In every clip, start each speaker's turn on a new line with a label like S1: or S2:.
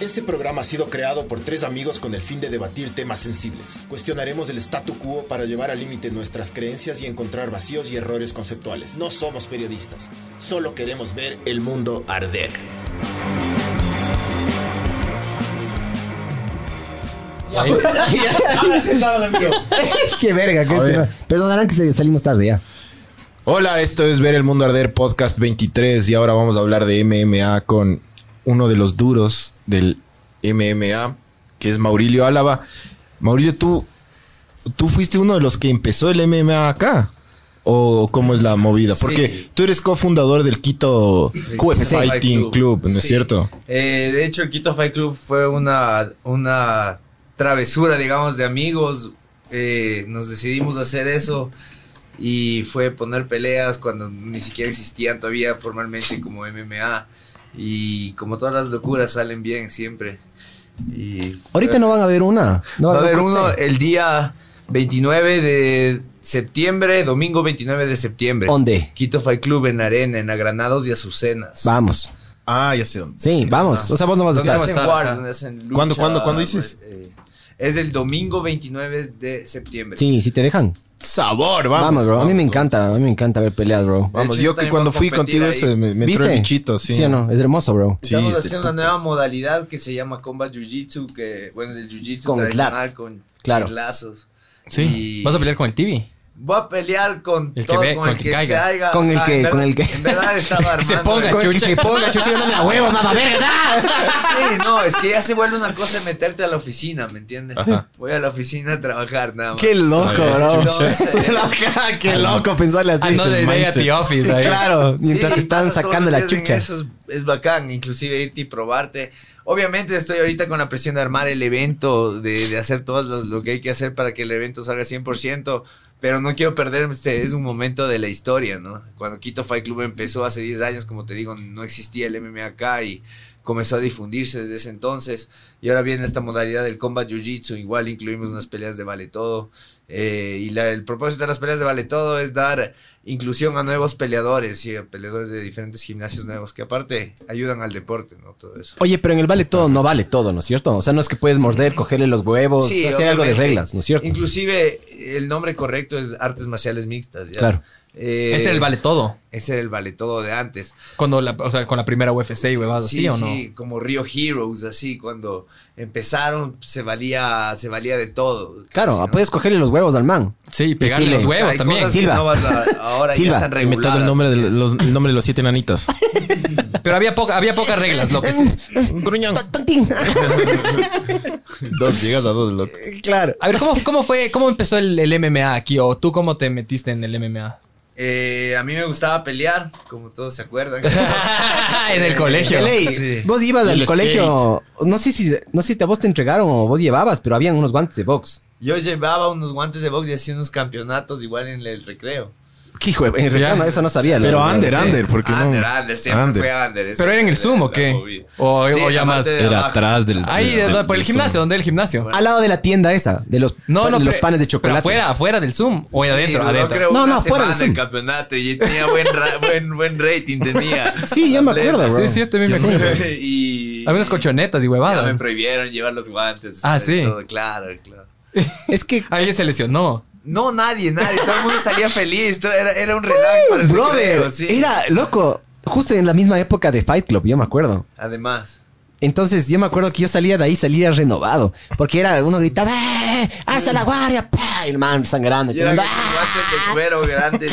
S1: Este programa ha sido creado por tres amigos con el fin de debatir temas sensibles. Cuestionaremos el statu quo para llevar al límite nuestras creencias y encontrar vacíos y errores conceptuales. No somos periodistas, solo queremos ver el mundo arder.
S2: es que verga. que
S1: A
S2: este
S1: ver.
S2: no- Perdonarán que se- salimos tarde ya.
S1: Hola, esto es Ver el Mundo Arder Podcast 23 y ahora vamos a hablar de MMA con uno de los duros del MMA, que es Maurilio Álava. Maurilio, tú, tú fuiste uno de los que empezó el MMA acá. ¿O cómo es la movida? Porque
S3: Sí.
S1: tú eres cofundador del Quito
S3: QFC.
S1: Fighting
S3: Fight
S1: Club,
S3: Club,
S1: ¿no es
S3: sí.
S1: cierto?
S3: Eh, de hecho, el Quito Fight Club fue una, una travesura, digamos, de amigos. Eh, nos decidimos hacer eso y fue poner peleas cuando ni siquiera existían todavía formalmente como MMA. Y como todas las locuras salen bien siempre. Y
S2: Ahorita no van a ver una. No
S3: Eh. Va a
S2: haber
S3: haber uno eh. el día 29 de septiembre, domingo 29 de septiembre.
S2: ¿Dónde?
S3: Quito Fight Club en Arena, en Agranados y Azucenas.
S2: Vamos.
S1: Ah, ya sé dónde.
S2: Sí,
S4: Ah.
S2: vamos. O sea, vos no vas a
S3: Donde
S2: estar.
S3: hacen
S4: estar,
S3: guardia,
S4: ajá.
S3: donde hacen lucha,
S1: ¿Cuándo, cuándo, cuándo dices?
S3: eh, es el domingo 29 de septiembre.
S2: Sí, si te dejan.
S1: Sabor, vamos.
S2: Vamos, bro. a mí me
S1: vamos,
S2: encanta. A mí me encanta ver peleas, bro.
S3: hecho,
S1: Vamos, yo
S3: yo
S1: que
S3: también
S1: cuando
S3: voy a
S1: fui
S3: competir
S1: contigo
S3: ahí.
S1: ese me, me entró
S2: ¿Viste?
S1: el bichito, sí.
S2: ¿Sí o no? Es hermoso, bro.
S1: Sí,
S3: Estamos
S1: este
S3: haciendo una
S1: putas.
S3: nueva modalidad que se llama Combat Jiu-Jitsu, que bueno, del Jiu-Jitsu
S2: Con
S3: tradicional
S2: slaps.
S3: con
S2: Claro.
S3: chilazos.
S4: Sí.
S3: Y-
S4: Vas a pelear con el TV.
S3: Voy a pelear con
S4: El que
S3: todo,
S4: ve-
S3: con el que, se
S4: caiga.
S3: haiga.
S2: Con el
S3: Ah,
S2: que-
S3: en verdad-
S2: con el que-
S3: En verdad estaba
S4: Que se
S3: armando.
S4: ponga,
S2: Con el que
S4: Chucha.
S2: se ponga, chucha, yo no me la huevo, mamá, verga.
S3: Sí, no, es que ya se vuelve una cosa meterte a la oficina, ¿me entiendes? Voy a la oficina a trabajar, nada más.
S2: Qué loco, bro.
S3: No, es-
S2: Qué loco pensarle así.
S4: Ah, no,
S2: ese
S4: de Day at
S2: mindset.
S4: the Office. ahí.
S2: Claro, mientras
S3: Sí,
S2: te están
S3: pasa todos
S2: sacando
S3: los
S2: la
S3: días en
S2: chucha.
S3: Eso es, es bacán, inclusive irte y probarte. Obviamente estoy ahorita con la presión de armar el evento, de, de hacer todo lo que hay que hacer para que el evento salga 100%, pero no quiero perderme, este es un momento de la historia, ¿no? Cuando Quito Fight Club empezó hace 10 años, como te digo, no existía el MMA acá y comenzó a difundirse desde ese entonces. Y ahora viene esta modalidad del combat jiu-jitsu, igual incluimos unas peleas de vale todo. Eh, y la- el propósito de las peleas de vale todo es dar inclusión a nuevos peleadores y a peleadores de diferentes gimnasios nuevos que aparte ayudan al deporte, ¿no? Todo eso.
S2: Oye, pero en el vale todo no vale todo, ¿no es cierto? O sea, no es que puedes morder, cogerle los huevos,
S3: Sí,
S2: hacer algo de
S3: obviamente.
S2: reglas, ¿no es cierto?
S3: Inclusive el nombre correcto es artes marciales mixtas. ¿ya?
S2: Claro.
S3: Eh,
S4: Ese es el vale todo.
S3: Ese era el vale todo de antes.
S4: Cuando la, o sea, con la primera UFC y huevadas así o no.
S3: sí, como Rio Heroes, así, cuando empezaron se valía, se valía de todo.
S2: Claro,
S3: casi, ¿no?
S2: puedes cogerle los huevos al man.
S4: Sí, pegarle
S2: Decirle,
S4: los
S3: O sea,
S4: huevos
S3: Pues hay
S4: también.
S3: cosas que
S2: Silva.
S3: no vas a- ahora
S2: Silva,
S3: ya están
S1: He inventado
S3: reguladas.
S1: el nombre, de los, el nombre de los siete enanitas.
S4: Pero había, poca, había pocas reglas, lo que sí.
S1: Gruñón.
S2: Tontín.
S1: Dos, llegas a dos, loco.
S2: claro.
S4: A ver, ¿cómo, cómo fue, cómo empezó el, el MMA aquí? ¿O tú cómo te metiste en el MMA?
S3: Eh, a mí me gustaba pelear, como todos se acuerdan.
S4: en el colegio.
S2: Ley,
S3: Sí.
S2: vos ibas
S1: Y
S2: al
S1: el
S2: colegio, no sé si no sé si a vos te entregaron o vos llevabas, pero habían unos guantes de box.
S3: Yo llevaba unos guantes de box y hacía unos campeonatos igual en el recreo.
S2: ¿Qué hijo de- en realidad no, eso no sabía. la
S1: Pero
S2: verdad.
S1: under, under, porque no.
S3: Under, under, siempre
S1: Under.
S3: fue under. esa
S4: ¿Pero era en el
S3: la-
S4: Zoom o
S3: la
S4: qué?
S3: movida.
S4: ¿O-
S3: Sí,
S4: o ya
S3: la
S4: más?
S3: parte de
S1: Era
S3: abajo.
S1: atrás del.
S4: Ahí,
S1: del-
S4: por el
S1: del
S4: gimnasio, ¿dónde era el gimnasio?
S2: Al lado de la tienda esa, de los,
S4: no,
S2: pan-
S4: no,
S2: de los
S4: pero-
S2: panes de
S4: pero
S2: chocolate.
S4: afuera, afuera del Zoom. O
S3: Sí,
S4: adentro,
S3: duró,
S4: adentro.
S3: creo,
S2: No,
S3: una
S2: no, fuera del
S3: semana
S2: Zoom.
S3: el campeonato y tenía buen, ra- buen, buen rating, tenía.
S2: Sí, yo me acuerdo, bro.
S4: Sí, sí, yo también me
S2: Sí.
S4: acuerdo.
S3: y,
S4: Había unas colchonetas y
S3: Ya me
S4: huevadas.
S3: prohibieron llevar los guantes.
S4: Ah,
S3: y
S4: sí.
S3: todo, claro, claro.
S2: Es que
S4: Alguien se lesionó.
S3: No, nadie, nadie. Todo el mundo salía feliz. todo era, era un relax para el
S2: Uh, brother,
S3: recreo, sí.
S2: era loco, justo en la misma época de Fight Club, yo me acuerdo.
S3: Además.
S2: Entonces yo me acuerdo que yo salía de ahí, salía renovado. Porque era, uno gritaba, ¡Eh, eh, ¡Hasta la guardia! pa", Y el man sangrando.
S3: Y eran
S2: chillando,
S3: esos
S2: "Ah".
S3: guantes de cuero grandes,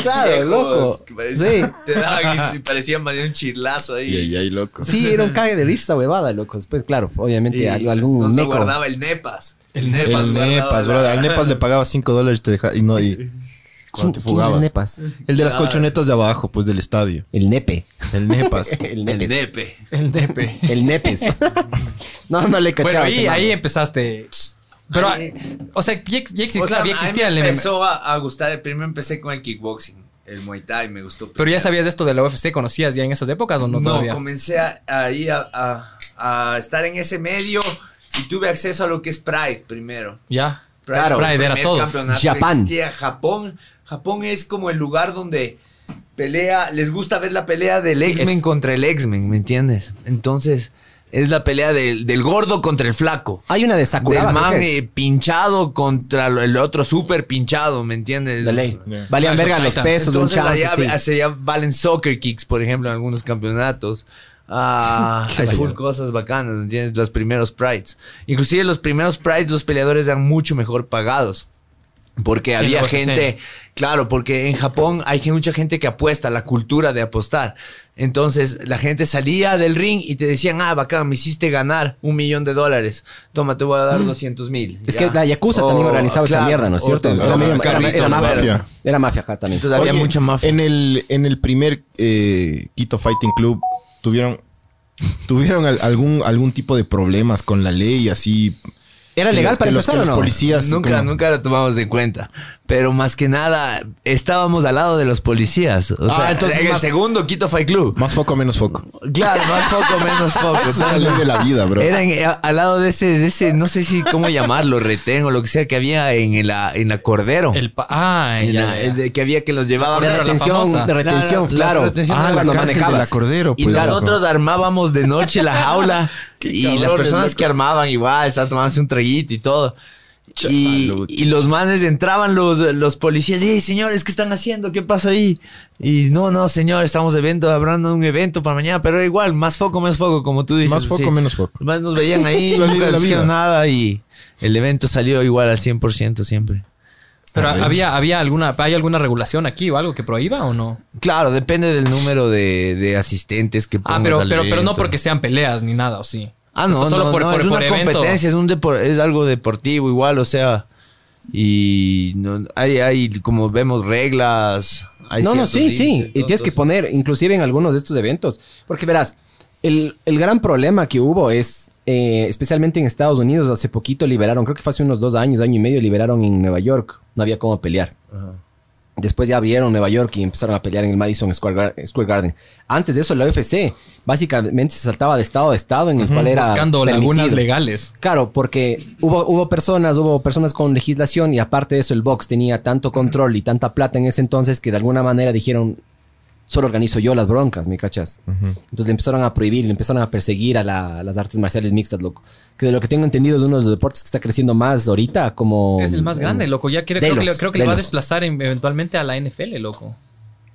S2: Claro,
S3: viejos,
S2: loco.
S3: que parecían-
S2: Sí.
S3: Te daban y, y parecía más bien un chilazo ahí.
S1: Y ahí, ahí, loco.
S2: Sí, era un cague de risa, huevada, loco. Después, claro, obviamente
S3: Y
S2: al- algún
S3: nos lo
S2: meco.
S3: guardaba el Nepas. El
S1: El
S3: guardaba
S1: Nepas,
S3: la-
S1: brother. Al Nepas le pagaba 5 dólares te deja- y no. Y,
S2: ¿Quién-
S1: cuando te
S2: quién era
S1: fugabas.
S2: el nepas?
S1: El de las
S3: Claro.
S1: colchonetas de abajo, pues del estadio.
S2: El nepe.
S1: El Nepas.
S2: El
S3: El
S2: nepes.
S3: Nepe.
S4: El DP.
S2: El nepes. no, no le
S4: Bueno,
S2: cachaba. ese
S4: ahí,
S2: man.
S4: ahí empezaste. Pero, o sea, ya, ex- ya exi-
S3: O sea,
S4: claro, ya
S3: a mí
S4: existía
S3: me
S4: el MMA.
S3: empezó a, a gustar. Primero empecé con el kickboxing, el Muay Thai, me gustó.
S4: Pero ya sabías de esto de la UFC, ¿conocías ya en esas épocas o no,
S3: No,
S4: todavía?
S3: comencé a- ahí a, a- a estar en ese medio y tuve acceso a lo que es Pride primero.
S4: Ya.
S3: Pride,
S2: Claro.
S3: fue el
S4: Pride era
S3: primer
S4: todo.
S3: campeonato que
S2: Japón.
S3: existía. Japón. Japón es como el lugar donde pelea, les gusta ver la pelea del X-Men contra el X-Men, ¿me entiendes? Entonces, Es la pelea del, del gordo contra el flaco.
S2: Hay una de Sakuraba.
S3: del
S2: creo que
S3: mame
S2: es.
S3: pinchado contra lo- el otro súper pinchado, ¿me entiendes?
S2: De ley.
S1: Yeah.
S2: Valían
S4: Claro,
S2: verga los
S4: Titans.
S2: pesos de un
S3: Entonces
S2: chavo.
S3: allá,
S2: sí.
S3: allá valen soccer kicks, por ejemplo, en algunos campeonatos. Ah, hay full cosas bacanas, ¿me entiendes? Los primeros prides. Inclusive los primeros prides los peleadores eran mucho mejor pagados. Porque
S4: En
S3: había
S4: la UFC.
S3: gente, claro, porque en Japón hay que- mucha gente que apuesta, la cultura de apostar. Entonces la gente salía del ring y te decían, ah, bacán, me hiciste ganar un millón de dólares. Toma, te voy a dar 200 mil.
S2: Mm.
S3: Oh,
S2: Es que la Yakuza también organizaba esa mierda, ¿no es cierto?
S1: o-
S2: Era medio-
S1: o-
S2: era- Era
S1: Carlitos,
S2: mafia.
S1: mafia.
S2: Era mafia, ajá, también.
S3: Entonces había
S1: Oye,
S3: mucha mafia.
S1: En el, en el primer eh, Quito Fighting Club tuvieron, tuvieron al- algún, algún tipo de problemas con la ley, así.
S2: ¿Era
S1: que
S2: legal
S1: los-
S2: para
S1: que los- que
S2: empezar o
S1: los
S2: no?
S1: policías.
S3: Nunca,
S1: como-
S3: nunca lo tomamos en cuenta. Pero más que nada, estábamos al lado de los policías. O
S1: Ah,
S3: sea,
S1: entonces
S3: en el
S1: más-
S3: segundo Quito Fight Club.
S1: Más foco, menos foco.
S3: Claro, más poco, menos poco.
S1: Esa es la ley de la vida, bro.
S3: Eran eh, al lado de ese, de ese, no sé si cómo llamarlo, retén o lo que sea que había en la, en la Cordero.
S4: El pa- ah,
S3: En
S4: ya,
S3: la-
S4: ya.
S3: el de que había que los llevaban
S2: De
S4: Pero la
S2: retención,
S4: famosa.
S2: de retención,
S3: La- la- la
S2: claro.
S3: retención
S1: Ah,
S2: Ah,
S1: la
S2: cuando
S1: cárcel del
S2: manejabas.
S1: acordero.
S3: Y
S1: pues,
S3: nosotros armábamos de noche la jaula. y las
S1: cabrones,
S3: personas
S1: loco.
S3: que armaban igual, estaban tomándose un traguito y todo. Y,
S1: salud.
S3: y los manes entraban los, los policías, hey señores, ¿qué están haciendo? ¿Qué pasa ahí? Y no, no, señor, estamos evento, hablando de un evento para mañana, pero igual, más foco, menos foco, como tú dices.
S1: Más foco,
S3: así.
S1: menos foco.
S3: Más nos veían ahí,
S1: La vida,
S3: nunca
S1: la
S3: nos
S1: vida.
S3: hicieron nada y el evento salió igual al 100% siempre.
S4: Pero
S1: Arreglos.
S4: había, había alguna, ¿hay alguna regulación aquí o algo que prohíba o no?
S3: Claro, depende del número de, de asistentes que
S4: Ah,
S3: pongas
S4: pero,
S3: al
S4: pero, pero no
S3: evento.
S4: porque sean peleas ni nada, o sí.
S3: Ah,
S4: O sea,
S3: no, no, no, es una competencia, es, un depor- es algo deportivo igual, o sea, y no, hay, hay, como vemos, reglas. hay
S2: No, no,
S3: ciertos
S2: sí, sí.
S3: límites,
S2: Y
S3: ¿no?
S2: tienes que
S3: Entonces,
S2: poner, inclusive en algunos de estos eventos. Porque verás, el, el gran problema que hubo es, eh, especialmente en Estados Unidos, hace poquito liberaron, creo que fue hace unos dos años, año y medio, liberaron en Nueva York. No había cómo pelear. Después ya abrieron Nueva York y empezaron a pelear en el Madison Square, Gar- Square Garden. Antes de eso, la UFC básicamente se saltaba de estado a estado en el cual era.
S4: buscando lagunas
S2: permitido.
S4: legales.
S2: Claro, porque hubo, hubo personas, hubo personas con legislación y aparte de eso el box tenía tanto control y tanta plata en ese entonces que de alguna manera dijeron, solo organizo yo las broncas, ¿me cachas? Entonces le empezaron a prohibir, le empezaron a perseguir a, la- a las artes marciales mixtas, loco. Que de lo que tengo entendido es uno de los deportes que está creciendo más ahorita como...
S4: Es el más grande,
S2: en-
S4: loco. Ya quiere,
S2: de
S4: creo, que,
S2: los-
S4: le- creo que
S2: de
S4: le va a
S2: los.
S4: desplazar en- eventualmente a la NFL, loco.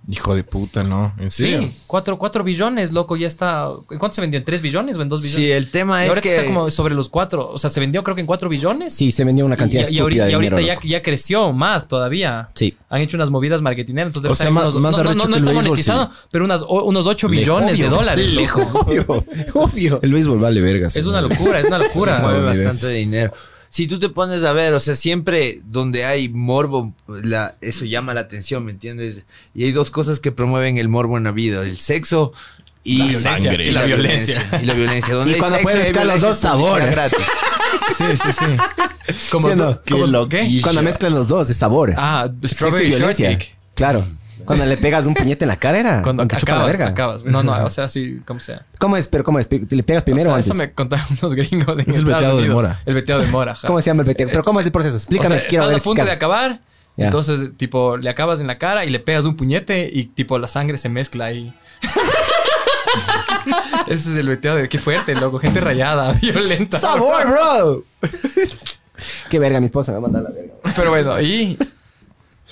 S1: Hijo de puta, ¿no? ¿En serio?
S4: Sí, 4 billones, loco, ya está. ¿En cuánto se vendió? ¿En 3 billones o en 2 billones?
S3: Sí, el tema
S4: Y
S3: es
S4: ahora que
S3: que
S4: está como sobre los 4. O sea, se vendió creo que en 4 billones.
S2: Sí, se vendió una cantidad
S4: y, y
S2: estúpida
S4: ahorita, y
S2: de
S4: ahorita
S2: dinero,
S4: ya,
S2: loco.
S4: ya creció más todavía.
S2: Sí.
S4: Han hecho unas movidas marketineras. Entonces,
S1: O
S4: debe
S1: sea,
S4: estar en
S1: más- más
S4: no, no,
S1: arrecho
S4: no
S1: que el
S4: está
S1: béisbol,
S4: monetizado, pero unas, o- unos 8 billones de dólares. loco.
S2: Obvio, obvio.
S1: El béisbol vale vergas.
S4: Es una locura, es una locura.
S1: Está
S3: mueve
S1: estadounidenses.
S3: bastante dinero. Si tú te pones a ver, o sea, siempre donde hay morbo, la, eso llama la atención, ¿me entiendes? Y hay dos cosas que promueven el morbo en la vida, el sexo y
S4: La sangre.
S3: Y la violencia. Y la violencia. Donde
S2: Y
S3: hay
S2: cuando
S3: sexo,
S2: puedes
S3: hay
S2: mezclar los
S3: violencia,
S2: dos
S3: publicidad
S2: sabores.
S3: gratis.
S4: Sí, sí, sí. Como
S2: Sí, no.
S4: como-
S1: Qué loquillo.
S2: Cuando mezclan los dos, es sabor.
S4: Ah,
S2: Sexo y
S4: Strawberry
S2: violencia.
S4: Shortcake.
S2: Claro. Cuando le pegas un puñete en la cara era.
S4: Cuando
S2: Cuando te chupa la
S4: acabas,
S2: verga.
S4: acabas. No, no, o sea, sí, como sea.
S2: ¿Cómo es? Pero ¿cómo es? ¿Te ¿Le pegas
S4: O
S2: primero
S4: sea,
S2: o antes?
S4: eso me contaron unos gringos. en
S1: Es el
S4: Estados
S1: veteado de
S4: Unidos.
S1: mora.
S4: El veteado de mora. ajá.
S2: ¿Cómo se llama el pete? ¿Pero cómo es el proceso? Explícame,
S4: O sea,
S2: quiero
S4: estás
S2: ver
S4: a punto
S2: si
S4: de
S2: escapa.
S4: acabar.
S2: Ya.
S4: Entonces, tipo, le acabas en la cara y le pegas un puñete y, tipo, la sangre se mezcla ahí. Ese es el veteado de qué fuerte, loco. Gente rayada, violenta.
S2: ¡Sabor, bro! Qué verga, mi esposa me manda a la verga.
S4: Pero bueno, y.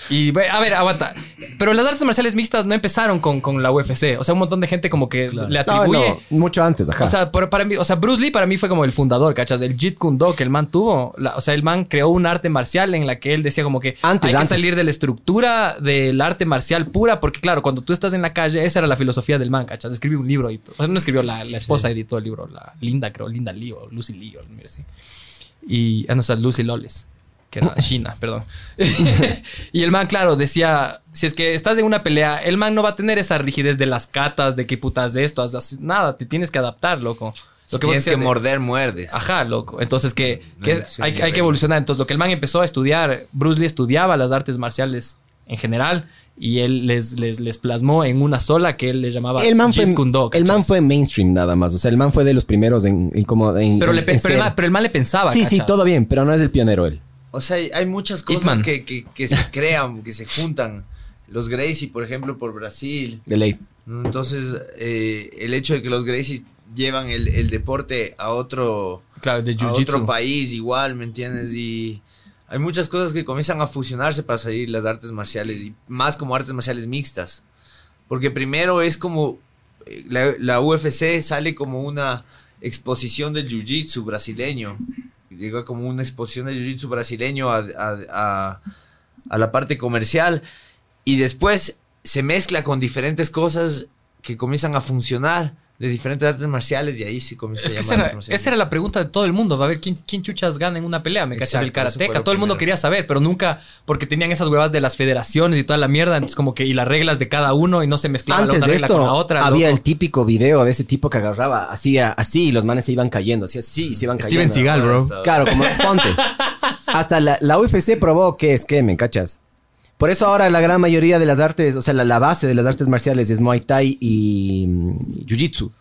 S4: Y ve- a ver, aguanta. Pero las artes marciales mixtas no empezaron con, con la UFC. O sea, un montón de gente como que le
S2: No,
S4: atribuye.
S2: no, mucho antes, ajá.
S4: O sea, por- para mí, o sea, Bruce Lee para mí fue como el fundador, ¿cachas? El Jeet Kune Do que el man tuvo. la- o sea, el man creó un arte marcial en la que él decía como que
S2: Antes,
S4: hay
S2: antes.
S4: que salir de la estructura del arte marcial pura, porque claro, cuando tú estás en la calle, esa era la filosofía del man, ¿cachas? Escribió un libro. Y to- o sea, no escribió la, la esposa, editó el libro, la Linda, creo, Linda Lee o Lucy Lee o algo así. Y, ah, no, o sea, Lucy Loles. Que era China, perdón. y el man, claro, decía: si es que estás en una pelea, el man no va a tener esa rigidez de las catas, de qué putas de esto, haz así, nada, te tienes que adaptar, loco. Lo que vos
S3: Tienes que
S4: decías de-
S3: morder, muerdes.
S4: Ajá, loco. Entonces, que,
S3: No
S4: que
S3: hay
S4: es-
S3: acción
S4: hay,
S3: ni
S4: hay que
S3: regla.
S4: evolucionar. Entonces, lo que el man empezó a estudiar, Bruce Lee estudiaba las artes marciales en general y él les, les, les plasmó en una sola que él le llamaba
S2: el man, fue,
S4: Jeet Kune Do,
S2: el man
S4: ¿cachas?
S2: fue mainstream nada más. O sea, el man fue de los primeros en, en como... en-
S4: Pero, le
S2: en-
S4: pe-
S2: en
S4: pero el
S2: ser.
S4: man, pero el man le pensaba.
S2: Sí, sí,
S4: ¿cachas?
S2: todo bien, pero no es el pionero él.
S3: O sea, hay hay muchas
S4: Ip
S3: cosas
S4: Man.
S3: que, que- que se crean, que se juntan. Los Gracie, por ejemplo, por Brasil.
S2: De ley.
S3: ¿no? Entonces, eh, el hecho de que los Gracie llevan el, el deporte a otro,
S4: Claro, de
S3: a otro
S4: Jiu-Jitsu.
S3: país igual, ¿me entiendes? Y hay muchas cosas que comienzan a fusionarse para salir las artes marciales, y más como artes marciales mixtas. Porque primero es como, eh, la, la UFC sale como una exposición del Jiu-Jitsu brasileño. Llega como una exposición del Jiu-Jitsu brasileño a, a- a- a la parte comercial. Y después se mezcla con diferentes cosas que comienzan a funcionar de diferentes artes marciales y ahí sí comienza
S4: Es
S3: a
S4: que
S3: llamar
S4: esa era,
S3: artes marciales
S4: esa era la pregunta de todo el mundo. Va a ver quién, quién chuchas gana en una pelea. Me cachas
S3: Exacto,
S4: el
S3: eso fue
S4: karateca.
S3: lo
S4: Todo el mundo
S3: primero.
S4: quería saber, pero nunca, porque tenían esas huevas de las federaciones y toda la mierda. Entonces, como que, y las reglas de cada uno y no se mezclaba la
S2: Antes
S4: una
S2: de
S4: regla con la
S2: esto,
S4: otra.
S2: había
S4: loco.
S2: el típico video de ese tipo que agarraba así, a- así y los manes se iban cayendo, así, así, y se iban cayendo.
S4: Steven Seagal, bro.
S3: Hasta-
S2: Claro, como ponte. Hasta la, la UFC probó que es que, ¿me cachas? Por eso ahora la gran mayoría de las artes, o sea, la, la base de las artes marciales es Muay Thai y mm, Jiu-Jitsu.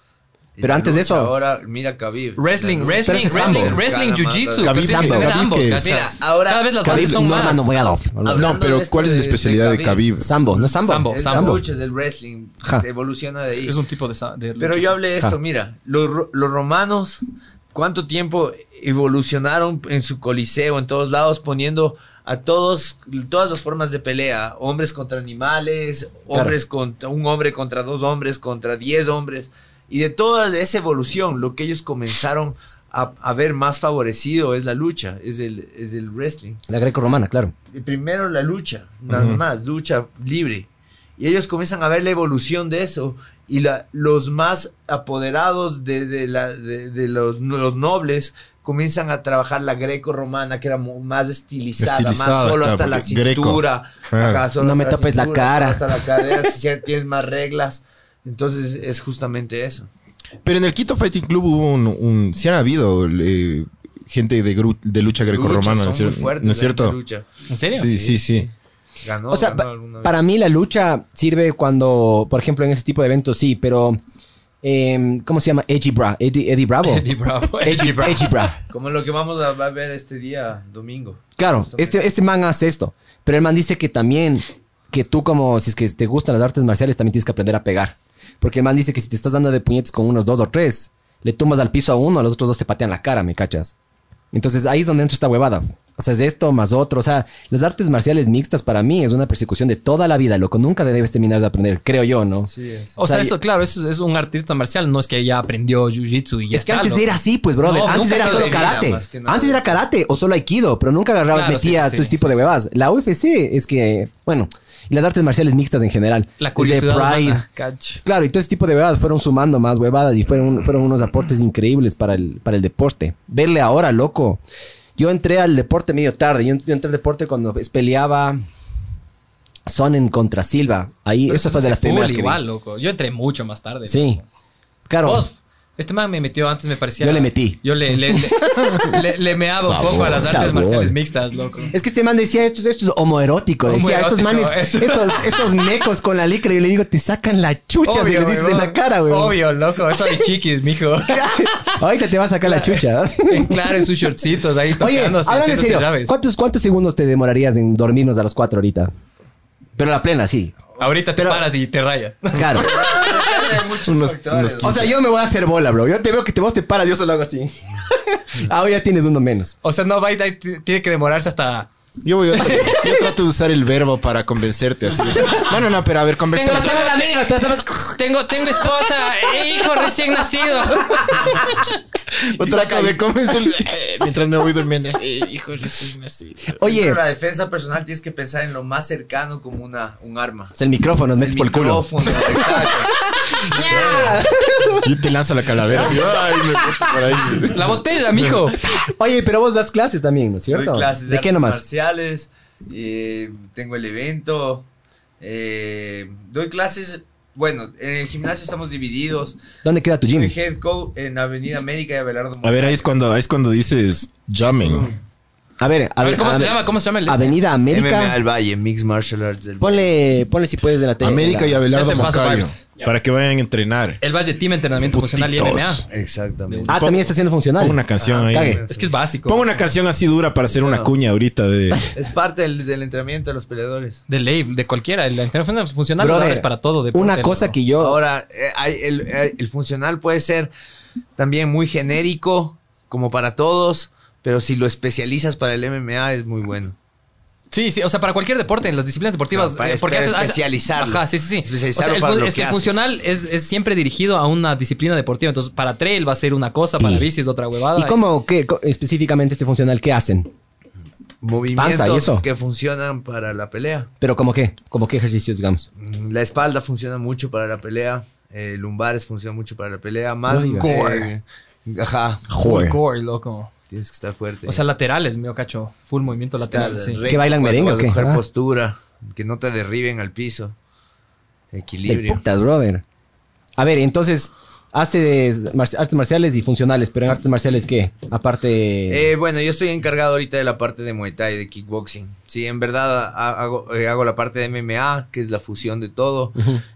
S3: Y
S2: Pero
S3: la
S2: antes de
S3: lucha
S2: eso-
S3: Ahora, mira Khabib.
S4: Wrestling,
S3: Las-
S4: wrestling,
S2: es
S4: wrestling,
S2: sambo.
S4: wrestling,
S3: Cada
S4: jiu-jitsu.
S3: mata-
S4: Tú tienes que
S1: Khabib,
S4: tener
S1: Khabib,
S4: ambos,
S1: que es-
S4: ¿cachas?
S3: Mira, ahora-
S4: Cada vez las bases
S2: Khabib,
S4: son
S2: no,
S4: más.
S2: hermano, voy a Dof.
S3: Hablando
S1: No, pero
S3: de esto
S1: ¿cuál es la
S3: de- de
S1: especialidad de
S3: Khabib?
S1: Khabib?
S2: Sambo, no Sambo.
S4: Sambo.
S3: Es la
S2: Sambo.
S3: lucha del wrestling.
S2: Ja.
S3: se Evoluciona de ahí.
S4: Es un tipo de. sa- de
S3: Pero
S4: lucha.
S3: yo hablé de esto,
S2: Ja.
S3: mira. Los, ro- los romanos, ¿cuánto tiempo evolucionaron en su coliseo, en todos lados, poniendo a todos, todas las formas de pelea? Hombres contra animales, hombres contra un hombre contra dos hombres, contra diez hombres. Y de toda esa evolución, lo que ellos comenzaron a, a ver más favorecido es la lucha, es el, es el wrestling.
S2: La greco-romana, claro.
S3: Y eh, primero la lucha, nada más, lucha libre. Y ellos comienzan a ver la evolución de eso. Y la, los más apoderados de, de la- de- de los, los nobles comienzan a trabajar la greco-romana, que era mo- más estilizada,
S1: Estilizada,
S3: más solo
S1: claro,
S3: hasta la
S1: porque greco. Ah.
S3: cintura.
S1: Claro.
S3: solo
S2: No
S3: hasta
S2: me tapes la
S3: cintura, solo
S2: cara.
S3: Hasta la cadera, si tienes más reglas. Entonces es justamente eso.
S1: Pero en el Quito Fighting Club hubo un. un sí han habido eh, gente de, gru- de lucha grecorromana,
S3: Luchas son
S1: ¿no es
S3: muy
S1: cierto?
S3: fuertes
S1: ¿No es
S3: la
S1: cierto?
S3: lucha.
S4: ¿En serio?
S1: Sí, sí, sí.
S3: Ganó,
S2: O sea,
S3: ganó
S2: pa-
S3: alguna vez.
S2: para mí la lucha sirve cuando, por ejemplo, en ese tipo de eventos sí, pero em, ¿cómo se llama? Edgy Bra, Eddie, Eddie Bravo.
S4: Eddie Bravo.
S2: Edgy, Edgy Bra.
S3: Como lo que vamos a, a ver este día, domingo.
S2: Claro,
S3: Justamente.
S2: este, este man hace esto, pero el man dice que también, que tú como, si es que te gustan las artes marciales, también tienes que aprender a pegar. Porque el man dice que si te estás dando de puñetes con unos dos o tres, le tumbas al piso a uno, a los otros dos te patean la cara, ¿me cachas? Entonces ahí es donde entra esta huevada. O sea, es de esto más otro. O sea, las artes marciales mixtas para mí es una persecución de toda la vida, loco. Nunca debes terminar de aprender, creo yo, ¿no?
S3: Sí, es.
S4: O sea,
S2: O sea,
S4: eso, claro, eso es, es un artista marcial. No es que ya aprendió jiu-jitsu y ya
S2: Es que
S4: está,
S2: antes
S4: loco.
S2: era así, pues, brother.
S4: No,
S2: antes
S4: nunca
S2: era
S4: se
S2: solo
S3: domina,
S2: karate.
S3: más que nada.
S2: Antes era karate o solo aikido, pero nunca agarrabas,
S4: Claro, sí,
S2: metías
S4: sí,
S2: todo
S4: sí,
S2: este tipo
S4: sí,
S2: de
S4: sí.
S2: huevas. La UFC es que, bueno, y las artes marciales mixtas en general.
S4: La
S2: Desde
S4: curiosidad
S2: Pride.
S4: humana, cach.
S2: Claro, y todo ese tipo de huevadas fueron sumando más huevadas y fueron, fueron unos aportes increíbles para el, para el deporte. Verle ahora, loco. Yo entré al deporte medio tarde. Yo, yo entré al deporte cuando pues, peleaba Sonnen contra Silva. Ahí,
S4: Pero
S2: eso fue de las
S4: hace
S2: primeras
S4: full
S2: que vi.
S4: igual, loco. Yo entré mucho más tarde.
S2: Sí. Claro.
S4: Vos, este man me metió antes, me parecía.
S2: Yo le metí.
S4: Yo le, le, le, le- le meaba un poco a las artes
S2: Sabor.
S4: marciales mixtas, loco.
S2: Es que este man decía, esto, esto es homoerótico. Decía,
S4: Homoerótico,
S2: estos manes,
S4: eso.
S2: esos, esos mecos con la licra. Y le digo, te sacan la chucha. y le dices en
S4: huevón.
S2: la cara, güey.
S4: Obvio, loco. Eso de chiquis, mijo.
S2: Ahorita te va a sacar la chucha.
S4: En claro, en sus shortcitos ahí
S2: Oye, hablando
S4: tocándose.
S2: en
S4: haciéndose
S2: serio,
S4: llaves.
S2: ¿cuántos, ¿cuántos segundos te demorarías en dormirnos a las cuatro ahorita? Pero la plena, sí.
S4: Ahorita
S2: Pero-
S4: te paras y te rayas.
S2: Claro.
S3: Hay muchos
S1: Unos-
S3: factores,
S1: unos
S3: ¿no?
S2: O sea, yo me voy a hacer bola, bro. Yo te veo que te, vos te paras, yo solo hago así. Ahora ya tienes uno menos.
S4: O sea, no va y ahí t- tiene que demorarse hasta.
S1: Yo, voy a- yo trato de usar el verbo para convencerte. Así. No, no, no, pero a ver, conversemos.
S2: amigos, te vas a-
S4: Tengo, tengo esposa e hijo recién nacido.
S1: Yo trato de convencer eh, mientras me voy durmiendo. Eh, híjole, soy una-
S2: Oye,
S3: Pero la defensa personal tienes que pensar en lo más cercano como una, un arma.
S2: es el micrófono, nos metes
S3: El
S2: por el culo.
S3: micrófono, exacto.
S1: Yo te lanzo la calavera. Yo, ay, me meto por ahí.
S4: La botella, mijo.
S2: Oye, pero vos das clases también, ¿no es
S3: Doy
S2: cierto?
S3: clases de,
S2: ¿De qué
S3: artes
S2: nomás?
S3: marciales, eh, tengo el evento, eh, doy clases, bueno, en el gimnasio estamos divididos.
S2: ¿Dónde queda tu gym?
S3: Soy head coach en Avenida América y Abelardo
S1: A ver, ahí es cuando, ahí es cuando dices jamming.
S2: A ver,
S4: A ver, ¿cómo se llama? ¿Cómo se llama el este?
S2: Avenida América.
S3: MMA al Valle, Mixed Martial Arts del
S2: Ponle, ponle si puedes de la tele.
S1: América y Abelardo
S4: Ya te paso
S1: Moncayo.
S4: vibes. Ya.
S1: Para que vayan a entrenar.
S4: El Valle Team Entrenamiento Funcional y MMA.
S1: Putitos.
S3: Exactamente.
S2: Ah, también está siendo funcional.
S1: Pongo una canción
S2: Ah,
S1: ahí.
S2: cague.
S4: Es que es básico.
S1: Pongo una canción así dura para hacer una
S3: No.
S1: cuña ahorita de...
S3: Es parte del, del entrenamiento de los peleadores.
S4: De ley, de cualquiera. El entrenamiento funcional lo
S2: Brother,
S4: es para todo. deporte,
S2: una cosa
S4: ¿no?
S2: que yo.
S3: Ahora, eh, hay- el, eh, el funcional puede ser también muy genérico, como para todos, pero si lo especializas para el MMA es muy bueno.
S4: Sí, sí, o sea, para cualquier deporte, en las disciplinas deportivas.
S3: Claro, para
S4: eh, porque
S3: espe-
S4: haces- haces-
S3: especializarlo.
S4: Ajá, sí, sí, sí.
S3: Especializarlo
S4: O sea, el
S3: para
S4: fu-
S3: lo
S4: es
S3: que
S4: que el
S3: haces.
S4: funcional es, es siempre dirigido a una disciplina deportiva. Entonces, para trail va a ser una cosa, para
S2: Sí.
S4: bicis otra huevada.
S2: ¿Y cómo qué, co- específicamente este funcional qué hacen?
S3: Movimientos
S2: Panza, ¿y eso?
S3: que funcionan para la pelea.
S2: Pero como qué, como qué ejercicios, digamos.
S3: Mm, La espalda funciona mucho para la pelea. eh, lumbares funciona mucho para la pelea. Más
S2: Oiga.
S3: core. Ajá.
S4: Full core, loco.
S3: Tienes que estar fuerte.
S4: O sea, laterales, mío cacho. Full movimiento
S3: Estar
S4: lateral. sí.
S3: recto
S2: ¿Qué bailan
S3: cuando
S2: merengue o
S3: vas a
S2: qué?
S3: coger
S2: Ah.
S3: postura. Que no te derriben al piso.
S2: De
S3: Equilibrio.
S2: putas, brother. A ver, entonces, haces mar- artes marciales y funcionales, pero en artes marciales, ¿qué? Aparte.
S3: Eh, bueno, yo estoy encargado ahorita de la parte de Muay Thai, de kickboxing. Sí, en verdad ha- hago, eh, hago la parte de MMA, que es la fusión de todo.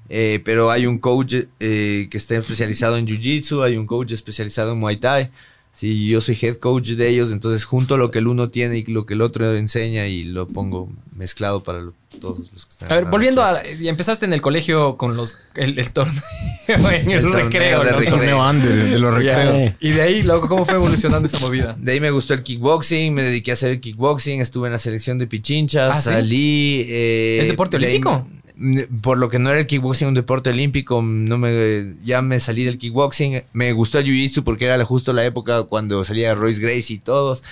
S3: Eh, pero hay un coach eh, que está especializado en Jiu-Jitsu, hay un coach especializado en Muay Thai. Sí, yo soy head coach de ellos, entonces junto lo que el uno tiene y lo que el otro enseña y lo pongo mezclado para lo- todos los que están.
S4: A ver,
S3: dando
S4: volviendo
S3: clases.
S4: a. y Empezaste en el colegio con los el, el torneo en el,
S3: El torneo
S4: recreo.
S3: de
S4: loco.
S1: El torneo under de los
S4: Ya.
S3: eh,
S1: recreos.
S4: Y de ahí, loco, ¿cómo fue evolucionando esa movida?
S3: De ahí me gustó el kickboxing, me dediqué a hacer el kickboxing, estuve en la selección de Pichincha,
S4: Ah, ¿sí?
S3: salí. eh,
S4: ¿Es deporte
S3: de ahí-
S4: olímpico?
S3: mm, Por lo que no era el kickboxing un deporte olímpico, no me, ya me salí del kickboxing. Me gustó el jiu-jitsu porque era la- justo la época cuando salía Royce Gracie y todos.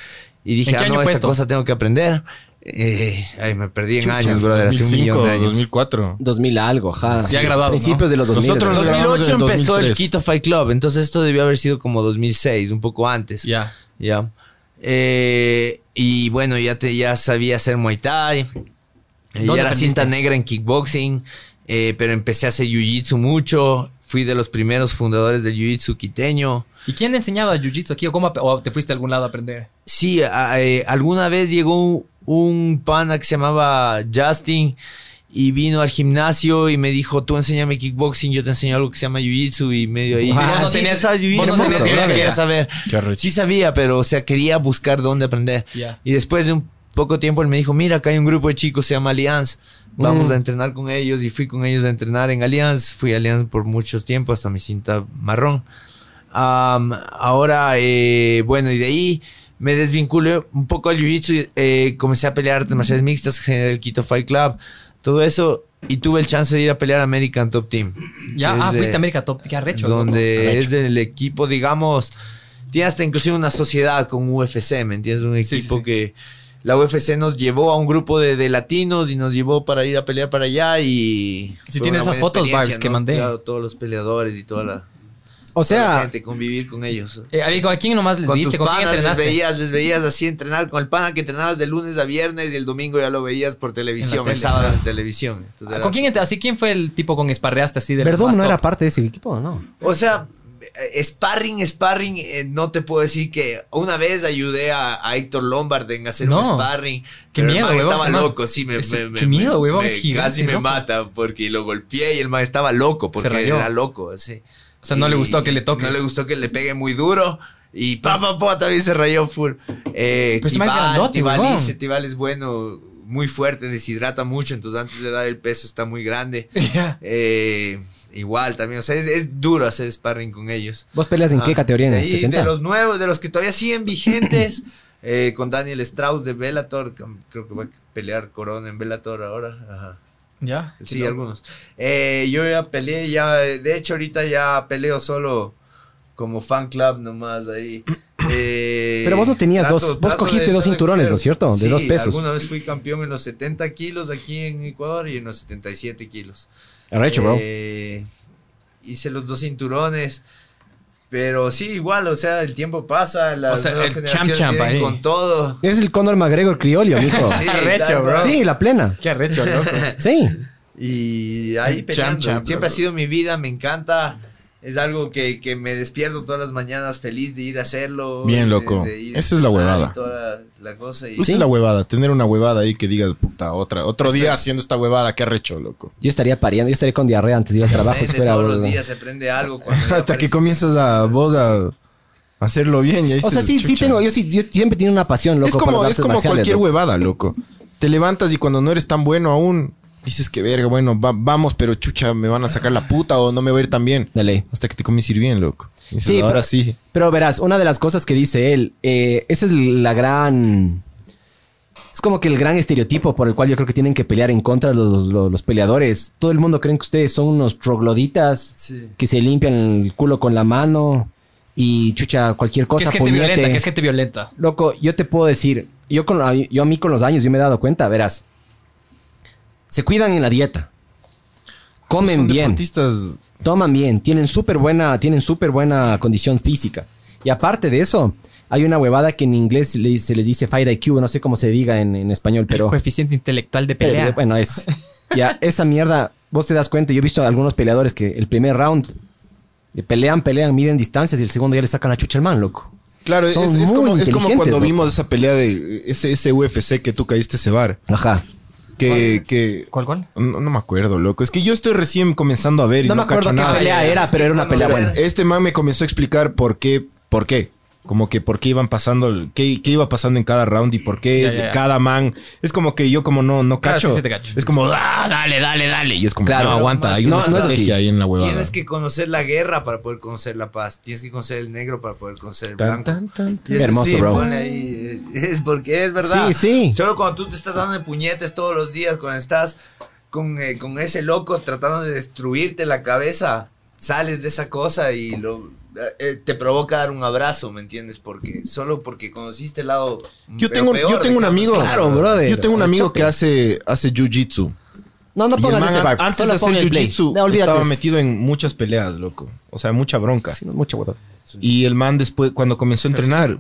S3: Y dije,
S4: ¿En qué
S3: ah,
S4: año
S3: no,
S4: fue
S3: esta
S4: esto?
S3: cosa tengo que aprender. Eh, ay, me perdí en años, brother, hace un
S1: 2005,
S3: millón de años.
S1: 2004.
S2: 2000 algo, ajá.
S4: Ya graduado,
S2: Principios
S4: ¿no?
S2: de los 2000.
S1: Nosotros
S2: ¿verdad?
S1: nos grabamos
S3: 2008
S1: en el
S3: empezó el
S1: 2003.
S3: Quito Fight Club, entonces esto debió haber sido como 2006, un poco antes.
S4: Ya.
S3: Ya. Eh, y bueno, ya, te, ya sabía hacer Muay Thai. Eh, Ya
S4: ¿Dónde
S3: era cinta
S4: aprendiste?
S3: negra en kickboxing. eh, pero empecé a hacer jiu-jitsu mucho. Fui de los primeros fundadores del jiu-jitsu quiteño.
S4: ¿Y quién te enseñaba jiu-jitsu aquí o cómo ap- o te fuiste a algún lado a aprender?
S3: Sí, a- a- eh, alguna vez llegó un, un pana que se llamaba Justin y vino al gimnasio y me dijo, tú enséñame kickboxing, yo te enseño algo que se llama jiu-jitsu y medio ahí.
S4: Ah,
S3: dije,
S4: vos no
S3: "Ah, sí,
S4: tenías-
S3: tú sabes jiu-jitsu,
S4: vos no
S2: tenías
S3: quería
S2: idea que
S3: quería
S4: era.
S3: saber.
S1: Qué arrecho.
S3: Sí sabía, pero o sea, quería buscar dónde aprender.
S4: Ya.
S3: Y después de un poco tiempo él me dijo, mira, acá hay un grupo de chicos, se llama Allianz, vamos a entrenar con ellos y fui con ellos a entrenar en Allianz, fui a Allianz por muchos tiempo hasta mi cinta marrón. Am, ahora, eh, bueno, y de ahí me desvinculé un poco al jiu-jitsu, y, eh, comencé a pelear artes marciales mixtas, generé el Quito Fight Club, todo eso, y tuve el chance de ir a pelear American Top Team.
S4: Ya,
S3: que
S4: ah,
S3: es de-
S4: fuiste a América Top, qué arrecho.
S3: donde
S4: loco.
S3: es el equipo, digamos, tiene hasta inclusive una sociedad con UFC, ¿me entiendes? Un
S4: sí,
S3: equipo
S4: sí.
S3: que la UFC nos llevó a un grupo de, de latinos y nos llevó para ir a pelear para allá y...
S4: Sí,
S3: fue
S4: tienes
S3: una buena
S4: esas fotos,
S3: experiencia,
S4: Barbs, que mandé.
S3: Claro, todos los peleadores y toda la,
S2: O
S3: toda la
S2: sea,
S3: gente, convivir con ellos.
S4: Eh, digo, ¿a quién nomás les
S3: Con tus
S4: diste? ¿Con quién
S3: panas les
S4: entrenaste?
S3: veías, les veías así entrenar con el pana que entrenabas de lunes a viernes y el domingo ya lo veías por televisión,
S4: tele.
S3: el sábado en televisión. Entonces
S4: Ah, ¿Con
S3: era-
S4: quién entre- Así, ¿quién fue el tipo con esparreaste así de
S2: Verdum no era parte de ese equipo, ¿no?
S3: O sea, eh, sparring, sparring, eh, no te puedo decir que una vez ayudé a, a Héctor Lombard en hacer
S4: No.
S3: un sparring.
S4: Qué
S3: pero el
S4: miedo,
S3: man
S4: huevón,
S3: Estaba
S4: ese man.
S3: loco, sí, me,
S4: Ese-
S3: me-
S4: qué
S3: me-
S4: miedo, huevón,
S3: me-
S4: es gigante,
S3: Casi me
S4: loco.
S3: mata porque lo golpeé y el man estaba loco porque
S4: Se rayó.
S3: era loco, sí.
S4: O sea, no le gustó que le toques.
S3: No le gustó que le pegue muy duro. Y pa, pa, pa, también se rayó full. Eh,
S4: Pero ese man es
S3: Tibal,
S4: grandote,
S3: Tibal
S4: huevón.
S3: dice, Tibal es bueno, muy fuerte, deshidrata mucho, entonces antes de dar el peso está muy grande.
S4: Ya.
S3: Eh, igual también, o sea, es, es duro hacer sparring con ellos.
S2: ¿Vos peleas en qué
S3: Ah,
S2: categoría? ¿En
S3: de
S2: el
S3: ahí,
S2: 70?
S3: De los nuevos, de los que todavía siguen vigentes, eh, con Daniel Strauss de Bellator, que creo que va a pelear Corona en Bellator ahora. Ajá.
S4: Ya.
S3: Sí, algunos. Eh, yo ya peleé, ya, eh, de hecho ahorita ya peleo solo como fan club nomás ahí. Eh,
S2: Pero vos no tenías dos- vos cogiste dos
S3: trato
S2: cinturones,
S3: coger-
S2: ¿no es cierto? De
S3: sí,
S2: dos pesos.
S3: alguna vez fui campeón en los 70 kilos aquí en Ecuador y en los 77 kilos.
S2: Arrecho, bro.
S3: Eh, hice los dos cinturones. Pero sí, igual, o sea, el tiempo pasa, las
S4: O sea,
S3: nuevas
S4: el
S3: generaciones
S4: champ champ
S3: vienen
S4: ahí.
S3: con todo.
S2: Es el Conor McGregor criollo, mijo.
S3: Sí,
S4: Arrecho,
S3: tal
S4: bro.
S3: cual.
S2: Sí, la plena.
S4: Qué arrecho, loco.
S2: Sí.
S3: Y ahí
S4: El
S3: peleando.
S4: champ champ,
S3: Siempre
S4: bro.
S3: ha sido mi vida, me encanta. Es algo que, que me despierto todas las mañanas feliz de ir a hacerlo.
S1: Bien,
S3: de-
S1: loco.
S3: de ir
S1: Esa es la
S3: a
S1: huevada. Pues
S3: y Toda la cosa y-
S1: Esa es la huevada, tener una huevada ahí que digas, puta, otra, otro
S2: Este
S1: día haciendo esta huevada, qué arrecho, loco.
S2: Yo estaría pariendo, yo estaría con diarrea antes de ir al trabajo.
S3: Aprende
S2: si fuera,
S3: todos los
S2: boludo.
S3: días se aprende algo. cuando ya
S1: Hasta que
S3: aparece-
S1: comienzas a vos a hacerlo bien. y ahí
S2: O sea,
S1: dices,
S2: sí, sí
S1: chucha.
S2: tengo, yo sí, yo siempre tengo una pasión, loco,
S1: es
S2: por
S1: como,
S2: las
S1: es
S2: artes
S1: como
S2: marciales,
S1: cualquier
S2: loco.
S1: huevada, loco. Te levantas y cuando no eres tan bueno aún, dices que verga, bueno, va- vamos, pero chucha, me van a sacar la puta o no me va a ir tan bien.
S2: De ley.
S1: Hasta que te comiences ir bien, loco. Y dices,
S2: Sí,
S1: ahora
S2: pero-
S1: sí.
S2: Pero verás, una de las cosas que dice él, eh, esa es la gran... Es como que el gran estereotipo por el cual yo creo que tienen que pelear en contra los, los- los peleadores. Todo el mundo creen que ustedes son unos trogloditas
S3: Sí.
S2: que se limpian el culo con la mano y chucha cualquier
S4: que
S2: cosa.
S4: es gente
S2: puñete.
S4: violenta, que es gente violenta.
S2: Loco, yo te puedo decir, yo, con, a- yo a mí con los años yo me he dado cuenta, verás. Se cuidan en la dieta. Comen
S1: Son
S2: bien
S1: deportistas
S2: toman bien, tienen súper buena, tienen súper buena condición física. Y aparte de eso, hay una huevada que en inglés le- se le dice Fight IQ, no sé cómo se diga en, en español,
S4: Pero,
S2: pero,
S4: coeficiente intelectual de
S2: pero,
S4: pelea.
S2: bueno, es ya esa mierda, vos te das cuenta, yo he visto a algunos peleadores que el primer round eh, pelean, pelean, miden distancias y el segundo ya le sacan la chucha al man, loco.
S1: Claro, es,
S2: Son
S1: es-
S2: muy
S1: es como, es como
S2: inteligentes,
S1: cuando
S2: loco.
S1: vimos esa pelea de eh, ese, ese UFC que tú caíste ese bar.
S2: Ajá.
S1: Que, que
S4: ¿Cuál, cuál?
S1: no, no me acuerdo, loco. Es que yo estoy recién comenzando a ver. y
S2: No, me acuerdo
S1: cacho
S2: qué
S1: nada.
S2: pelea era,
S3: Es que
S2: pero era una
S3: cuando
S2: pelea
S3: se-
S2: buena.
S1: Este man me comenzó a explicar por qué, por qué. Como que por qué iban pasando, el- qué, qué iba pasando en cada round y por qué
S4: Ya, ya, ya.
S1: cada man. Es como que yo como no, no
S4: Claro,
S1: cacho.
S4: sí, sí te cacho.
S1: Es como, "Ah, dale, dale, dale. Y es como,
S2: Claro,
S1: no, aguanta.
S3: más
S1: Hay
S3: que
S1: una
S2: no, no es
S1: estrategia
S2: así.
S1: ahí en la huevada.
S3: Tienes que conocer la guerra para poder conocer la paz. Tienes que conocer el negro para poder conocer el
S1: Tan,
S3: blanco.
S1: tan, tan, tan.
S3: Y eso
S2: Hermoso,
S3: sí,
S2: bro.
S3: ponle ahí, eh, es porque es verdad.
S2: Sí, sí.
S3: Solo cuando tú te estás dando de puñetes todos los días, cuando estás con, eh, con ese loco tratando de destruirte la cabeza, sales de esa cosa y lo, eh, te provoca dar un abrazo, ¿me entiendes? Porque solo porque conociste el lado.
S1: Yo
S3: pero
S1: tengo,
S3: peor
S1: yo
S3: de
S1: tengo un
S3: cada
S1: amigo.
S3: persona,
S2: Claro,
S3: ¿verdad?
S2: brother.
S1: Yo tengo un
S2: El
S1: amigo
S2: chope.
S1: que hace, hace jiu-jitsu.
S2: No, no
S1: Y el
S2: pongas
S1: man,
S2: ese vibe.
S1: antes
S2: solo
S1: de hacer
S2: pon el play.
S1: jiu-jitsu,
S2: No, olvídate.
S1: estaba metido en muchas peleas, loco. O sea, mucha bronca.
S2: Sí, no, mucha huevada.
S1: Y el man después, cuando comenzó a entrenar,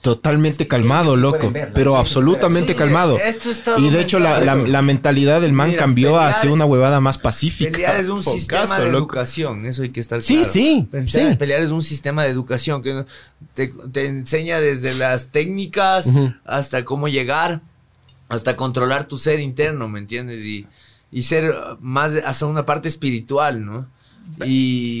S1: totalmente calmado, loco. Pero absolutamente
S3: Sí,
S1: calmado.
S3: esto es todo
S1: Y de hecho, la, la-
S3: mental.
S1: la mentalidad del man
S3: Mira,
S1: cambió
S3: pelear-
S1: hacia una huevada más pacífica.
S3: Pelear es un
S1: Focazo,
S3: sistema de
S1: loco.
S3: educación, eso hay que estar
S2: Sí,
S3: claro.
S2: sí,
S3: Pensar-
S2: sí.
S3: Pelear es un sistema de educación que no- te, te enseña desde las técnicas hasta cómo llegar, hasta controlar tu ser interno, ¿me entiendes? Y, y ser más hasta una parte espiritual, ¿no? Y...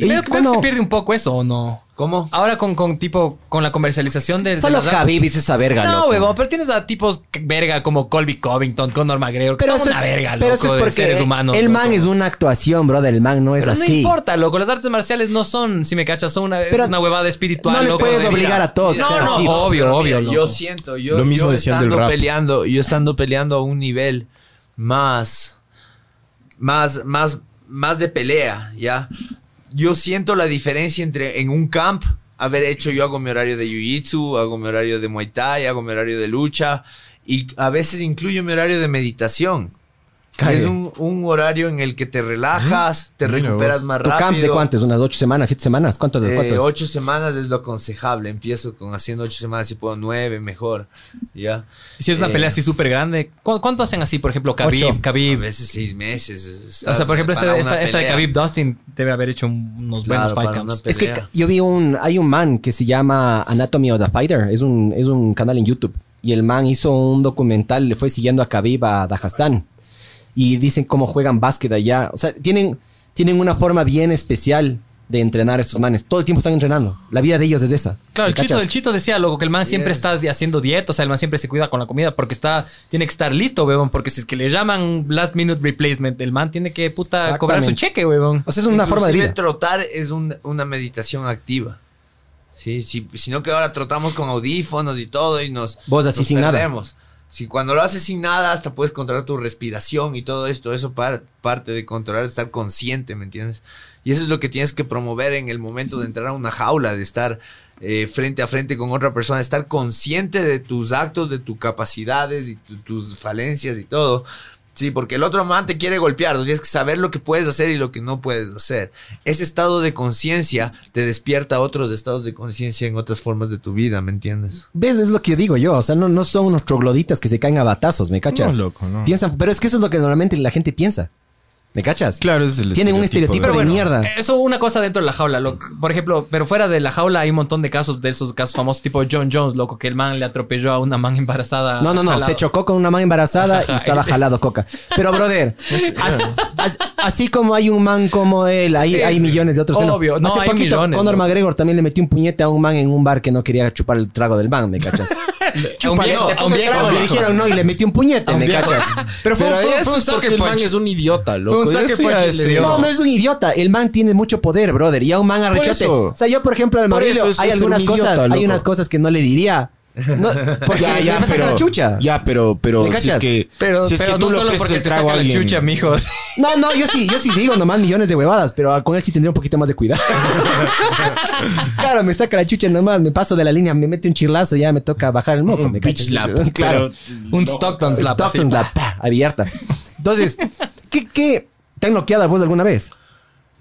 S2: Ey,
S4: Creo que, creo que
S2: cuando-
S4: se pierde un poco eso, ¿o no?
S3: ¿Cómo?
S4: Ahora con, con tipo, con la comercialización del... de
S2: Solo
S4: las rap-
S2: Javi hizo esa verga,
S4: No,
S2: loco.
S4: huevón, pero tienes a tipos que- verga como Colby Covington, Conor McGregor, que
S2: Pero
S4: son
S2: eso
S4: una
S2: es-
S4: verga,
S2: pero
S4: loco,
S2: eso es
S4: de
S2: porque
S4: seres humanos.
S2: El
S4: loco.
S2: man es una actuación, brother. El man no es
S4: Pero no
S2: así.
S4: importa, loco. Las artes marciales no son, si me cachas, son una, es
S2: Pero
S4: una huevada espiritual,
S2: no les
S4: loco,
S2: puedes
S4: de vida.
S2: obligar a todos que
S4: No,
S2: sean
S4: no,
S2: así.
S4: obvio,
S3: Pero
S4: obvio,
S3: mira,
S4: loco.
S3: Yo siento, yo,
S1: Lo mismo
S3: yo
S1: decían del
S3: estando
S1: rap.
S3: peleando, yo estando peleando a un nivel más, más, más, más de pelea, ¿ya? Yo siento la diferencia entre en un camp haber hecho, yo hago mi horario de jiu-jitsu, hago mi horario de muay thai, hago mi horario de lucha y a veces incluyo mi horario de meditación. que
S2: Cague.
S3: Es un, un horario en el que te relajas, te
S1: Mira
S3: recuperas
S1: vos.
S3: más
S2: ¿Tu
S3: rápido.
S2: camp de cuánto? ¿Es ¿Unas ocho semanas? ¿Siete semanas? ¿Cuánto? de
S3: Eh,
S2: cuánto es?
S3: ocho semanas es lo aconsejable. Empiezo con haciendo ocho semanas, si puedo nueve, mejor. Ya.
S4: Si es una
S3: Eh,
S4: pelea así súper grande, ¿cu- ¿cuánto hacen así, por ejemplo,
S2: Ocho.
S4: Khabib?
S3: A
S4: Khabib.
S3: veces seis meses.
S4: O sea,
S3: estás
S4: por ejemplo, este-
S3: Ah, para una
S4: esta, esta de
S3: pelea.
S4: Khabib Dustin debe haber hecho un- unos
S3: Claro,
S4: buenos fight
S3: para una
S4: camps.
S3: pelea.
S2: Es que ca- yo vi un... Hay un man que se llama Anatomy of the Fighter. Es un, es un canal en YouTube. Y el man hizo un documental. Le fue siguiendo a Khabib a Dajastán. Y dicen cómo juegan básquet allá. O sea, tienen, tienen una forma bien especial de entrenar a estos manes. Todo el tiempo están entrenando. La vida de ellos es esa.
S4: Claro,
S2: ¿Me
S4: el chito,
S2: cachas?
S4: el chito decía, loco, que el man siempre
S3: Yes.
S4: está haciendo dieta, o sea, el man siempre se cuida con la comida porque está, tiene que estar listo, weón, porque si es que le llaman last minute replacement, el man tiene que puta cobrar su
S2: Exactamente.
S4: cheque, weón.
S2: O sea, es una forma de
S3: Inclusive
S2: vida.
S3: trotar es un- una meditación activa. Sí, sí, sino que ahora trotamos con audífonos y todo y nos,
S2: Vos así
S3: nos
S2: sin nada.
S3: perdemos. Si cuando lo haces sin nada, hasta puedes controlar tu respiración y todo esto. Eso par- parte de controlar, estar consciente, ¿me entiendes? Y eso es lo que tienes que promover en el momento de entrar a una jaula, de estar eh, frente a frente con otra persona, estar consciente de tus actos, de tus capacidades y tu- tus falencias y todo. Sí, porque el otro man te quiere golpear. tú Tienes que saber lo que puedes hacer y lo que no puedes hacer. Ese estado de conciencia te despierta otros estados de conciencia en otras formas de tu vida, ¿me entiendes?
S2: ¿Ves? Es lo que digo yo. O sea, no, no son unos trogloditas que se caen a batazos, ¿me cachas?
S1: No, loco, no.
S2: Piensan, pero es que eso es lo que normalmente la gente piensa. ¿Me cachas?
S1: Claro, ese es el
S2: Tienen un
S1: estereotipo
S2: estereotipo de mierda.
S4: Eh, Eso una cosa dentro de la jaula, loco. Por ejemplo, pero fuera de la jaula hay un montón de casos de esos casos famosos tipo John Jones, loco, que el man le atropelló a una man embarazada.
S2: No, no, no.
S4: jalado.
S2: Se chocó con una man embarazada
S4: Ajá, eh,
S2: y estaba
S4: el-
S2: jalado coca. Pero, brother, as- as- así como hay un man como él, ahí
S4: Sí,
S2: hay
S4: sí.
S2: millones de otros.
S4: Obvio, no,
S2: Hace
S4: hay
S2: poquito,
S4: millones,
S2: Conor
S4: ¿no?
S2: McGregor también le metió un puñete a un man en un bar que no quería chupar el trago del man, ¿me cachas?
S4: A Eh, un viejo,
S2: Le
S4: a un
S2: puso el
S4: viejo,
S2: trago,
S4: a un
S2: le
S4: viejo.
S2: dijeron no y le metió un puñete, ¿me cachas?
S4: Pero fue,
S1: Pero
S4: un- pues. fue
S1: ahí es
S4: un
S1: porque
S4: sucker
S1: el man
S4: punch.
S1: es un idiota,
S4: Fue
S1: loco.
S4: un saque
S1: Yo soy
S4: punch,
S1: a
S4: le
S1: ese
S4: dio.
S1: idiota.
S2: No, no es un idiota. El man tiene mucho poder, brother. Y a un man arrechote.
S1: eso.
S2: O sea, yo, por ejemplo, al
S1: Por
S2: Mauricio,
S1: eso, eso
S2: hay
S1: es ser
S2: algunas
S1: un
S2: cosas,
S1: idiota,
S2: hay
S1: loco.
S2: unas cosas que no le diría. No, porque
S1: Ya, ya,
S2: me saca
S1: pero,
S2: la chucha.
S1: Ya, pero, pero
S2: ¿Me
S1: si es
S2: cachas?
S1: que,
S4: Pero,
S1: si es
S4: pero
S1: que
S4: no
S1: tú le
S4: solo
S1: ofreces
S4: porque
S1: el
S4: te
S1: trago
S4: saca
S1: a
S4: la
S1: alguien.
S4: chucha, mijos.
S2: No, no, yo sí, yo sí digo nomás millones de huevadas, pero ah, con él sí tendría un poquito más de cuidado. claro, me saca la chucha nomás, me paso de la línea, me mete un chirlazo, ya me toca bajar el moco.
S1: Un
S2: me
S1: bitch
S2: cachas?
S1: slap,
S2: claro.
S4: Un Stockton slap. así.
S2: Stockton slap, pa, abierta. Entonces, ¿qué, qué? ¿Te han noqueado vos alguna vez?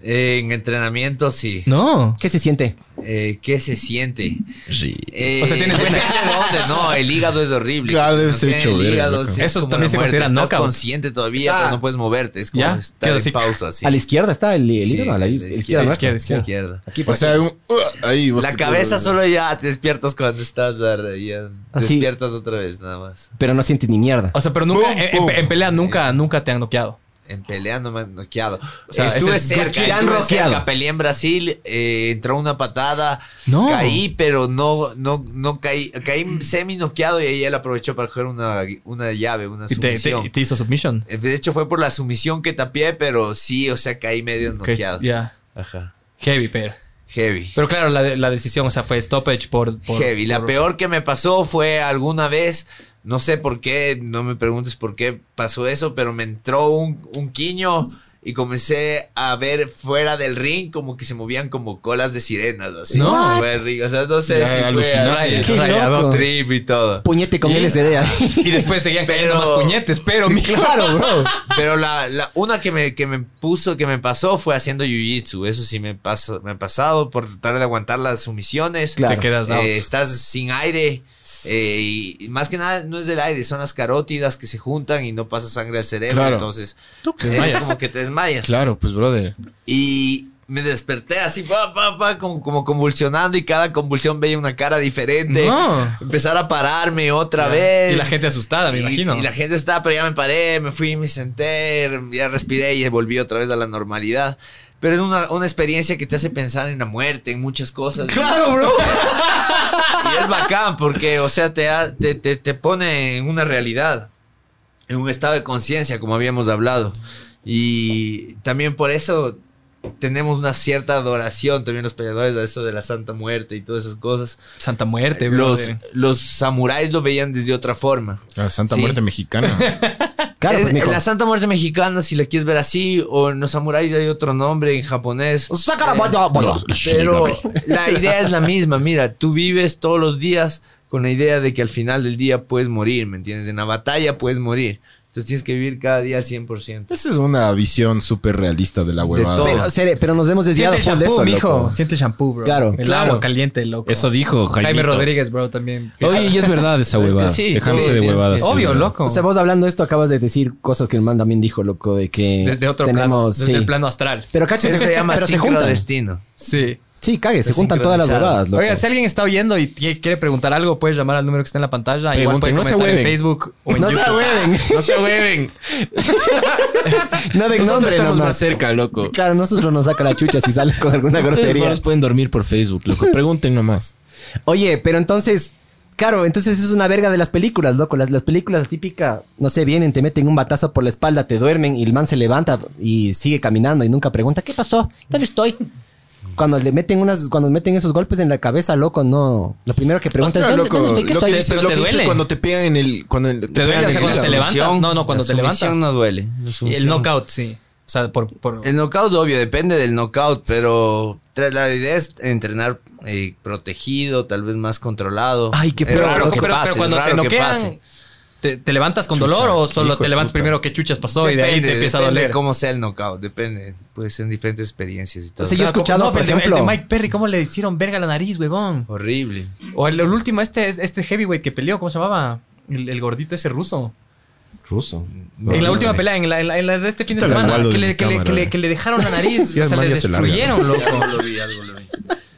S3: Eh, en entrenamiento, sí.
S4: No.
S2: ¿Qué se siente?
S3: Eh, ¿Qué se siente?
S1: Sí.
S3: Eh,
S4: O sea, tienes
S3: depende de dónde. No, el hígado es horrible.
S1: Claro, debe
S3: No
S1: ser
S3: tiene
S1: hecho
S3: el
S1: verga,
S3: hígado,
S1: loco.
S3: es
S4: Eso
S3: como
S4: también
S3: la
S4: se
S3: muerte.
S4: considera
S3: Estás
S4: knockout.
S3: consciente todavía,
S4: Ah.
S3: pero no puedes moverte. Es como
S4: Ya,
S3: estar
S4: queda
S3: en
S4: así.
S3: pausa. sí.
S2: A la izquierda está el, el
S3: Sí,
S2: hígado, a la,
S3: la
S2: izquierda,
S3: izquierda,
S2: ¿no?
S4: izquierda,
S3: izquierda.
S4: izquierda.
S1: O sea, un- uh, ahí vos
S3: La
S1: te
S3: cabeza
S1: puedes-
S3: solo ya te despiertas cuando estás ar- ya
S2: Así.
S3: despiertas otra vez nada más.
S2: Pero no sientes ni mierda.
S4: O sea, pero nunca, en- en,
S3: boom.
S4: en pelea nunca, nunca te han noqueado.
S3: En pelea no me han noqueado.
S4: sea,
S3: estuve
S4: ese-
S3: cerca,
S2: Gucci. Te han
S3: estuve
S2: noqueado.
S3: cerca, peleé en Brasil, eh, entró una patada,
S4: No.
S3: caí, pero no, no, no caí, caí semi noqueado y ahí él aprovechó para coger una, una llave, una
S4: Y te,
S3: sumisión.
S4: te- te hizo submission.
S3: Eh, De hecho fue por la sumisión que tapié, pero sí, o sea, caí medio
S4: Que-
S3: noqueado.
S4: Ya.
S3: Ajá.
S4: Heavy, pero.
S3: Heavy.
S4: Pero claro, la, de- la decisión, o sea, fue stoppage por. por-
S3: heavy. La
S4: por-
S3: peor que me pasó fue alguna vez, no sé por qué, no me preguntes por qué pasó eso, pero me entró un, un quiño y comencé a ver fuera del ring como que se movían como colas de sirenas, así.
S4: No.
S3: como fuera del ring. O sea, no sé
S1: Ya,
S3: si fue
S1: alucinaste.
S3: raya-
S2: Qué
S3: rayado
S2: loco.
S3: trip y todo.
S2: Puñete con
S4: Y-
S2: LSD. así.
S4: Y después seguían cayendo
S3: Pero-
S4: más puñetes, pero, mijo.
S2: Claro, bro.
S3: Pero la, la- una que me, que me puso, que me pasó fue haciendo jiu-jitsu. Eso sí me, pasó, me ha pasado por tratar de aguantar las sumisiones.
S2: Claro.
S4: Te quedas out.
S3: Eh, estás sin aire. eh, y y más que nada no es del aire, son las carótidas que se juntan y no pasa sangre al cerebro.
S1: Claro.
S3: Entonces
S4: te
S3: es
S4: desmayas.
S3: como que te desmayas.
S1: Claro, pues, brother.
S3: Y me desperté así, pa, pa, pa, como, como convulsionando y cada convulsión veía una cara diferente.
S4: No.
S3: Empezar a pararme otra
S4: Ya.
S3: vez.
S4: Y la gente asustada, me
S3: Y-
S4: imagino.
S3: Y, la gente estaba, pero ya me paré, me fui, me senté, ya respiré y volví otra vez a la normalidad. Pero es una, una experiencia que te hace pensar en la muerte, en muchas cosas.
S2: Claro, bro.
S3: Y es bacán porque, o sea, te, ha- te, te- te pone en una realidad, en un estado de conciencia, como habíamos hablado. Y también por eso tenemos una cierta adoración también los peleadores a eso de la Santa Muerte y todas esas cosas.
S4: Santa muerte, bro.
S3: Los, los samuráis lo veían desde otra forma.
S1: La Santa
S3: Sí.
S1: Muerte Mexicana.
S2: Claro, pues,
S3: Es-
S2: mijo.
S3: la Santa Muerte Mexicana, si la quieres ver así, o en los samuráis hay otro nombre en japonés.
S2: Saca la mano, mano.
S3: Pero la idea es la misma, mira, tú vives todos los días con la idea de que al final del día puedes morir, ¿me entiendes? En la batalla puedes morir. Entonces tienes que vivir cada día al 100%.
S1: Esa es una visión súper realista de la huevada.
S3: todo.
S2: Pero, seré- pero nos hemos desviado full
S4: Siente
S2: de eso,
S4: shampoo, mijo.
S2: mijo.
S4: Siente shampoo, bro.
S2: Claro.
S4: El
S1: Claro.
S4: agua caliente, loco.
S1: Eso dijo
S4: Jaime
S1: Jaimito.
S4: Rodríguez, bro, también.
S1: Oye, y es verdad esa huevada.
S3: sí,
S1: Dejarse
S3: sí,
S1: de
S3: tienes
S1: huevadas.
S3: que-
S1: sí,
S4: Obvio,
S1: ¿verdad?
S4: loco.
S2: O sea, vos hablando de esto acabas de decir cosas que el man también dijo, loco, de que
S4: desde otro plano.
S2: tenemos,
S4: Desde
S2: sí.
S4: el plano astral.
S2: Pero cachas,
S3: Eso se llama
S2: pero se juntan.
S3: sincrodestino.
S4: Sí.
S2: Sí, cague, se
S3: Es
S2: juntan todas las
S3: sincronizado.
S2: huevadas, loco.
S4: Oiga, si alguien está oyendo y tie- quiere preguntar algo, puedes llamar al número que está en la pantalla. Igual puede
S1: Pregunten, no se
S4: comentar en
S1: hueven.
S4: Facebook o en
S2: no se
S4: YouTube.
S2: hueven.
S1: No se hueven.
S2: No de
S1: Nosotros
S2: nombre
S1: estamos más
S2: nomás.
S1: cerca, loco.
S2: Claro, nosotros nos saca la chucha si sale con alguna
S1: Ustedes no
S2: grosería.
S1: nos pueden dormir por Facebook, loco. Pregunten nomás.
S2: Oye, pero entonces, claro, entonces es una verga de las películas, loco. Las, las películas típicas, no sé, vienen, te meten un batazo por la espalda, te duermen y el man se levanta y sigue caminando y nunca pregunta, ¿qué pasó? ¿Dónde estoy? Cuando le meten unas, cuando meten esos golpes en la cabeza, loco, no. Lo primero que pregunta es,
S1: Ostras,
S2: "¿Dónde-
S1: loco,
S2: dónde estoy? ¿Qué
S1: lo que
S2: estoy?"
S1: dice-
S4: Pero
S1: lo
S4: te
S1: que dice
S4: duele.
S1: cuando te pegan en el... Cuando el-
S4: Te duele,
S1: pegan
S4: o sea,
S1: en el
S4: cuando se
S1: hígado.
S4: levantas. No, no, cuando
S3: la
S4: te levantas.
S3: sumisión no duele. la
S4: Y
S3: sumisión.
S4: el knockout, sí. O sea, por. por-
S3: El knockout, obvio, depende del knockout, pero tra- la idea es entrenar eh, protegido, tal vez más controlado.
S2: Ay, qué
S3: Es
S4: pero,
S3: raro
S4: loco,
S3: que
S4: pero- pero
S3: pase, es
S4: cuando te
S3: raro que
S4: noquean,
S3: pase.
S4: te, te levantas con dolor
S1: Chucha,
S4: o
S1: qué
S4: solo
S1: hijo
S4: te
S1: de
S4: levantas
S1: puta.
S4: primero qué chuchas pasó y de ahí te
S3: Depende,
S4: empieza a
S3: depende
S4: doler.
S3: de cómo sea el knockout, depende. Puede ser en diferentes experiencias y todo.
S2: O sea, yo he escuchado, por
S4: pues, el de- el
S2: ejemplo-
S4: de Mike Perry, cómo le hicieron verga la nariz, huevón.
S3: Horrible.
S4: O el, el último, este, este heavyweight que peleó, ¿cómo se llamaba? El, el gordito ese ruso.
S2: Ruso.
S4: en la última pelea, en la, en la- en la de este fin de
S1: Quítale
S4: semana,
S1: al Waldo
S4: que
S1: de
S4: le,
S1: mi
S4: que le-
S1: cámara.
S4: que le- que le dejaron la nariz,
S1: Sí,
S4: o sea,
S1: además
S4: le
S1: ya se larga.
S4: destruyeron, loco.
S5: Algo lo vi, algo lo vi.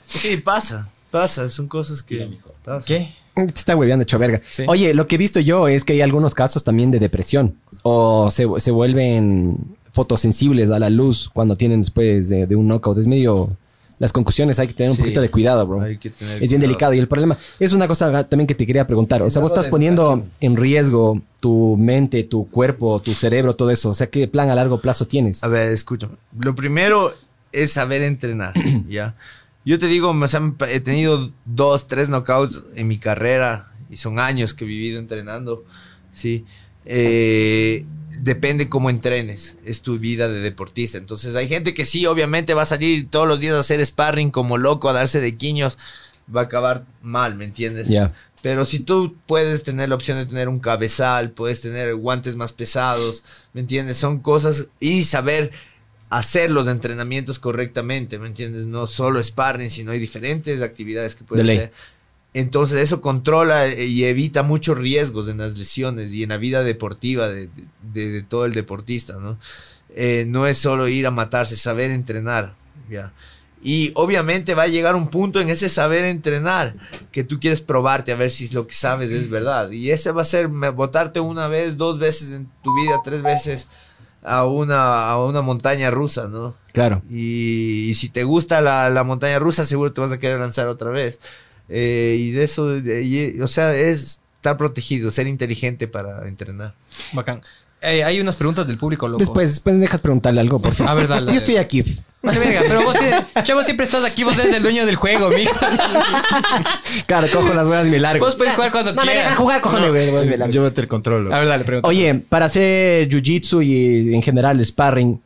S3: Sí, pasa, pasa, son cosas que... pasa.
S5: ¿Qué?
S2: Te está hueveando hecho verga.
S4: Sí.
S2: Oye, lo que he visto yo es que hay algunos casos también de depresión. O se, se vuelven fotosensibles a la luz cuando tienen después de, de un knockout. Es medio... Las conclusiones hay que tener un
S3: Sí.
S2: poquito de cuidado, bro.
S3: Hay que tener
S2: es bien
S3: cuidado.
S2: delicado. Y el problema es una cosa ga- también que te quería preguntar. O sea, vos
S3: Cuidado
S2: estás
S3: de
S2: poniendo en riesgo tu mente, tu cuerpo, tu cerebro, todo eso. O sea, ¿qué plan a largo plazo tienes?
S3: A ver, escúchame. Lo primero es saber entrenar, ¿ya? Yo te digo, o sea, he tenido dos, tres knockouts en mi carrera y son años que he vivido entrenando, ¿sí? Eh, depende cómo entrenes, es tu vida de deportista. Entonces hay gente que sí, obviamente va a salir todos los días a hacer sparring como loco, a darse de quiños, va a acabar mal, ¿me entiendes?
S2: Ya.
S3: Pero si tú puedes tener la opción de tener un cabezal, puedes tener guantes más pesados, ¿me entiendes? Son cosas y saber hacer los entrenamientos correctamente, ¿me entiendes? No solo sparring, sino hay diferentes actividades que puedes
S2: De ley.
S3: hacer. Entonces eso controla eh, y evita muchos riesgos en las lesiones y en la vida deportiva de, de- de todo el deportista, ¿no? Eh, no es solo ir a matarse, saber entrenar, ¿ya? Y obviamente va a llegar un punto en ese saber entrenar que tú quieres probarte a ver si lo que sabes es verdad. Y ese va a ser me- botarte una vez, dos veces en tu vida, tres veces a una, a una montaña rusa, ¿no?
S2: Claro.
S3: Y, y si te gusta la, la montaña rusa, seguro te vas a querer lanzar otra vez. Eh, y de eso, de- y- o sea, es estar protegido, ser inteligente para entrenar.
S4: Bacán. Eh, hay unas preguntas del público, loco.
S2: Después, después dejas preguntarle algo. Porque
S4: A ver, dale,
S2: Yo
S4: dale.
S2: estoy aquí.
S4: Vale, verga, pero vos, tienes- chavo, siempre estás aquí, vos eres el dueño del juego, mijo.
S2: Claro, cojo las huevas y me largo.
S4: Vos puedes jugar cuando
S2: No me
S4: quieras.
S2: dejan jugar, cojones, güey, güey, me largo.
S1: Llévate el control. loco.
S4: A ver, dale, pregunta.
S2: Oye, para hacer jiu-jitsu y en general sparring,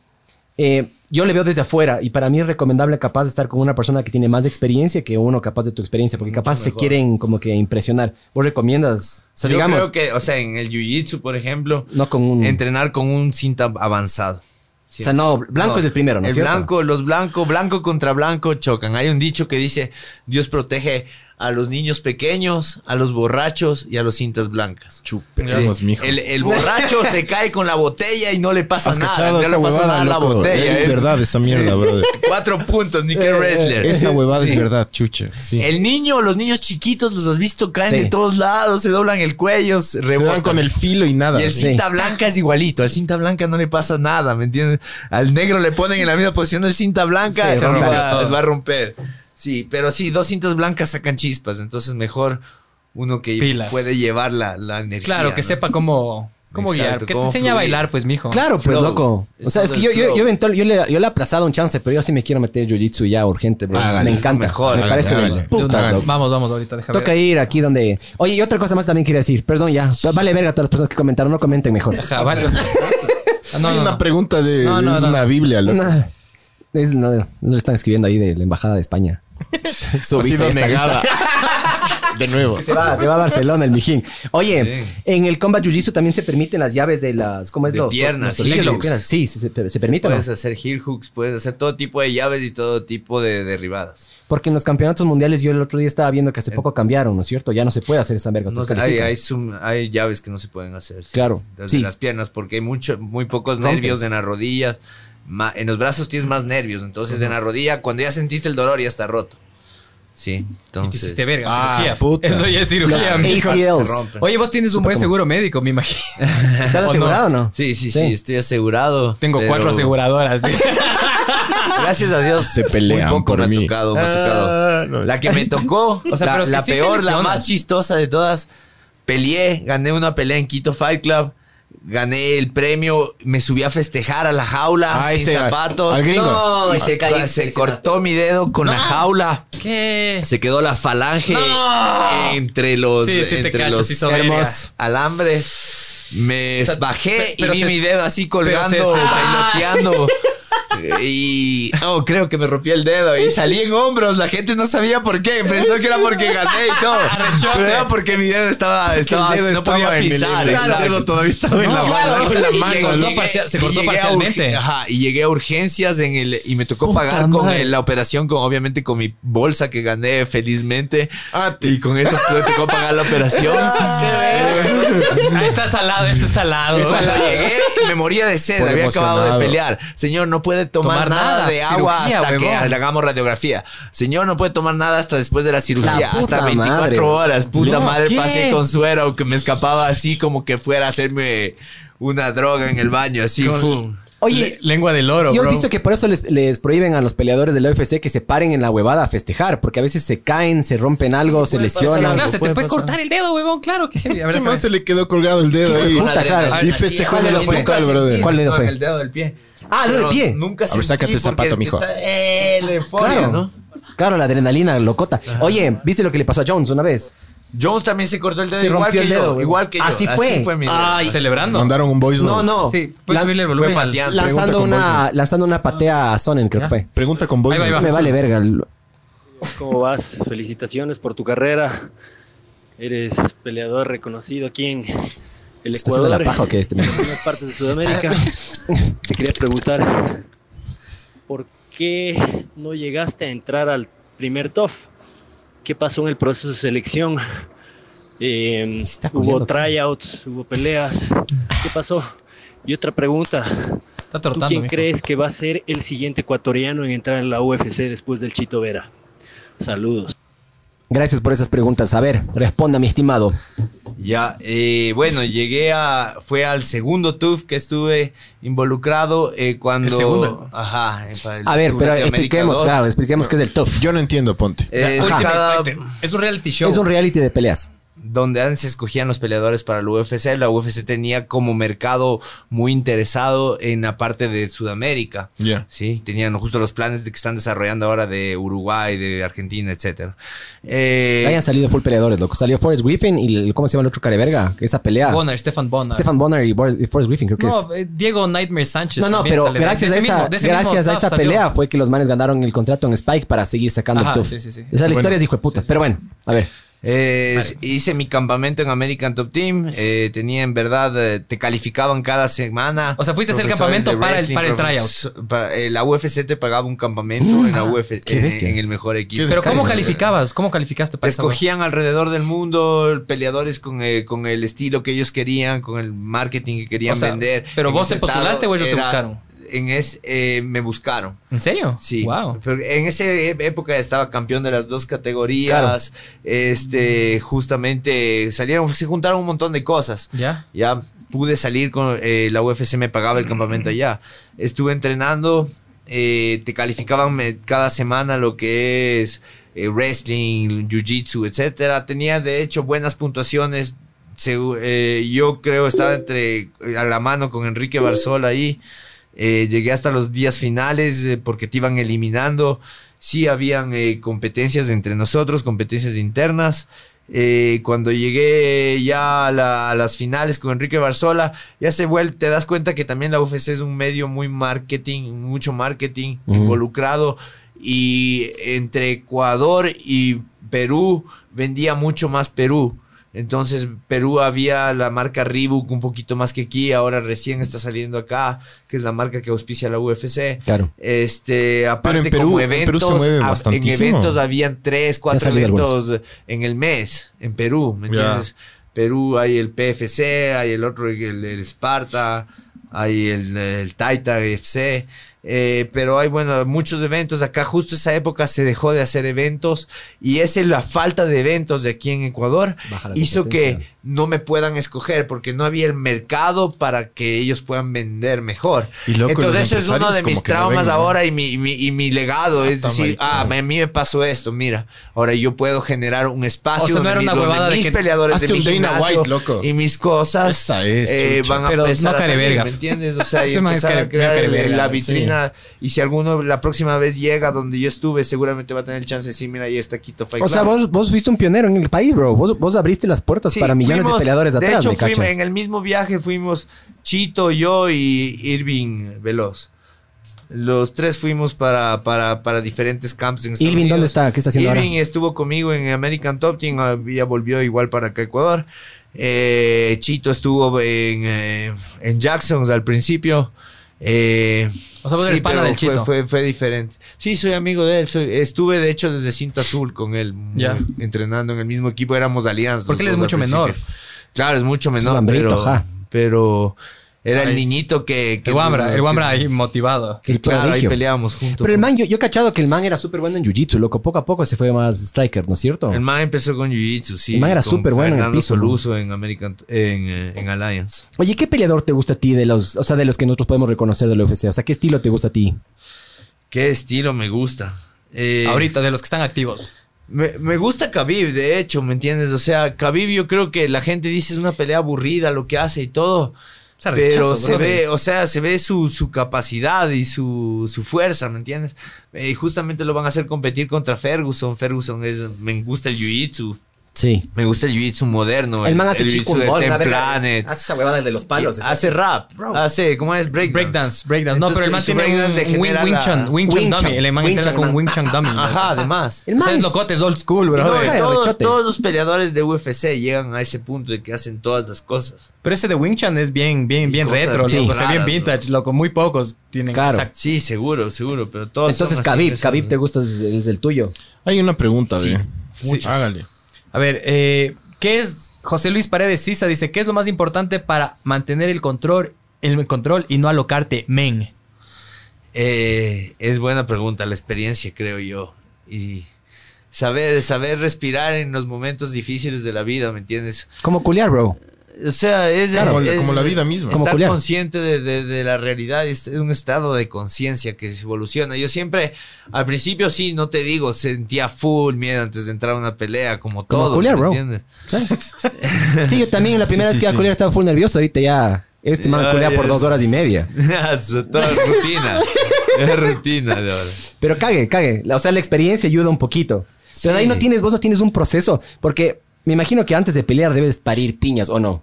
S2: eh, yo le veo desde afuera y para mí es recomendable capaz estar con una persona que tiene más experiencia que uno capaz de tu experiencia, porque capaz se
S3: mejor.
S2: quieren como que impresionar. ¿Vos recomiendas? O sea,
S3: Yo
S2: digamos, Mm.
S3: creo que, o sea, en el jiu-jitsu, por ejemplo,
S2: no con un...
S3: entrenar con un cinta avanzado.
S2: o sea, no, blanco
S3: No,
S2: es el primero, ¿no es
S3: el
S2: cierto?
S3: blanco, los blancos, blanco contra blanco chocan. Hay un dicho que dice, Dios protege a los niños pequeños, a los borrachos y a los cintas blancas.
S1: Chupemos,
S3: Sí.
S1: mijo.
S3: El, el borracho se cae con la botella y no le pasa
S1: ¿Has
S3: nada.
S1: cachado
S3: no le
S1: esa
S3: pasa nada
S1: huevada,
S3: a la
S1: loco?
S3: botella.
S1: Es verdad esa mierda, brother.
S3: Cuatro puntos, ni que wrestler.
S1: Esa huevada
S3: Sí.
S1: es verdad, chucha. Sí.
S3: El niño, los niños chiquitos, los has visto, caen
S2: Sí.
S3: de todos lados, se doblan el cuello, se
S1: Se
S3: rebotan.
S1: dan con el filo y nada.
S3: Y el
S1: Sí.
S3: cinta blanca es igualito. Al cinta blanca no le pasa nada, ¿me entiendes? Al negro le ponen en la misma posición el cinta blanca,
S2: Sí,
S3: se
S2: rompe
S3: va-
S4: todo.
S3: les va a romper. Sí, pero sí, dos cintas blancas sacan chispas. Entonces, mejor uno que
S4: Pilas.
S3: puede llevar la, la energía.
S4: Claro, que
S3: ¿no?
S4: sepa cómo, cómo
S3: Exacto,
S4: guiar. Que te
S3: cómo
S4: enseña a
S3: fluir.
S4: bailar, pues, mijo.
S2: Claro, pues
S3: Flow.
S2: loco. O sea,
S3: Estás
S2: es que
S3: del
S2: yo, yo,
S3: flow.
S2: yo eventual, yo le, yo le he aplazado un chance, pero yo sí me quiero meter jiu-jitsu ya urgente, bro.
S1: Hágale,
S2: me
S1: es lo
S2: encanta.
S3: mejor,
S2: me
S1: hágale,
S2: parece de
S1: hágale.
S4: De una-
S2: puta, loco.
S4: vamos, vamos, ahorita, déjame
S2: Toca ir aquí donde. Oye, y otra cosa más también quería decir. Perdón, ya. Vale verga a todas las personas que comentaron, no comenten mejor.
S4: Ajá, vale. Ah, No,
S1: Hay
S4: no,
S1: una
S4: no.
S1: pregunta de
S4: No, no,
S1: es
S4: no.
S1: una Biblia, loco.
S2: No, es- no, no le están escribiendo ahí de la embajada de España. Su
S1: Ha sido
S2: visa está
S1: negada. de nuevo.
S2: lista. Se va, se va a Barcelona, el mijín. Oye, en el combat jiu-jitsu también se permiten las llaves de las. ¿Cómo es
S3: De
S2: lo?
S3: piernas,
S2: los tobillos,
S3: leg
S2: lo que
S3: locks.
S2: quieran. Sí, se, se, se permite. ¿no?
S3: Puedes hacer heel hooks, puedes hacer todo tipo de llaves y todo tipo de derribadas.
S2: Porque en los campeonatos mundiales yo el otro día estaba viendo que hace poco cambiaron, ¿no es cierto? Ya no se puede hacer esa verga.
S3: Eh. No
S2: todos
S3: sé, hay,
S2: califican.
S3: hay, sum- hay llaves que no se pueden hacer. sí.
S2: Claro,
S3: Las
S2: sí.
S3: de las piernas, porque hay mucho, muy pocos
S2: Rompes.
S3: nervios en las rodillas. ma- en los brazos tienes más nervios. Entonces, en la rodilla, cuando ya sentiste el dolor, ya está roto. Sí,
S4: Te
S3: entonces.
S4: hiciste verga,
S1: Ah,
S4: cirugía.
S1: puta.
S4: Eso ya es cirugía,
S2: Los
S4: mijo.
S2: ACLs.
S3: Se rompe.
S4: Oye, vos tienes un buen seguro médico, me imagino.
S2: ¿Estás
S4: ¿O no?
S2: asegurado o no?
S3: Sí, sí, sí, estoy asegurado.
S4: Tengo
S3: pero
S4: cuatro aseguradoras.
S3: Gracias a Dios.
S1: Se pelean
S3: Muy poco
S1: por
S3: me
S1: mí.
S3: ha tocado, me ha
S1: Ah,
S3: tocado.
S1: no.
S3: La que me tocó,
S4: O sea,
S3: la,
S4: pero es que
S3: la
S4: sí te
S3: peor, la
S4: lesionas.
S3: más chistosa de todas. Peleé, gané una pelea en Quito Fight Club. Gané el premio, me subí a festejar a la jaula
S1: Ah,
S3: sin
S1: ese,
S3: zapatos.
S1: al gringo.
S3: No, y
S4: Ah,
S3: se,
S2: cayó,
S3: ca- se
S2: lesionaste.
S3: cortó mi dedo con la jaula.
S4: ¿Qué?
S3: Se quedó la falange
S4: No.
S3: entre los,
S4: Sí, sí te
S3: entre
S4: cacho,
S3: los
S4: sí son verga.
S3: hermos alambres. Me
S4: O sea,
S3: bajé
S4: pe- pero
S3: y vi
S4: se-
S3: mi dedo así colgando,
S4: pero se-
S3: bailoteando. y oh, creo que me rompí el dedo y salí en hombros. La gente no sabía por qué. Pensó que era porque gané y todo.
S4: Arrechote.
S3: Pero era porque mi dedo estaba, estaba
S1: dedo
S3: no podía
S1: estaba en el-
S3: pisar.
S1: claro,
S3: exacto.
S1: el dedo todavía estaba en
S3: No,
S1: la
S3: claro,
S1: mano.
S4: en la
S3: y
S4: mano.
S3: llegué-
S4: Se cortó parcial- se cortó
S3: y llegué a urg-
S4: parcialmente.
S3: Ajá, y llegué a urgencias en el y me tocó
S4: Puta
S3: pagar con
S4: madre.
S3: el- la operación con obviamente con mi bolsa que gané felizmente.
S1: Ah, te-
S3: Y con eso me tocó pagar la operación.
S4: Ah, está salado, esto es salado.
S3: Cuando llegué, me moría de sed,
S1: Por
S3: había acabado
S1: emocionado.
S3: de pelear. Señor, no puede tomar,
S4: Tomar
S3: nada,
S4: nada,
S3: de agua
S4: cirugía,
S3: hasta
S4: huevón.
S3: que le hagamos radiografía. Señor, no puede tomar nada hasta después de la cirugía,
S2: La puta
S3: hasta 24
S2: madre.
S3: horas. Puta
S4: No,
S3: madre,
S4: ¿qué?
S3: pasé con suero, que me escapaba así como que fuera a hacerme una droga en el baño, así.
S4: Con-
S3: fu.
S2: Oye,
S4: Le- lengua del oro,
S2: Yo he
S4: bro.
S2: visto que por eso les, les prohíben a los peleadores del UFC que se paren en la huevada a festejar, porque a veces se caen, se rompen algo, se lesionan.
S4: Claro, se te
S2: Puede
S4: puede
S2: pasar.
S4: cortar el dedo, huevón, claro que. A ver,
S1: Este man
S4: déjame.
S1: se le quedó colgado el dedo ahí.
S2: puta, claro.
S1: Y festejó
S2: ¿Cuál
S1: de
S2: dedo
S1: la
S2: fue?
S1: puntal, brother.
S2: ¿Cuál dedo
S3: No,
S2: fue?
S3: en el dedo del pie.
S2: Ah, dedo del
S3: Pero
S2: pie.
S3: Nunca
S1: A ver, sácate
S3: sentí
S1: el zapato,
S3: porque
S1: mijo.
S3: está el euforia,
S2: Claro,
S3: ¿no?
S2: claro, la adrenalina locota. Oye, ¿viste lo que le pasó a Jones una vez?
S3: Jones también se cortó el dedo
S2: Se
S3: igual
S2: rompió
S3: que
S2: el dedo,
S3: yo,
S2: güey.
S3: igual que yo.
S2: Así fue.
S3: mi dedo.
S4: Ay, celebrando.
S1: Mandaron un voice
S2: No,
S1: note.
S2: no.
S4: Sí, pues, puedes
S2: Lan-
S4: subirle el volumen.
S3: fue
S4: al-
S3: pateando.
S1: Pregunta
S2: lanzando,
S1: con
S2: una, lanzando una patea a Sonnen, creo que fue.
S1: Pregunta con voice
S4: Ahí va, ahí va.
S1: note.
S2: Me vale verga. Lo-
S5: ¿Cómo vas? Felicitaciones por tu carrera. Eres peleador reconocido aquí en el
S2: ¿Está haciendo
S5: Ecuador,
S2: la paja o qué este
S5: en
S2: man?
S5: algunas partes de Sudamérica. Te quería preguntar, ¿por qué no llegaste a entrar al primer TOF? ¿Qué pasó en el proceso de selección? Eh,
S2: Se está
S5: hubo
S2: culiando,
S5: tryouts, hubo peleas. ¿Qué pasó? Y otra pregunta,
S4: Está
S5: ¿Tú
S4: tortando,
S5: quién
S4: mijo.
S5: crees que va a ser el siguiente ecuatoriano en entrar en la UFC después del Chito Vera? Saludos.
S2: Gracias por esas preguntas. A ver, responda, mi estimado.
S3: Ya, eh, bueno, llegué a, fue al segundo TUF que estuve involucrado eh, cuando...
S4: El segundo.
S3: Ajá. eh, para el
S2: A ver,
S3: Tour
S2: pero
S3: de América
S2: expliquemos,
S3: 2.
S2: claro, expliquemos qué es el TOF.
S1: Yo no entiendo, ponte.
S3: Eh,
S4: Ultimate
S3: cada-
S4: Fighter. Es un reality show.
S2: Es un reality de peleas.
S3: donde antes se escogían los peleadores para la UFC, la UFC tenía como mercado muy interesado en la parte de Sudamérica.
S1: Ya.
S3: Sí, tenían justo los planes de que están desarrollando ahora de Uruguay, de Argentina, etcétera. Eh,
S2: Hayan salido full peleadores, loco. Salió Forrest Griffin y el- ¿cómo se llama el otro careverga? Esa pelea.
S4: Bonner, Stefan Bonner.
S2: Stefan Bonner y Boris- y Forrest Griffin, creo que es.
S4: no, eh, Diego Nightmare Sánchez.
S2: No, no,
S4: también
S2: pero
S4: sale de-
S2: gracias,
S4: de
S2: a
S4: ese
S2: esa,
S4: mismo- de ese mismo
S2: gracias a
S4: staff
S2: esa
S4: salió.
S2: pelea fue que los manes ganaron el contrato en Spike para seguir sacando
S4: Ajá,
S2: el TUF.
S4: sí, sí, sí.
S2: Esa es la historia de hijo de puta. Pero bueno, a ver.
S3: Eh, hice mi campamento en American Top Team. eh, tenía en verdad, eh, te calificaban cada semana.
S4: O sea, fuiste a hacer
S3: Profesores
S4: campamento
S3: de
S4: para el-
S3: wrestling,
S4: para el
S3: profes- para- eh, la UFC te pagaba un campamento en la UFC,
S2: qué
S3: en,
S2: bestia.
S3: en el mejor equipo.
S4: Pero ¿cómo calificabas? ¿Cómo calificaste
S3: Te
S4: para esa
S3: escogían alrededor del mundo peleadores con, eh, con el estilo que ellos querían, con el marketing que querían
S4: O sea,
S3: vender.
S4: ¿pero
S3: En
S4: vos te
S3: resultado,
S4: postulaste o ellos te
S3: era-
S4: buscaron?
S3: En es, eh, me buscaron.
S4: huevada? ¿En serio?
S3: Sí.
S4: Wow.
S3: Pero en esa e- época estaba campeón de las dos categorías. Este, justamente salieron, se juntaron un montón de cosas.
S4: Ya.
S3: Ya pude salir con eh, la UFC, me pagaba el campamento allá. Estuve entrenando, eh, te calificaban me- cada semana lo que es eh, wrestling, jiu-jitsu, etcétera. Tenía de hecho buenas puntuaciones. Se- eh, yo creo estaba entre eh, a la mano con Enrique Barzola ahí. Eh, llegué hasta los días finales eh, porque te iban eliminando. Sí, habían eh, competencias entre nosotros, competencias internas. Eh, cuando llegué ya a, la- a las finales con Enrique Barzola, ya se vuelve, te das cuenta que también la UFC es un medio muy marketing, mucho marketing involucrado. Y entre Ecuador y Perú vendía mucho más Perú. Entonces, Perú había la marca Reebok un poquito más que aquí, ahora recién está saliendo acá, que es la marca que auspicia la UFC.
S2: Claro.
S3: Este, aparte
S1: en Perú-
S3: como
S1: en Perú
S3: eventos,
S1: se mueve
S3: hab- en
S1: bastantísimo.
S3: eventos habían tres, cuatro
S2: salido
S3: eventos en el mes en Perú, ¿me
S1: Ya.
S3: entiendes? Perú hay el PFC, hay el otro, el, el Sparta, hay el, el Taita FC, eh, pero hay, bueno, muchos eventos. Acá justo esa época se dejó de hacer eventos y esa es la falta de eventos de aquí en Ecuador
S2: Baja la
S3: hizo
S2: competencia.
S3: que no me puedan escoger porque no había el mercado para que ellos puedan vender mejor.
S1: Y loco,
S3: Entonces
S1: los
S3: eso es uno
S1: empresarios
S3: de mis
S1: como que no ven,
S3: traumas
S1: ¿no?
S3: ahora y mi, y mi- y mi legado. es
S1: está
S3: decir,
S1: marica.
S3: ah, a mí me pasó esto, mira. Ahora yo puedo generar un espacio
S4: O sea, no
S3: donde,
S4: era
S3: mi-
S4: una
S3: donde
S4: huevada de
S3: mis
S4: que-
S3: peleadores de
S1: Hazte
S3: mi
S1: un Dana
S3: gimnasio
S1: White, loco.
S3: y mis cosas
S1: Esa es,
S3: eh,
S1: chucha.
S3: van a
S4: Pero
S3: empezar
S4: no
S3: a salir,
S4: careverga.
S3: ¿me entiendes? O sea, y
S4: Ese man es
S3: empezar a
S4: care-
S3: crear
S4: bien
S3: el-
S4: careverga,
S3: la
S4: sí.
S3: vitrina. Y si alguno la próxima vez llega donde yo estuve, seguramente va a tener el chance de decir, mira, ahí está Quito Fight
S2: O sea,
S3: Club.
S2: vos, vos fuiste un pionero en el país, bro. Vos, vos abriste las puertas
S3: Sí,
S2: para millones de
S3: fuimos-
S2: peleadores atrás,
S3: hecho,
S2: ¿me
S3: fuimos-
S2: cachas?
S3: en el mismo viaje fuimos Chito, yo y Irving Veloz. Los tres fuimos para, para, para diferentes camps en Estados
S2: Irving, ¿dónde
S3: Unidos.
S2: está? ¿Qué está haciendo
S3: Irving
S2: ahora?
S3: estuvo conmigo en American Top Team, ah, ya volvió igual para acá a Ecuador. Eh, Chito estuvo en, eh, en Jackson's al principio. Eh,
S4: O sea, vos eres pana
S3: pero
S4: del
S3: fue,
S4: Chito.
S3: Fue, fue diferente. Sí, soy amigo de él. soy- estuve, de hecho, desde Cinta Azul con él,
S4: Ya.
S3: muy- entrenando en el mismo equipo. Éramos alianzas.
S4: Porque él
S3: los
S4: es
S3: dos
S4: mucho
S3: al principio.
S4: menor.
S3: pues, Claro, es mucho menor,
S2: hambrito,
S3: pero,
S2: ajá.
S3: pero era
S4: Ay.
S3: el niñito que... que
S4: El Wambra,
S3: que-
S4: el Wambra ahí motivado.
S2: El
S3: Claro, ahí
S2: prodigio.
S3: peleábamos juntos.
S2: Pero el man, yo, yo he cachado que el man era súper bueno en jiu-jitsu, loco. Poco a poco se fue más striker, ¿no es cierto?
S3: El man empezó con Jiu-Jitsu, sí.
S2: El man era
S3: con
S2: súper bueno en el
S3: Fernando
S2: piso, ¿no?
S3: Soluso en American, en, eh, en Alliance.
S2: Oye, ¿qué peleador te gusta a ti de los, o sea, de los que nosotros podemos reconocer de la UFC? O sea, ¿qué estilo te gusta a ti?
S3: Qué estilo me gusta. Eh,
S4: Ahorita, de los que están activos.
S3: Me, me gusta Khabib, de hecho, ¿me entiendes? O sea, Khabib yo creo que la gente dice es una pelea aburrida lo que hace y todo.
S4: O sea,
S3: pero
S4: rechazo,
S3: se
S4: brother.
S3: ve, o sea, se ve su, su capacidad y su, su fuerza, ¿me entiendes? Eh, Y justamente lo van a hacer competir contra Ferguson. Ferguson es, me gusta el jiu-jitsu.
S2: Sí.
S3: Me gusta el jiu-jitsu moderno.
S2: El man hace
S3: jiu-jitsu
S2: chico
S3: de Ten
S2: Hace
S3: Planet.
S2: esa huevada de los palos.
S3: Y hace rap, hace, ¿cómo es? Breakdance.
S4: Breakdance, breakdance. No, pero el man
S3: Entonces,
S4: tiene
S3: su
S4: un,
S3: breakdance le
S4: un Wing,
S3: genera
S4: Wing
S3: la-
S4: Chun, Wing Chun
S2: Wing
S4: Dummy.
S2: Chun.
S4: El man
S2: Wing
S4: entra
S2: Chun,
S4: con
S2: man.
S4: Wing Chun Dummy.
S3: Ajá, además.
S2: El man
S4: Ustedes
S2: es-
S4: locotes, old school, bro.
S3: No,
S2: de
S3: todos,
S2: rechote.
S3: todos los peleadores de UFC llegan a ese punto de que hacen todas las cosas.
S4: Pero ese de Wing Chan es bien, bien, bien
S3: cosas
S4: retro,
S3: sí.
S4: loco. O sea, bien
S3: raras,
S4: vintage, loco. Muy pocos tienen.
S2: Claro.
S4: o sea,
S3: Sí, seguro, seguro, pero todos
S2: Entonces,
S3: son así,
S2: Khabib,
S3: esos-
S2: Khabib te gusta el del tuyo.
S1: Hay una pregunta, ve.
S4: muchas.
S1: Hágale.
S4: a ver, eh, ¿qué es. José Luis Paredes Sisa dice: ¿Qué es lo más importante para mantener el control, el control y no alocarte, men?
S3: Eh, es buena pregunta, la experiencia, creo yo. Y saber, saber respirar en los momentos difíciles de la vida, ¿me entiendes?
S2: Como culiar, bro.
S3: O sea, es,
S1: Claro,
S3: es-
S1: como la vida misma.
S3: Estar
S2: Como culiar.
S3: consciente de, de- de la realidad es un estado de conciencia que se evoluciona. Yo siempre, al principio sí, no te digo, sentía full miedo antes de entrar a una pelea,
S2: Como
S3: como todo.
S2: culiar,
S3: ¿me
S2: bro.
S3: entiendes?
S2: Sí, yo también la primera
S1: Sí,
S2: vez
S1: sí,
S2: que iba a
S1: sí.
S2: culiar estaba full nervioso. Ahorita ya este man
S3: Ya,
S2: culea
S3: ya.
S2: por dos horas y media.
S3: Eso, Toda rutina. es rutina de ahora.
S2: Pero cague, cague. La- O sea, la experiencia ayuda un poquito. Pero de ahí
S3: Sí.
S2: no tienes, vos no tienes un proceso. Porque me imagino que antes de pelear debes parir piñas o no.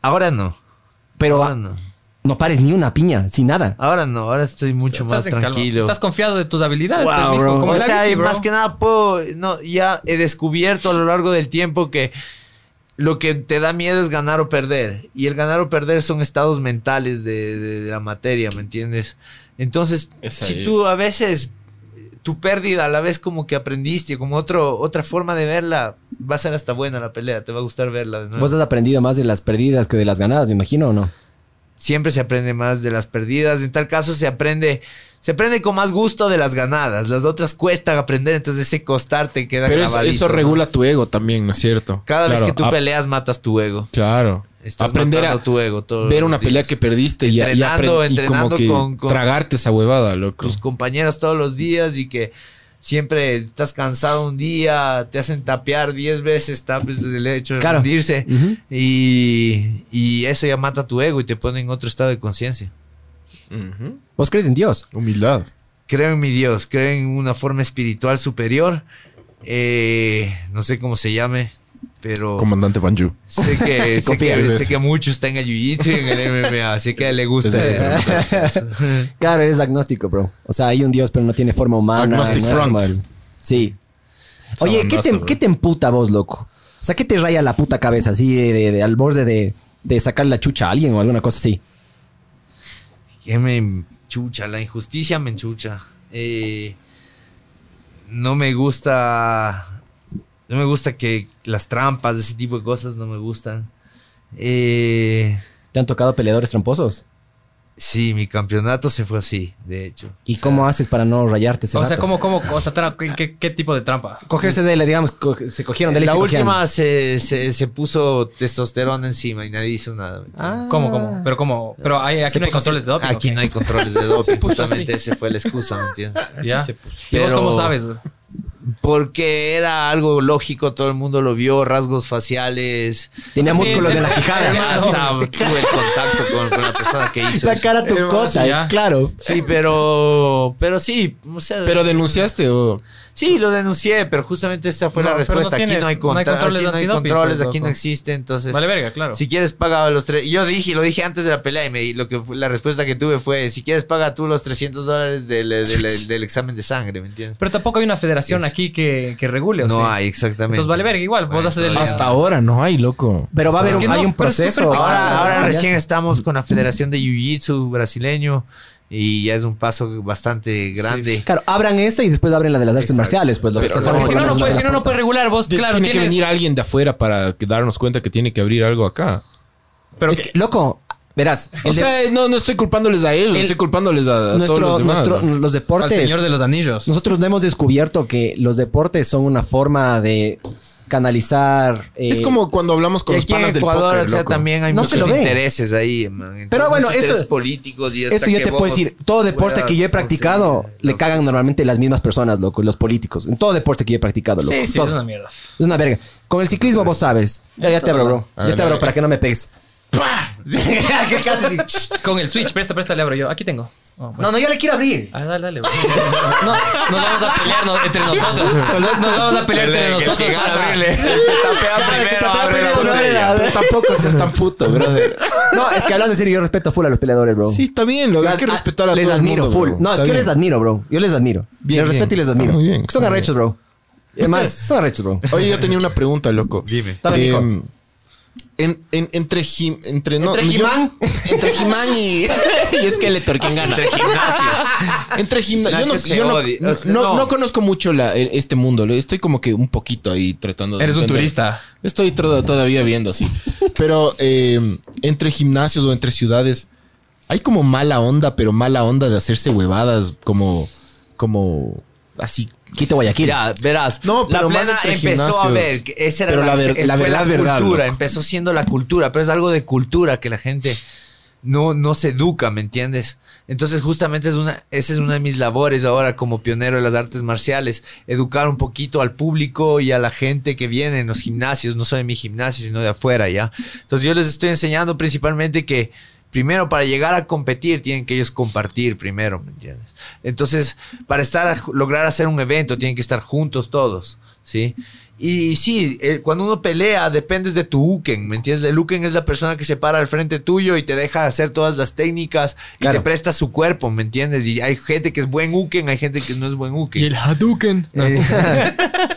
S3: Ahora no.
S2: Pero
S3: Ahora
S2: ah,
S3: no.
S2: no pares ni una piña, sin nada.
S3: Ahora no. Ahora estoy mucho
S4: Estás
S3: más
S4: en calma.
S3: tranquilo.
S4: Estás confiado de tus habilidades,
S2: Wow,
S4: mijo,
S2: bro.
S4: como
S3: o
S4: la
S3: sea,
S4: bici,
S3: y
S4: bro.
S3: más que nada, puedo- no, ya he descubierto a lo largo del tiempo que lo que te da miedo es ganar o perder. Y el ganar o perder son estados mentales de, de- de la materia, ¿me entiendes? Entonces,
S1: Esa
S3: si
S1: es.
S3: tú a veces tu pérdida a la vez como que aprendiste, como otro, otra forma de verla, va a ser hasta buena la pelea, te va a gustar verla de nuevo.
S2: Vos has aprendido más de las perdidas que de las ganadas, me imagino, ¿o no?
S3: siempre se aprende más de las perdidas. En tal caso se aprende, se aprende con más gusto de las ganadas. Las otras cuesta aprender, entonces ese costar te queda
S1: Pero eso,
S3: grabadito.
S1: eso
S3: ¿no?
S1: regula tu ego también, ¿no es cierto?
S3: Cada vez
S1: Claro,
S3: que tú
S1: a-
S3: peleas matas tu ego.
S1: Claro.
S3: Estás
S1: aprender a
S3: matando tu ego. todos
S1: ver
S3: los
S1: una
S3: días.
S1: pelea que perdiste y, y
S3: Entrenando,
S1: aprend- y
S3: entrenando
S1: como que
S3: con- con-
S1: tragarte esa huevada, loco.
S3: tus compañeros todos los días y que siempre estás cansado un día, te hacen tapear 10 veces, tapes desde el hecho de
S2: Claro.
S3: rendirse
S2: Ujú.
S3: y, y eso ya mata tu ego y te pone en otro estado de conciencia.
S1: Ujú.
S2: ¿Vos crees en Dios?
S1: Humildad.
S3: creo en mi Dios, creo en una forma espiritual superior. Eh, no sé cómo se llame, pero
S1: Comandante Banju.
S3: sé que, sé
S1: Confía.
S3: que,
S1: Es
S3: sé
S1: eso.
S3: que mucho está en el jiu-jitsu y en el MMA, así que a él le gusta.
S1: Es eso,
S3: eso.
S2: Claro, eres agnóstico, bro. O sea, hay un Dios, pero no tiene forma humana.
S1: Agnostic
S2: no es
S1: front.
S2: como el- Sí. Oye, ¿qué
S1: bandazo,
S2: te,
S1: bro.
S2: ¿qué te emputa vos, loco? O sea, ¿qué te raya la puta cabeza así de, de- de- al borde de, de sacar la chucha a alguien o alguna cosa así?
S3: Que me enchucha, la injusticia me enchucha. Eh, no me gusta. No me gusta que las trampas, ese tipo de cosas no me gustan. Eh,
S2: ¿Te han tocado peleadores tramposos?
S3: sí, mi campeonato se fue así, de hecho.
S2: ¿Y cómo haces para no rayarte ese
S4: O sea,
S2: rato?
S4: ¿cómo, cómo, o sea, tra- qué- qué, qué tipo de trampa?
S2: Cogerse de él, digamos, co- se cogieron de él y
S3: La
S2: se cogían.
S3: última se, se, se puso testosterona encima y nadie hizo nada.
S2: Ah.
S4: ¿Cómo, cómo? Pero cómo, pero hay- aquí no hay controles de doping.
S3: Aquí
S4: ¿ok?
S3: no hay controles de doping. Justamente esa fue la excusa, ¿me entiendes?
S4: ¿Ya?
S1: se puso.
S4: ¿Y vos
S3: Pero-
S4: cómo sabes?
S3: Porque era algo lógico, todo el mundo lo vio, rasgos faciales.
S2: Tenía
S4: O sea, sí,
S2: músculos de la
S4: es-
S2: quijada.
S4: Además,
S3: Hasta tuve el contacto con, con la persona que hizo.
S2: La
S3: eso.
S2: cara tu
S1: Hermano,
S2: cosa,
S4: ya.
S2: claro.
S3: Sí, pero. Pero sí. o sea,
S1: Pero denunciaste o.
S3: Sí, lo denuncié, pero justamente esa fue
S4: No,
S3: la
S4: pero no
S3: respuesta. aquí
S4: tienes-
S3: no hay,
S4: no hay
S3: contra-
S4: controles
S3: aquí no hay
S4: antidoping,
S3: controles,
S4: pues,
S3: aquí no
S4: loco.
S3: existe, entonces.
S4: Vale, verga, claro.
S3: Si quieres pagaba los tres. Yo dije, lo dije antes de la pelea y me di- lo que fue- la respuesta que tuve fue, si quieres paga tú los 300 dólares del, del- del examen de sangre, ¿me entiendes?
S4: Pero tampoco hay una federación
S3: Yes.
S4: aquí que, que regule, ¿o
S3: No
S4: sí?
S3: hay, exactamente.
S4: Entonces vale verga igual, vos
S3: Bueno,
S4: haces el...
S3: todavía
S1: Hasta ahora no hay, loco.
S2: Pero va a haber
S4: Es
S2: un,
S4: que
S2: hay
S4: no,
S2: un
S4: pero es súper
S2: proceso.
S4: picado.
S2: va
S3: Ahora,
S2: a-
S3: ahora
S2: ya
S3: recién
S2: se-
S3: estamos con la Federación de Jiu-Jitsu brasileño y ya es un paso bastante grande.
S2: Claro, abran esa y después abren la de las artes
S3: Exacto.
S2: marciales, pues lo que
S1: Pero
S2: se
S1: no,
S2: sabe por
S4: Porque si
S2: la
S4: no, no
S2: misma-
S4: puedes, si no, no puedes regular. Vos,
S1: De-
S4: claro,
S1: tiene que
S4: tienes-
S1: venir alguien de afuera para que- darnos cuenta que tiene que abrir algo acá.
S4: Pero
S2: Es
S4: que-
S2: que, loco, verás,
S1: O
S2: el de-
S1: sea, no, no estoy culpándoles a ellos,
S2: El-
S1: estoy culpándoles a, a
S2: nuestro-
S1: todos los demás.
S2: nuestro- los
S4: al
S2: deportes.
S4: señor de los anillos.
S2: Nosotros hemos descubierto que los deportes son una forma de canalizar. eh,
S1: es como cuando hablamos con
S3: Y
S1: los
S3: aquí en
S1: panas del
S3: Ecuador,
S1: póker,
S3: o sea,
S1: loco.
S3: también hay
S2: No se
S3: muchos
S2: lo ve.
S3: intereses ahí, man.
S2: Pero bueno,
S3: muchos
S2: eso-
S3: intereses políticos y hasta
S2: Eso yo
S3: que
S2: te puedo
S3: vos-
S2: decir. Todo deporte
S3: puedas
S2: que yo he practicado
S3: conseguir
S2: le
S3: los-
S2: cagan normalmente las mismas personas, loco, los políticos. En todo deporte que yo he practicado, loco.
S4: Sí, sí,
S2: todo.
S4: es una mierda.
S2: Es una verga. Con el ciclismo vos sabes. Ya, ya te abro, bro.
S1: A ver,
S2: Ya te
S1: a
S2: abro
S1: ver.
S2: para que no me pegues. Que casi-
S4: Con el Switch, presta, presta, le abro yo. Aquí tengo. Oh, bueno.
S2: No, no, yo le quiero abrir.
S4: Ah, dale, dale. bro. No, nos vamos a pelear no- entre nosotros. Nos vamos a pelear entre nosotros para abrirle.
S1: Pero tampoco seas tan puto, brother.
S2: No, es que hablando en serio, yo respeto full a los peleadores, bro.
S1: Sí, está bien, lo hay que
S2: Ah,
S1: respetar a
S2: Les
S1: todo el
S2: admiro,
S1: mundo,
S2: full.
S1: bro.
S2: No, es
S1: Está
S2: que yo
S1: bien.
S2: les admiro, bro. Yo les admiro.
S1: Bien,
S2: les respeto
S1: bien.
S2: y les admiro.
S1: Muy bien,
S2: Son
S1: muy
S2: arrechos, bro. Además, son arrechos, bro.
S1: Oye, yo tenía una pregunta, loco. Dime.
S2: Dale, mijo.
S1: en, en- entre Jim, entre no,
S2: ¿Entre
S1: yo-
S2: He-Man?
S1: entre Jimán y, y Skeletor, ¿quién gana? Entre gimnasios. Entre
S3: Gimnasios
S1: gimnasios.
S3: se
S1: Yo, no, yo
S3: odian.
S1: no-
S3: O sea,
S1: no-
S3: no.
S1: no conozco mucho la- el- este mundo. lo- Estoy como que un poquito ahí tratando de.
S4: Eres un
S1: entender.
S4: turista.
S1: Estoy tro- todavía viendo, sí. Pero eh, entre gimnasios o entre ciudades, hay como mala onda, pero mala onda de hacerse huevadas, como, como así.
S2: Quito Guayaquil.
S3: Ya, verás.
S1: No, pero
S3: la
S1: más
S3: plena
S1: entre
S3: empezó a
S1: gimnasios.
S3: ver. que Esa era
S1: Pero
S3: la,
S1: la ver-
S3: fue
S1: la verdad, verdad,
S3: cultura.
S1: loco.
S3: Empezó siendo la cultura, pero es algo de cultura que la gente no, no se educa, ¿me entiendes? Entonces, justamente es una, esa es una de mis labores ahora como pionero de las artes marciales. Educar un poquito al público y a la gente que viene en los gimnasios, no solo de mi gimnasio, sino de afuera, ¿ya? Entonces, yo les estoy enseñando principalmente que. Primero, para llegar a competir, tienen que ellos compartir primero, ¿me entiendes? Entonces, para estar a- lograr hacer un evento, tienen que estar juntos todos, ¿sí? Y sí, eh, cuando uno pelea, dependes de tu uken, ¿me entiendes? El uken es la persona que se para al frente tuyo y te deja hacer todas las técnicas y
S2: Claro.
S3: te presta su cuerpo, ¿me entiendes? Y hay gente que es buen uken, hay gente que no es buen uken.
S4: Y el Hadouken. No.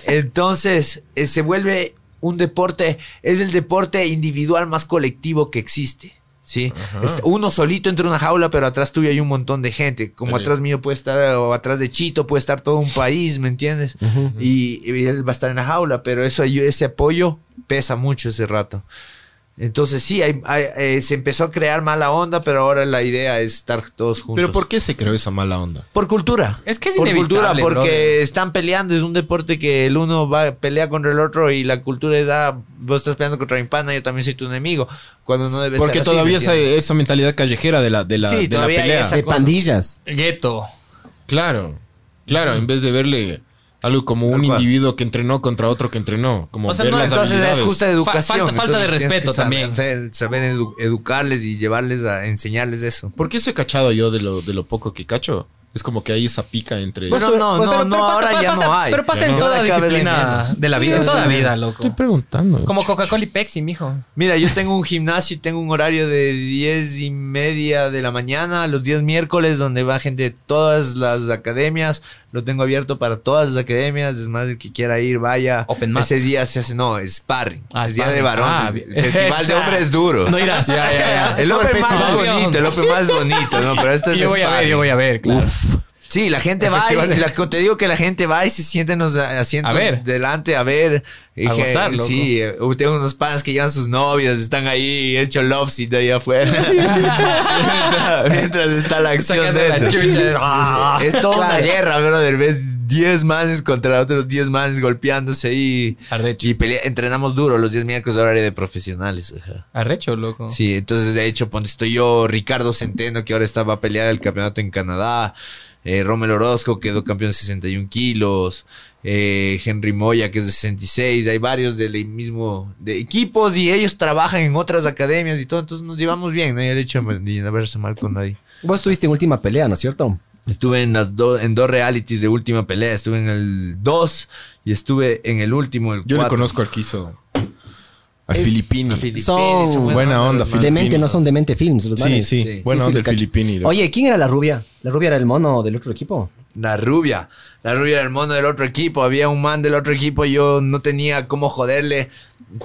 S3: Eh, Entonces, eh, se vuelve un deporte, es el deporte individual más colectivo que existe. ¿sí? Es uno solito entre una jaula, pero atrás tuyo hay un montón de gente. Como atrás mío puede estar, o atrás de Chito puede estar todo un país, ¿me entiendes? y, y él va a estar en la jaula, pero eso, ayu- ese apoyo pesa mucho ese rato. Entonces sí, hay- hay- eh, se empezó a crear mala onda, pero ahora la idea es estar todos juntos.
S1: Pero ¿por qué se creó esa mala onda?
S3: Por cultura.
S4: Es que es
S3: Por cultura,
S4: inevitable,
S3: porque
S4: brother.
S3: están peleando. Es un deporte que el uno va pelea contra el otro y la cultura es, ah, vos estás peleando contra mi pana, yo también soy tu enemigo. Cuando no debes
S1: Porque
S3: ser Pues, así,
S1: todavía
S3: ¿me
S1: esa,
S3: entiendes?
S1: esa mentalidad callejera de la, de la,
S3: Sí,
S1: de la
S3: todavía hay
S1: pelea.
S3: esa
S2: De pandillas.
S4: Gueto.
S1: Claro, claro, en vez de verle algo como un
S3: Tal cual.
S1: individuo que entrenó contra otro que entrenó, como
S4: O sea,
S1: ver
S4: no,
S1: las
S3: Entonces es
S1: habilidades.
S3: justa
S4: Fa-
S3: educación.
S4: falta- falta de
S3: Entonces tienes
S4: respeto
S3: que saber-
S4: también.
S3: Saber, edu- educarles y llevarles a enseñarles eso.
S1: ¿Por qué eso he cachado yo de lo, de lo poco que cacho? Es como que hay esa pica entre...
S3: Bueno,
S2: Pues,
S3: no,
S2: pues,
S3: no,
S2: pero-
S3: no,
S2: pero
S3: ahora
S4: Pasa-
S3: ya
S4: pasa-
S3: no hay.
S4: Pero pasa
S3: Ya
S4: en
S3: no.
S4: toda
S3: Cada vez hay
S4: disciplina
S3: menos.
S4: de la vida. En toda vida, loco.
S1: Estoy preguntando.
S4: Como Coca-Cola y Pepsi, mijo.
S3: Mira, yo tengo un gimnasio y tengo un horario de 10 y media de la mañana, los días miércoles, donde va gente de todas las academias. Lo tengo abierto para todas las academias. Es más, el que quiera ir, vaya.
S4: Open mat.
S3: Ese día se hace, no, es sparring.
S4: Ah,
S3: es día
S4: sparring.
S3: de
S4: Ah,
S3: varones.
S4: bien.
S3: el festival de
S4: Esa.
S3: hombres duros.
S2: No irás.
S3: Ya, ya, ya. El
S4: Open
S3: open mat
S4: mat,
S3: es
S4: obvio.
S3: bonito, el open mat es bonito, ¿no? Pero este es
S4: Yo voy a ver,
S3: sparring.
S4: yo voy a ver, claro.
S3: Sí, la gente
S4: El
S3: va y,
S4: festival de-
S3: y la- te digo que la gente va y se sienten los a- asientos
S4: A ver.
S3: delante a ver. Y
S4: A
S3: que-
S4: gozar, loco.
S3: Sí, eh, tengo unos panas que llevan sus novias, están ahí hecho love de ahí afuera. mientras, mientras está la acción
S4: Sacando la
S3: dentro.
S4: chucha. Ah.
S3: Es toda una
S2: Claro.
S3: guerra, brother. Ves 10 manes contra otros 10 manes golpeándose y,
S4: Arrecho.
S3: y pelea- entrenamos duro los 10 miércoles horario de profesionales. Ajá.
S4: Arrecho, loco.
S3: Sí, entonces de hecho, ponte, estoy yo, Ricardo Centeno, que ahora está, va a pelear el campeonato en Canadá. Eh, Romel Orozco quedó campeón de 61 kilos. eh, Henry Moya, que es de 66. Hay varios del mismo de equipos y ellos trabajan en otras academias y todo. Entonces nos llevamos bien. No hay el hecho de llevarse mal con nadie.
S2: Vos estuviste en última pelea, ¿no es cierto?
S3: Estuve en, las do- en dos realities de última pelea. Estuve en el 2 y estuve en el último, el
S1: Yo le
S3: cuatro.
S1: conozco al que hizo. Al
S2: Es-
S1: filipino.
S3: Filipini,
S2: Son
S3: son
S1: buena onda,
S3: los
S1: Filipini.
S3: manes.
S2: Demente, no son demente films, los
S1: Sí,
S2: manes.
S1: sí,
S3: Sí.
S1: Bueno,
S2: Sí, sí,
S1: del
S2: le cacho.
S1: filipino. loco.
S2: Oye, ¿quién era la rubia? La rubia era el mono del otro equipo.
S3: La rubia, la rubia del mono del otro equipo. Había un man del otro equipo y yo no tenía cómo joderle.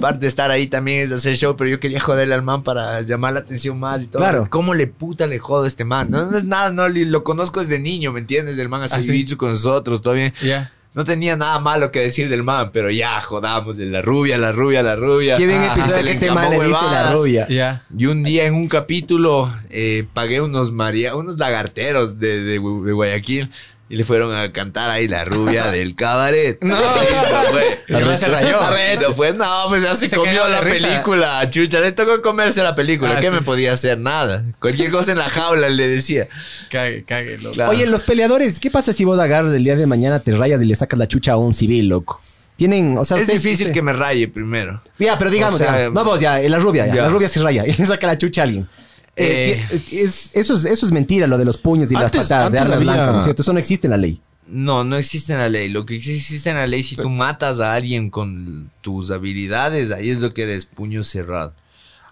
S3: Parte de estar ahí también es de hacer show, pero yo quería joderle al man para llamar la atención más y todo.
S2: Claro.
S3: ¿Cómo le puta le jodo a este man? No, no es nada, no li- lo conozco desde niño, ¿me entiendes? El man hace
S4: Ah, sí.
S3: jiu-jitsu con nosotros, todo bien.
S4: Ya.
S3: No tenía nada malo que decir del man, pero ya jodamos de la rubia, la rubia, la rubia.
S2: Qué bien
S3: Ah,
S2: episodio
S3: se
S2: que
S3: le
S2: este
S3: encamó
S2: man le dice la
S3: huevadas.
S2: rubia.
S4: Ya.
S3: Y un día en un capítulo eh, pagué unos maria, unos lagarteros de, de Gu- de Guayaquil y le fueron a cantar ahí la rubia del cabaret. No, fue.
S4: El man se rayó.
S3: Arrecho fue, no, pues ya se,
S4: Se
S3: comió
S4: cagó de
S3: la
S4: risa.
S3: película. Chucha, le tocó comerse la película.
S4: Ah,
S3: ¿Qué
S4: sí.
S3: me podía hacer? Nada. Cualquier cosa en la jaula le decía.
S4: Cague, cague, loco.
S3: Claro.
S2: Oye, los peleadores, ¿qué pasa si vos agarras el día de mañana, te rayas y le sacas la chucha a un civil, loco? Tienen, o sea,
S3: es
S2: ustedes-
S3: difícil
S2: usted-
S3: que me raye primero.
S2: Ya, pero digamos,
S3: o sea,
S2: digamos, no vos, ya, eh, la rubia, ya,
S3: ya.
S2: la rubia se raya y le saca la chucha a alguien. Eh,
S3: Eh,
S2: ti- es- eso, es, eso es mentira, lo de los puños y
S1: Antes-
S2: las patadas de
S1: antes
S2: armas
S1: había-
S2: blancas, ¿no es cierto? Eso no existe en la ley.
S3: No, no existe en la ley. Lo que existe en la ley, si tú matas a alguien con tus habilidades, ahí es lo que eres puño cerrado.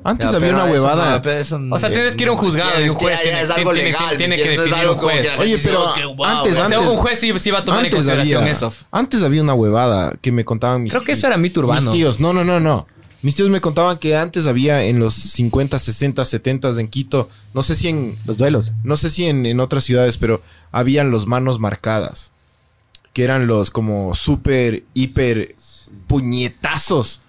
S1: Antes
S3: Ya,
S1: había
S3: pero
S1: una
S3: eso
S1: huevada.
S3: no, pero eso no-
S4: O sea, tienes que ir a un juzgado
S3: Ya,
S4: y un
S3: ya,
S4: juez
S3: ya
S4: tiene-
S3: es algo
S4: tiene-
S3: legal.
S4: tiene que
S3: ¿entiendes? No es
S4: definir
S3: algo
S4: un
S3: como
S4: juez.
S3: que-
S1: Oye, pero
S3: que, wow,
S1: antes,
S4: o sea,
S1: antes-
S4: un juez sí, sí va a tomar en
S1: antes
S4: consideración
S1: había,
S4: eso.
S1: Antes había una huevada que me contaban mis
S4: Creo que eso era mito urbano.
S1: Mis tíos, no, no, no, no. Mis tíos me contaban que antes había en los 50, 60, 70 en Quito, no sé si en
S2: Los duelos.
S1: no sé si en, en otras ciudades, pero habían los manos marcadas, que eran los como súper, hiper puñetazos,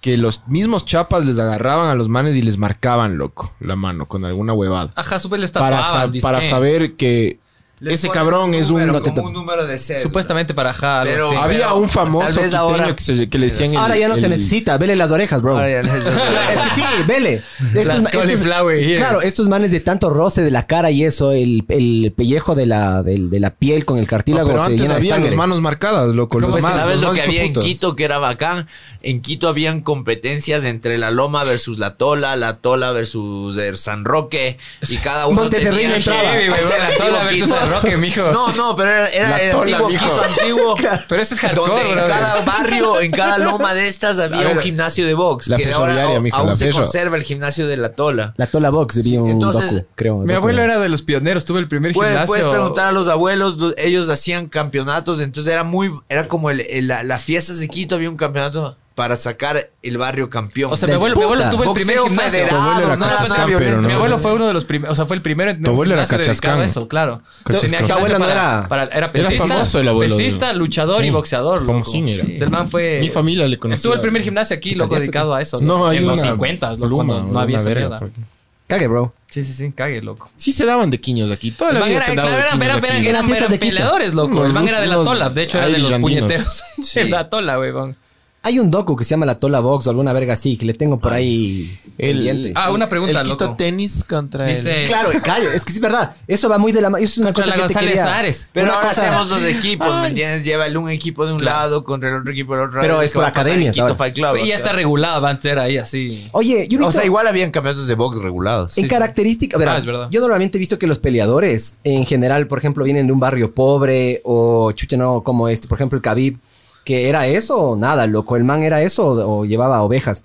S1: que los mismos chapas les agarraban a los manes y les marcaban, loco, la mano con alguna huevada.
S4: Ajá, súper les
S1: Para, sa-
S4: tatuaban, Ah, dizque.
S1: para saber que
S3: Les
S1: ese
S3: ponen
S1: cabrón es un...
S3: número,
S1: no te
S3: como
S1: tap-
S3: un número de cero.
S4: Supuestamente para ajá, algo
S3: Pero-
S4: así.
S3: A ver,
S1: Había
S3: pero
S1: un famoso
S3: tal vez
S1: quiteño
S3: ahora-
S1: que, se- que le decían... el-
S2: Ahora ya no se
S1: el-
S2: necesita, vele las orejas, bro.
S3: Ahora ya les-
S2: es que sí, vele. Estos-
S4: Las
S2: estos-
S4: cauliflower ears.
S2: Claro, estos manes de tanto roce de la cara y eso, el, el pellejo de la, del- de la piel con el
S1: No,
S2: cartílago
S1: pero
S2: se
S1: antes
S2: llena de
S1: había
S2: sangre.
S1: los manos marcadas, loco. Los
S3: Pues,
S1: más,
S3: ¿Sabes
S1: los
S3: lo
S1: más
S3: que había en
S1: hijueputas.
S3: Quito que era bacán? En Quito habían competencias entre la Loma versus la Tola, la Tola versus el San Roque y cada uno
S2: Montes de
S3: tenía
S2: Reina
S3: su-
S2: entraba.
S4: Heavy, güey,
S3: Ese
S4: la
S3: antiguo
S4: Tola versus
S3: Quito.
S4: San Roque, mijo.
S3: No, no, pero era, era
S1: La
S3: el
S1: Tola,
S3: antiguo
S1: mijo.
S3: Quito antiguo.
S4: Pero eso es hardcore,
S3: donde en
S4: brother.
S3: cada barrio, en cada loma de estas
S4: A
S3: había
S4: ver,
S3: un gimnasio de box.
S1: la
S3: que
S1: fecha
S3: ahora
S1: diaria,
S3: au-
S1: mijo,
S3: aún
S1: la
S3: se
S1: fecha.
S3: conserva el gimnasio de la Tola.
S2: La Tola Box, vi un
S3: Entonces,
S2: docu, creo.
S4: Mi
S2: docu.
S4: abuelo era de los pioneros, tuve el primer
S3: Puedes,
S4: gimnasio.
S3: puedes preguntar a los abuelos, lo- ellos hacían campeonatos, entonces era muy, era como el, el- la- las fiestas de Quito, había un campeonato para sacar el barrio campeón.
S4: O sea, mi
S2: Del
S4: abuelo, mi abuelo
S2: puta.
S4: tuvo el primer
S3: Boxeo
S4: gimnasio.
S3: federado,
S1: Tu abuelo era
S3: no era
S1: cachascán,
S3: nada violento.
S1: pero no.
S4: Mi abuelo fue uno de los primeros, o sea, fue el primero en tener
S1: Tu
S4: un
S1: abuelo era
S4: gimnasio dedicado
S1: cachascán.
S4: a eso, claro.
S1: Cachascán.
S4: Tenía
S1: Tu
S4: gimnasio
S2: abuelo no
S4: para-
S2: era-
S4: para- era pesista,
S1: famoso el abuelo.
S4: pesista, luchador
S1: Sí,
S4: y boxeador, loco.
S1: famosín era.
S4: Sí, El man fue
S1: Mi familia le conocía.
S4: Estuvo el primer gimnasio aquí, loco,
S2: callaste,
S4: dedicado a eso.
S1: No,
S4: loco,
S1: hay
S4: en los
S1: una
S4: 50, loco,
S1: pluma,
S4: cuando no había
S1: una
S4: esa
S1: verga,
S4: mierda.
S1: porque-
S2: Cague, bro.
S4: Sí, sí, sí, cague, loco.
S1: Sí se daban de quiños aquí. Toda
S4: El
S1: la
S4: man
S1: vida
S4: era,
S1: se
S4: claro,
S1: daban de
S4: eran,
S1: quiños
S4: eran,
S1: de
S4: eran,
S1: aquí.
S4: eran,
S2: Las fiestas de Quito.
S4: peleadores, loco.
S1: Unos
S4: El man era de la
S1: unos
S4: tola, de hecho era de los
S1: ailandinos.
S4: puñeteros.
S1: Sí.
S4: la tola, weón.
S2: Hay un docu que se llama La Tola Box o alguna verga así, que le tengo por ahí pendiente.
S4: Ah, una pregunta,
S1: El Quito
S4: loco.
S1: tenis contra
S4: Dice.
S1: el...
S2: Claro, calla, es que sí es verdad. Eso va muy de la mano. Eso es una
S4: Contra
S2: cosa que
S4: la
S2: te
S4: González
S2: quería...
S4: Ares.
S3: Pero
S2: una
S3: ahora
S2: cosa-
S3: hacemos los equipos, ¿me entiendes? Lleva el un equipo de un lado contra el otro equipo del otro
S2: Pero
S3: lado,
S2: es
S3: que
S2: por
S3: va a pasar en
S2: academias
S3: Quito
S2: ahora.
S3: Fight Club,
S4: Y ya
S3: o sea.
S4: está regulada, van a ser ahí así.
S2: Oye, yo he
S3: O sea,
S2: visto-
S3: igual habían campeonatos de box regulados.
S2: En
S4: Sí, sí.
S2: característica, verás,
S4: Ah, es verdad.
S2: yo normalmente he visto que los peleadores, en general, por ejemplo, vienen de un barrio pobre o chucha, no, como este, por ejemplo, el Khabib, que era eso o nada, loco, el man era eso o, o llevaba ovejas.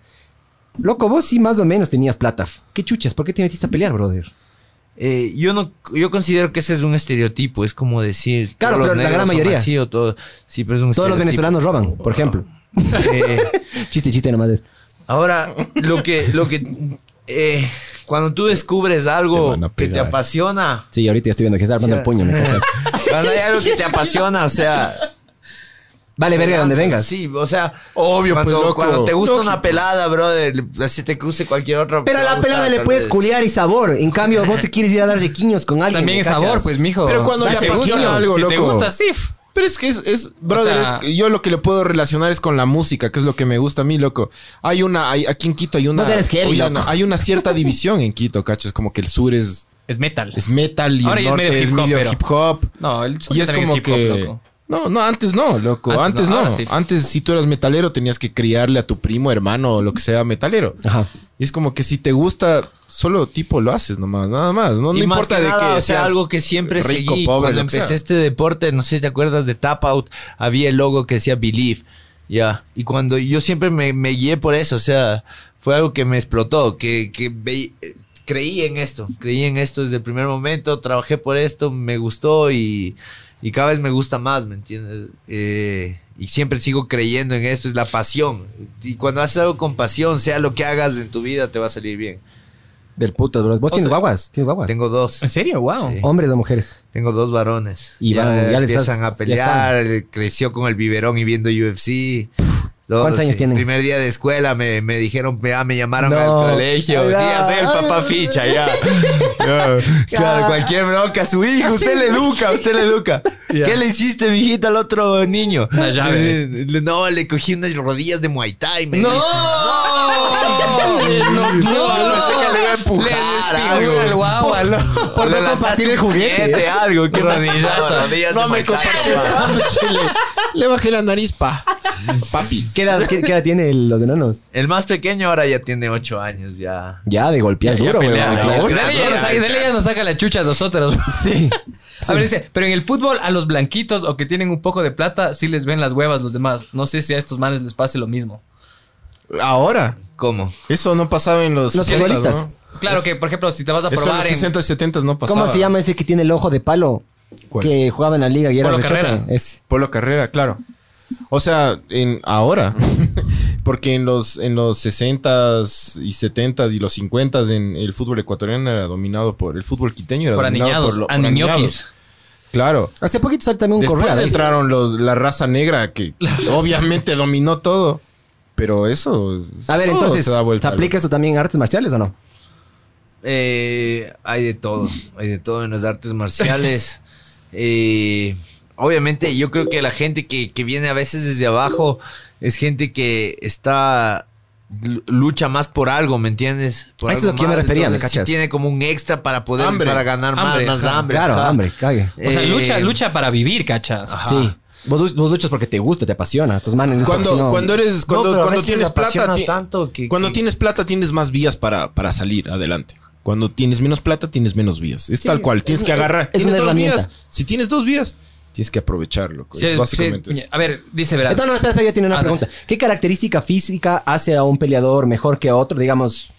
S2: Loco, vos sí más o menos tenías plata. ¿Qué chuchas? ¿Por qué te metiste a pelear, brother?
S3: Eh, yo no, yo considero que ese es un estereotipo, es como decir.
S2: Claro,
S3: todos los
S2: pero la
S3: negros
S2: gran
S3: son
S2: mayoría.
S3: así o todo- sí, pero es un
S2: Todos los
S3: estereotipo.
S2: venezolanos roban, por ejemplo.
S3: Eh,
S2: Chiste, chiste nomás. es.
S3: Ahora, lo que, lo que eh, cuando tú descubres
S1: Te
S3: algo
S1: van a
S3: que te
S1: pegar.
S3: apasiona,
S2: Sí, ahorita ya estoy viendo que se está armando el puño, ¿me cachas?
S3: cuando hay algo que te apasiona, o sea,
S2: Vale, verga, donde
S3: lanzas,
S2: vengas.
S3: Sí, o sea,
S1: Obvio, pues,
S3: cuando,
S1: loco.
S3: cuando te gusta
S1: Lógico.
S3: una pelada, brother, así te cruce cualquier otra.
S2: Pero a
S3: te va
S2: la pelada
S3: gustar,
S2: le
S3: tal
S2: puedes
S3: vez.
S2: culiar y sabor. En cambio, vos te quieres ir a dar de quiños con alguien.
S4: También
S2: ¿me
S4: es
S2: cachas?
S4: sabor, pues, mijo.
S1: Pero cuando
S4: Si
S1: le
S4: te
S1: apasiona
S4: gusta,
S1: algo,
S4: si te
S1: loco.
S4: gusta, sif.
S1: Pero es que es, es- brother,
S4: O sea-
S1: es que yo lo que le puedo relacionar es con la música, que es lo que me gusta a mí, loco. Hay una, hay, aquí en Quito hay una,
S2: Vos eres heavy,
S1: hay, una
S2: loco.
S1: hay una cierta división en Quito, cacho. Es como que el sur es,
S4: Es metal.
S1: es metal y
S4: Ahora
S1: el
S4: ya es
S1: norte
S4: medio
S1: es
S4: hip hop,
S1: medio
S4: pero-
S1: hip hop.
S4: No, el
S1: Y es como que No, no, antes no, loco.
S4: Antes
S1: Antes,
S4: no,
S1: no.
S4: ahora sí.
S1: Antes, si tú eras metalero, tenías que criarle a tu primo, hermano o lo que sea metalero.
S2: Ajá.
S1: Y es como que si te gusta, solo tipo lo haces nomás, nada más. No, Pues no
S3: y más
S1: importa
S3: que
S1: de
S3: nada,
S1: que
S3: o sea,
S1: seas
S3: algo que siempre
S1: rico,
S3: seguí.
S1: pobre,
S3: Cuando
S1: lo que
S3: empecé
S1: sea.
S3: este deporte, no sé si te acuerdas de Tap Out, había el logo que decía Believe. Ya. Y cuando yo siempre me, me guié por eso, o sea, fue algo que me explotó, que, que ve- eh, creí en esto, creí en esto desde el primer momento, trabajé por esto, me gustó y, y cada vez me gusta más, ¿me entiendes? Eh, y siempre sigo creyendo en esto, es la pasión. Y cuando haces algo con pasión, sea lo que hagas en tu vida, te va a salir bien.
S2: Del putas, bro. Vos tienes
S3: sea,
S2: guaguas, tienes guaguas.
S3: Tengo dos.
S4: ¿En serio? Wow.
S3: Sí.
S2: Hombres o mujeres.
S3: Tengo dos varones.
S2: Y
S3: ya,
S2: van- ya les
S3: empiezan
S2: das-
S3: a
S2: ya
S3: pelear. creció con el biberón y viendo UFC. Todo,
S2: ¿Cuántos años
S3: sí.
S2: tienen?
S3: Primer día de escuela me, me dijeron, me, ah, me llamaron
S2: No.
S3: al colegio.
S2: Ay,
S3: Sí,
S2: ay,
S3: ya soy el papá
S2: ay.
S3: ficha, ya. Ya. claro, cualquier bronca, su hijo, usted le educa, usted le educa. ¿Qué le hiciste, mijita, al otro niño?
S4: La llave.
S3: Eh, le- no, le cogí unas rodillas de Muay Thai. Me
S4: ¡No!
S3: dice.
S1: No,
S3: No,
S1: no,
S3: pensé que le iba a empujar. algo.
S4: el guagua, ¿no?
S3: Por no compartir el juguete, algo, qué rodillazo.
S1: no me compartes sándwich, le, le bajé la nariz, pa. Papi.
S2: ¿Qué edad, qué- qué edad tiene el- los enanos?
S3: El más pequeño ahora ya tiene 8 años, ya.
S2: Ya, de golpear
S4: Ya
S2: duro,
S4: pelea,
S2: huevón.
S4: ya.
S2: Claro.
S3: ocho,
S4: Dele ya
S3: ¿no?
S4: nos- dele ya nos saca la chucha a nosotros.
S2: Sí.
S4: A ver, dice, pero en el fútbol a los blanquitos o que tienen un poco de plata sí les ven las huevas los demás. No sé si a estos manes les pase lo mismo.
S1: Ahora.
S3: ¿Cómo?
S1: Eso no pasaba en los.
S2: Los
S1: 60,
S2: futbolistas.
S1: ¿no?
S4: Claro que, por ejemplo, si te vas a
S1: Eso en
S4: probar
S1: los
S4: en...
S1: 60 y 70 no pasaba.
S2: ¿Cómo se llama ese que tiene el ojo de palo?
S1: Pues ¿Cuál?
S2: Que jugaba en la liga y era
S4: Polo
S2: rechote.
S4: Carrera.
S2: Ese.
S1: Polo Carrera, claro. O sea, en ahora. Porque en los, en los 60s y 70s y los 50s en el fútbol ecuatoriano era dominado por el fútbol quiteño era
S4: Por
S1: dominado
S4: aniñados,
S1: por, lo- por
S4: aniñoquis.
S1: aniñados. Claro.
S2: Hace poquito salió también un
S1: Después
S3: ¿eh?
S2: correo.
S1: entraron los- la raza negra que obviamente dominó todo. Pero eso.
S2: A ver,
S1: todo
S2: entonces,
S1: se da
S2: ¿se,
S1: vuelta,
S2: aplica eso también en artes marciales o no?
S3: Eh, hay de todo, hay de todo en las artes marciales. Eh, obviamente yo creo que la gente que, que viene a veces desde abajo es gente que está l- lucha más por algo, ¿me entiendes? Por
S2: A eso es
S3: algo
S2: lo que yo me
S3: más,
S2: refería, ¿me
S3: entonces sí
S2: cachas?
S3: tiene como un extra para poder
S1: Hambre.
S3: para ganar más,
S4: Hambre,
S3: más
S4: ajá.
S3: hambre.
S2: claro,
S3: ajá.
S2: hombre, cague.
S4: O sea, lucha,
S3: Eh,
S4: lucha para vivir, cachas.
S3: Ajá.
S2: Sí. Vos, lu- vos luchas porque te gusta, te apasiona. Estos manes. es porque
S1: Cuando,
S2: si no-
S1: cuando eres,
S3: No,
S1: cuando,
S3: pero a
S1: cuando
S3: veces
S1: tienes
S3: les apasiona
S1: plata, ti-
S3: tanto que-
S1: cuando
S3: que-
S1: tienes plata tienes más vías para, para salir adelante. Cuando tienes menos plata tienes menos vías. Es tal cual. Tienes que agarrar.
S2: es una
S1: tienes dos
S2: herramienta.
S1: vías. Si tienes dos vías, tienes que aprovecharlo.
S4: Sí, sí,
S1: básicamente eso.
S4: a ver, dice, verás.
S2: No, no, espera, espera, yo tenía una
S4: Ah,
S2: pregunta. ¿Qué característica física hace a un peleador mejor que a otro? Digamos,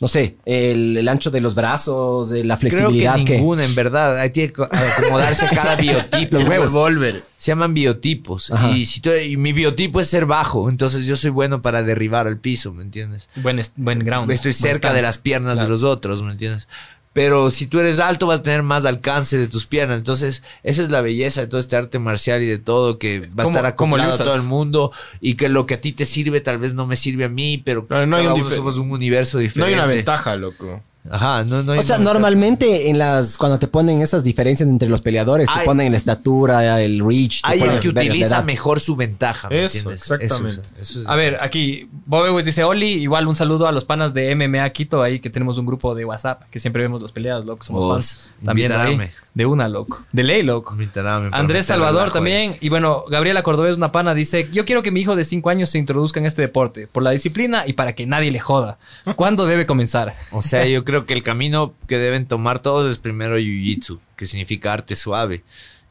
S2: no sé, el, el ancho de los brazos, eh, la
S3: Creo que
S2: flexibilidad. que
S3: ninguna, en verdad. Hay que co- acomodarse cada biotipo.
S2: Los huevos.
S3: Revolver. Se llaman biotipos.
S2: Ajá.
S3: Y, si tú- y mi biotipo es ser bajo. Entonces yo soy bueno para derribar al piso, ¿me entiendes?
S4: Buen, est- buen ground.
S3: Estoy
S4: Buen
S3: cerca
S4: stance.
S3: de las piernas
S4: pues Claro.
S3: de los otros, ¿me entiendes? Pero si tú eres alto vas a tener más alcance de tus piernas. Entonces, eso es la belleza de todo este arte marcial y de todo que va a
S4: ¿Cómo-
S3: estar
S4: cómo le
S3: acoplado a
S4: usas?
S3: todo el mundo y que lo que a ti te sirve tal vez no me sirve a mí, pero
S1: Claro, no hay
S3: cada
S1: un
S3: uno
S1: difer-
S3: somos un universo
S1: No hay
S3: diferente.
S1: una ventaja, loco.
S3: Ajá, no, no hay
S2: O sea,
S3: una ventaja.
S2: normalmente en las cuando te ponen esas diferencias entre los peleadores, te
S3: Ay.
S2: ponen la estatura, el reach, te
S3: Hay
S2: ponen
S3: el que
S2: las vergas, la
S3: utiliza
S2: edad.
S3: mejor su ventaja. ¿me
S1: Eso,
S3: entiendes?
S1: exactamente.
S3: Eso es- eso es-
S4: A ver, aquí, Bobby West dice, Oli, igual un saludo a los panas de MMA Quito, ahí que tenemos un grupo de WhatsApp, que siempre vemos los peleados, loco, somos
S3: Vos,
S4: fans. También de, ahí,
S3: invitarame.
S4: de una, loco. De ley, loco.
S3: Invitarame para
S4: Andrés
S3: meter
S4: Salvador
S3: relajo
S4: también. Y bueno, Gabriela Cordobés, una pana, dice, yo quiero que mi hijo de 5 años se introduzca en este deporte, por la disciplina y para que nadie le joda. ¿Cuándo debe comenzar?
S3: O sea, yo creo que el camino que deben tomar todos es primero jiu-jitsu, que significa arte suave.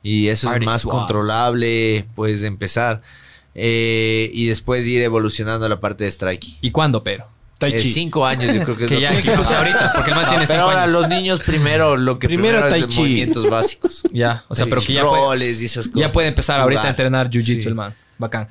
S3: Y eso
S4: Arte
S3: es más
S4: suave.
S3: controlable, puedes empezar. Eh, y después ir evolucionando a la parte de striking.
S4: ¿Y cuándo, pero?
S1: Tai
S3: Eh,
S1: chi.
S3: cinco años, yo creo que es
S4: Que
S3: lo
S4: ya
S3: que-
S4: que empezar ahorita, porque el man tiene
S3: Pero
S4: 5
S3: ahora
S4: años.
S3: los niños primero lo que
S1: Primero
S3: primero, es
S1: tai
S3: de
S1: chi.
S3: movimientos básicos.
S4: Ya, o sea, pero que ya puede,
S3: roles y esas cosas.
S4: ya puede empezar ahorita a
S3: Jugar.
S4: entrenar Jiu-Jitsu
S3: Sí.
S4: el man. Bacán.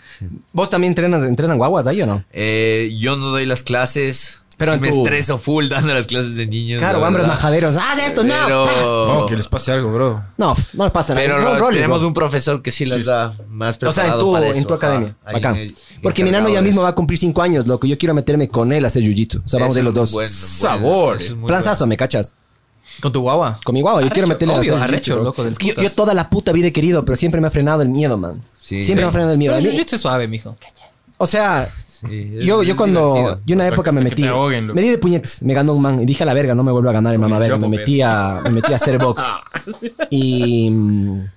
S2: Vos también entrenas, entrenan guaguas ahí o no?
S3: Eh, yo no doy las clases.
S2: Pero
S3: Pero me
S2: tú-
S3: estreso full dando las clases de niños.
S2: Claro,
S3: la
S2: hombres
S3: verdad.
S2: majaderos. "Ah, ¡Haz esto!
S3: Pero,
S2: ¡No!
S4: Oh.
S1: No, que les pase algo, bro.
S2: No, no les pasa nada.
S3: pero
S2: Son
S3: lo-
S2: roles,
S3: tenemos
S2: bro.
S3: un profesor que sí las da más
S2: O sea, en
S3: preparado
S2: tu,
S3: para eso,
S2: en tu
S3: ajá.
S2: academia.
S3: Alguien
S2: Bacán.
S3: el-
S2: Porque mi
S3: encargado
S2: nano ya
S3: de
S2: mismo
S3: eso.
S2: va a cumplir cinco años, loco. Yo quiero meterme con él a hacer jiu-jitsu. O sea, vamos de
S3: Eso
S2: los
S3: es
S2: dos.
S3: bueno, bueno,
S1: Sabor.
S3: eso es muy
S2: Planzazo, ¿me cachas?
S4: ¿Con tu guagua?
S2: Con mi guau, yo quiero meterle
S4: obvio,
S2: a hacer
S4: arrecho,
S2: jiu-jitsu, bro.
S4: loco, del
S2: Es que yo,
S4: putas.
S2: yo toda la puta vida he querido, pero siempre me ha frenado el miedo, man.
S3: Sí.
S2: siempre me ha frenado el miedo.
S4: Pero
S2: A
S4: el
S2: mí-
S4: jiu-jitsu es suave, mijo.
S2: o sea,
S3: bueno. Sí,
S2: yo,
S3: es-
S2: yo
S3: es
S2: cuando.
S3: divertido.
S2: Yo una
S1: Hasta
S2: época
S1: que-
S2: me
S1: hasta que
S2: metí.
S1: te ahoguen, loco.
S2: Me di de puñetes, me ganó un man. Y dije a la verga, no me vuelvo a ganar el mamá verga.
S1: yomo,
S2: Me metí a, me metí a hacer box. y. mm,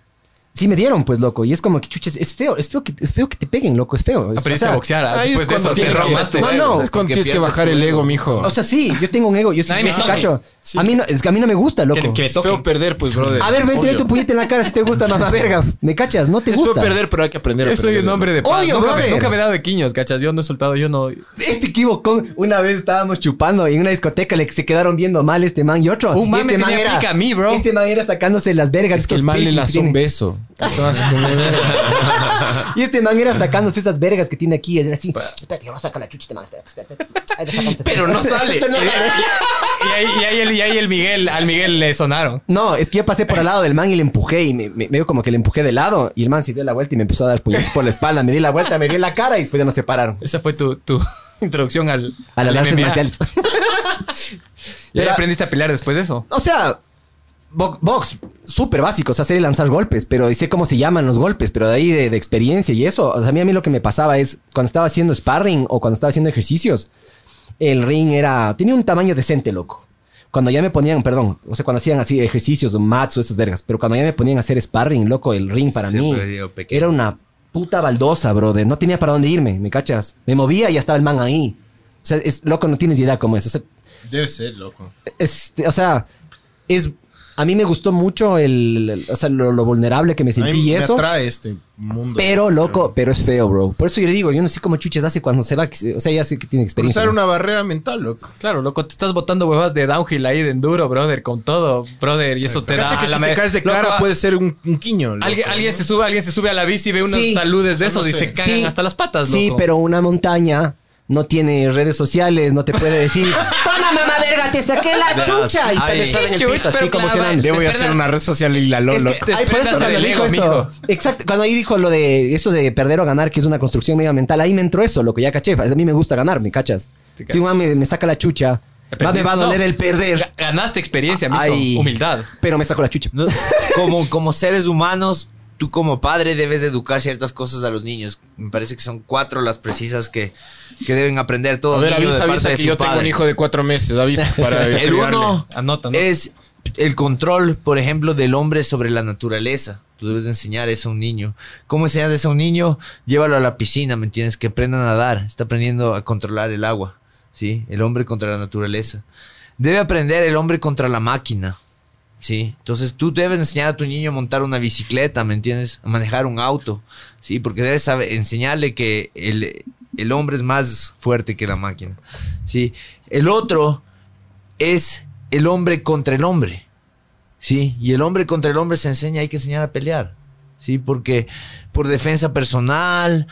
S2: Sí, me dieron, pues, loco. Y es como que chuches, es feo, es feo que, es feo que te peguen, loco, es feo. Es-
S4: Aprendiste
S2: o sea,
S4: a boxear. ah,
S1: ahí
S4: Después
S1: es
S4: de
S1: cuando
S4: eso te
S1: tienes que-
S4: romaste.
S2: No, no.
S1: Es cuando tienes que bajar el ego, mijo.
S2: O sea, sí, yo tengo un ego, yo sí,
S4: Nadie
S2: yo
S4: me
S2: sí
S4: toque.
S2: cacho. A mí no, es que a mí no me gusta, loco.
S4: Que- que me
S1: es feo
S4: toquen.
S1: perder, pues, brother.
S2: A ver, ven,
S1: Obvio.
S2: tírate un puñete en la cara si te gusta, mamá verga. Me cachas, no te
S1: Es feo
S2: gusta.
S1: perder, pero hay que aprender. a
S4: Yo soy
S1: perder,
S4: un hombre de paz.
S2: Obvio,
S4: nunca, me,
S2: brother.
S4: nunca me he dado de quiños, cachas. Yo no he soltado, yo no.
S2: Este equivocón, una vez estábamos chupando y en una discoteca le se quedaron viendo mal este man y otro.
S4: Un
S2: y
S4: man
S2: este
S4: me tenía pica a mí, bro.
S2: Este man era sacándose las vergas.
S1: Es que el
S2: estos
S1: mal le
S2: piercings
S1: lanzó
S2: tiene.
S1: un beso. Entonces, como,
S2: Y este man era sacándose esas vergas que tiene aquí. Es así. Espérate, vamos a sacar la chucha, este man. Espérate, espérate. Ahí está sacándose.
S1: Pero no sale.
S2: No sale.
S4: Y ahí, y ahí el, y ahí el Miguel, al Miguel le sonaron.
S2: No, es que yo pasé por al lado del man y le empujé y me, me- medio como que le empujé de lado y el man se dio la vuelta y me empezó a dar puñetes por la espalda, me di la vuelta, me dio en la cara y después ya nos separaron.
S4: Esa fue tu, tu introducción al.
S2: A las
S4: al
S2: artes
S4: MMA.
S2: marciales.
S4: ¿Y ahí
S2: Pero-
S4: aprendiste a pelear después de eso?
S2: O sea, bo- box, súper básico, o sea, sé lanzar golpes, pero sé cómo se llaman los golpes, pero de ahí de, de experiencia y eso. O sea, a mí, a mí lo que me pasaba es cuando estaba haciendo sparring o cuando estaba haciendo ejercicios, el ring era. tenía un tamaño decente, loco. Cuando ya me ponían, perdón, o sea, cuando hacían así ejercicios o mats o esas vergas, pero cuando ya me ponían a hacer sparring, loco, el ring para
S3: Se
S2: mí
S3: perdió pequeño.
S2: era una puta baldosa, brother. No tenía para dónde irme, ¿me cachas? Me movía y ya estaba el man ahí. O sea, es, loco, no tienes idea cómo es. O sea,
S6: Debe ser, loco.
S2: este, o sea, es. A mí me gustó mucho el, el- o sea, lo, lo vulnerable que me
S6: A
S2: sentí
S6: mí
S2: y
S6: me
S2: eso.
S6: atrae este mundo.
S2: Pero loco, pero es feo, bro. Por eso yo le digo, yo no sé cómo chuches hace cuando se va, que se- o sea, ya sé que tiene experiencia.
S6: Cruzar
S2: ¿no?
S6: una barrera mental, loco.
S4: Claro, loco, te estás botando huevas de downhill ahí de enduro, brother, con todo, brother, y eso te da.
S6: Cacha que
S4: a la
S6: si
S4: me-
S6: te caes de
S4: Loco, ah,
S6: cara puede ser un, un quiño. loco.
S4: Alguien, alguien se sube, alguien se sube a la bici, ve unos
S2: Sí.
S4: taludes de
S6: Yo no
S4: esos y
S6: sé.
S4: se cagan hasta las patas, loco.
S2: Sí, pero una montaña no tiene redes sociales, no te puede decir, toma mamá verga, te saqué la chucha y
S3: Ay,
S2: te estás en el
S4: chuch,
S2: piso así
S4: pero
S2: como
S4: clava.
S2: sonando.
S1: le voy a hacer una red social y la
S2: Es
S1: lolo.
S2: que,
S4: Te
S2: ay, por eso
S4: desprendas
S2: cuando
S4: del
S2: dijo
S4: ego,
S2: eso,
S4: mijo.
S2: exacto, cuando ahí dijo lo de eso de perder o ganar, que es una construcción medio mental, ahí me entró eso, loco, ya caché, a mí me gusta ganar, ¿me cachas? Si un man me, me saca la chucha, más me va a
S4: No.
S2: doler el perder,
S4: Ga- Ganaste experiencia, mijo.
S3: Ay.
S4: Humildad.
S2: pero me saco la chucha.
S3: No, como, como seres humanos, tú como padre debes educar ciertas cosas a los niños. Me parece que son cuatro las precisas que, que deben aprender
S1: A
S3: todo
S1: ver,
S3: niño de
S1: avisa,
S3: parte
S1: avisa
S3: de
S1: que
S3: su
S1: yo tengo
S3: padre.
S1: un hijo de cuatro meses. Avisa para
S3: El
S1: cuidarle.
S3: uno
S4: Anota, ¿no?
S3: es el control, por ejemplo, del hombre sobre la naturaleza. Tú debes de enseñar eso a un niño. ¿Cómo enseñas eso a un niño? Llévalo a la piscina, ¿me entiendes? Que aprenda a nadar. Está aprendiendo a controlar el agua. ¿Sí? El hombre contra la naturaleza. Debe aprender el hombre contra la máquina. Sí, entonces tú debes enseñar a tu niño a montar una bicicleta, ¿me entiendes? A manejar un auto, sí, porque debes saber- enseñarle que el, el hombre es más fuerte que la máquina, sí. El otro es el hombre contra el hombre, sí, y el hombre contra el hombre se enseña, hay que enseñar a pelear, sí, porque por defensa personal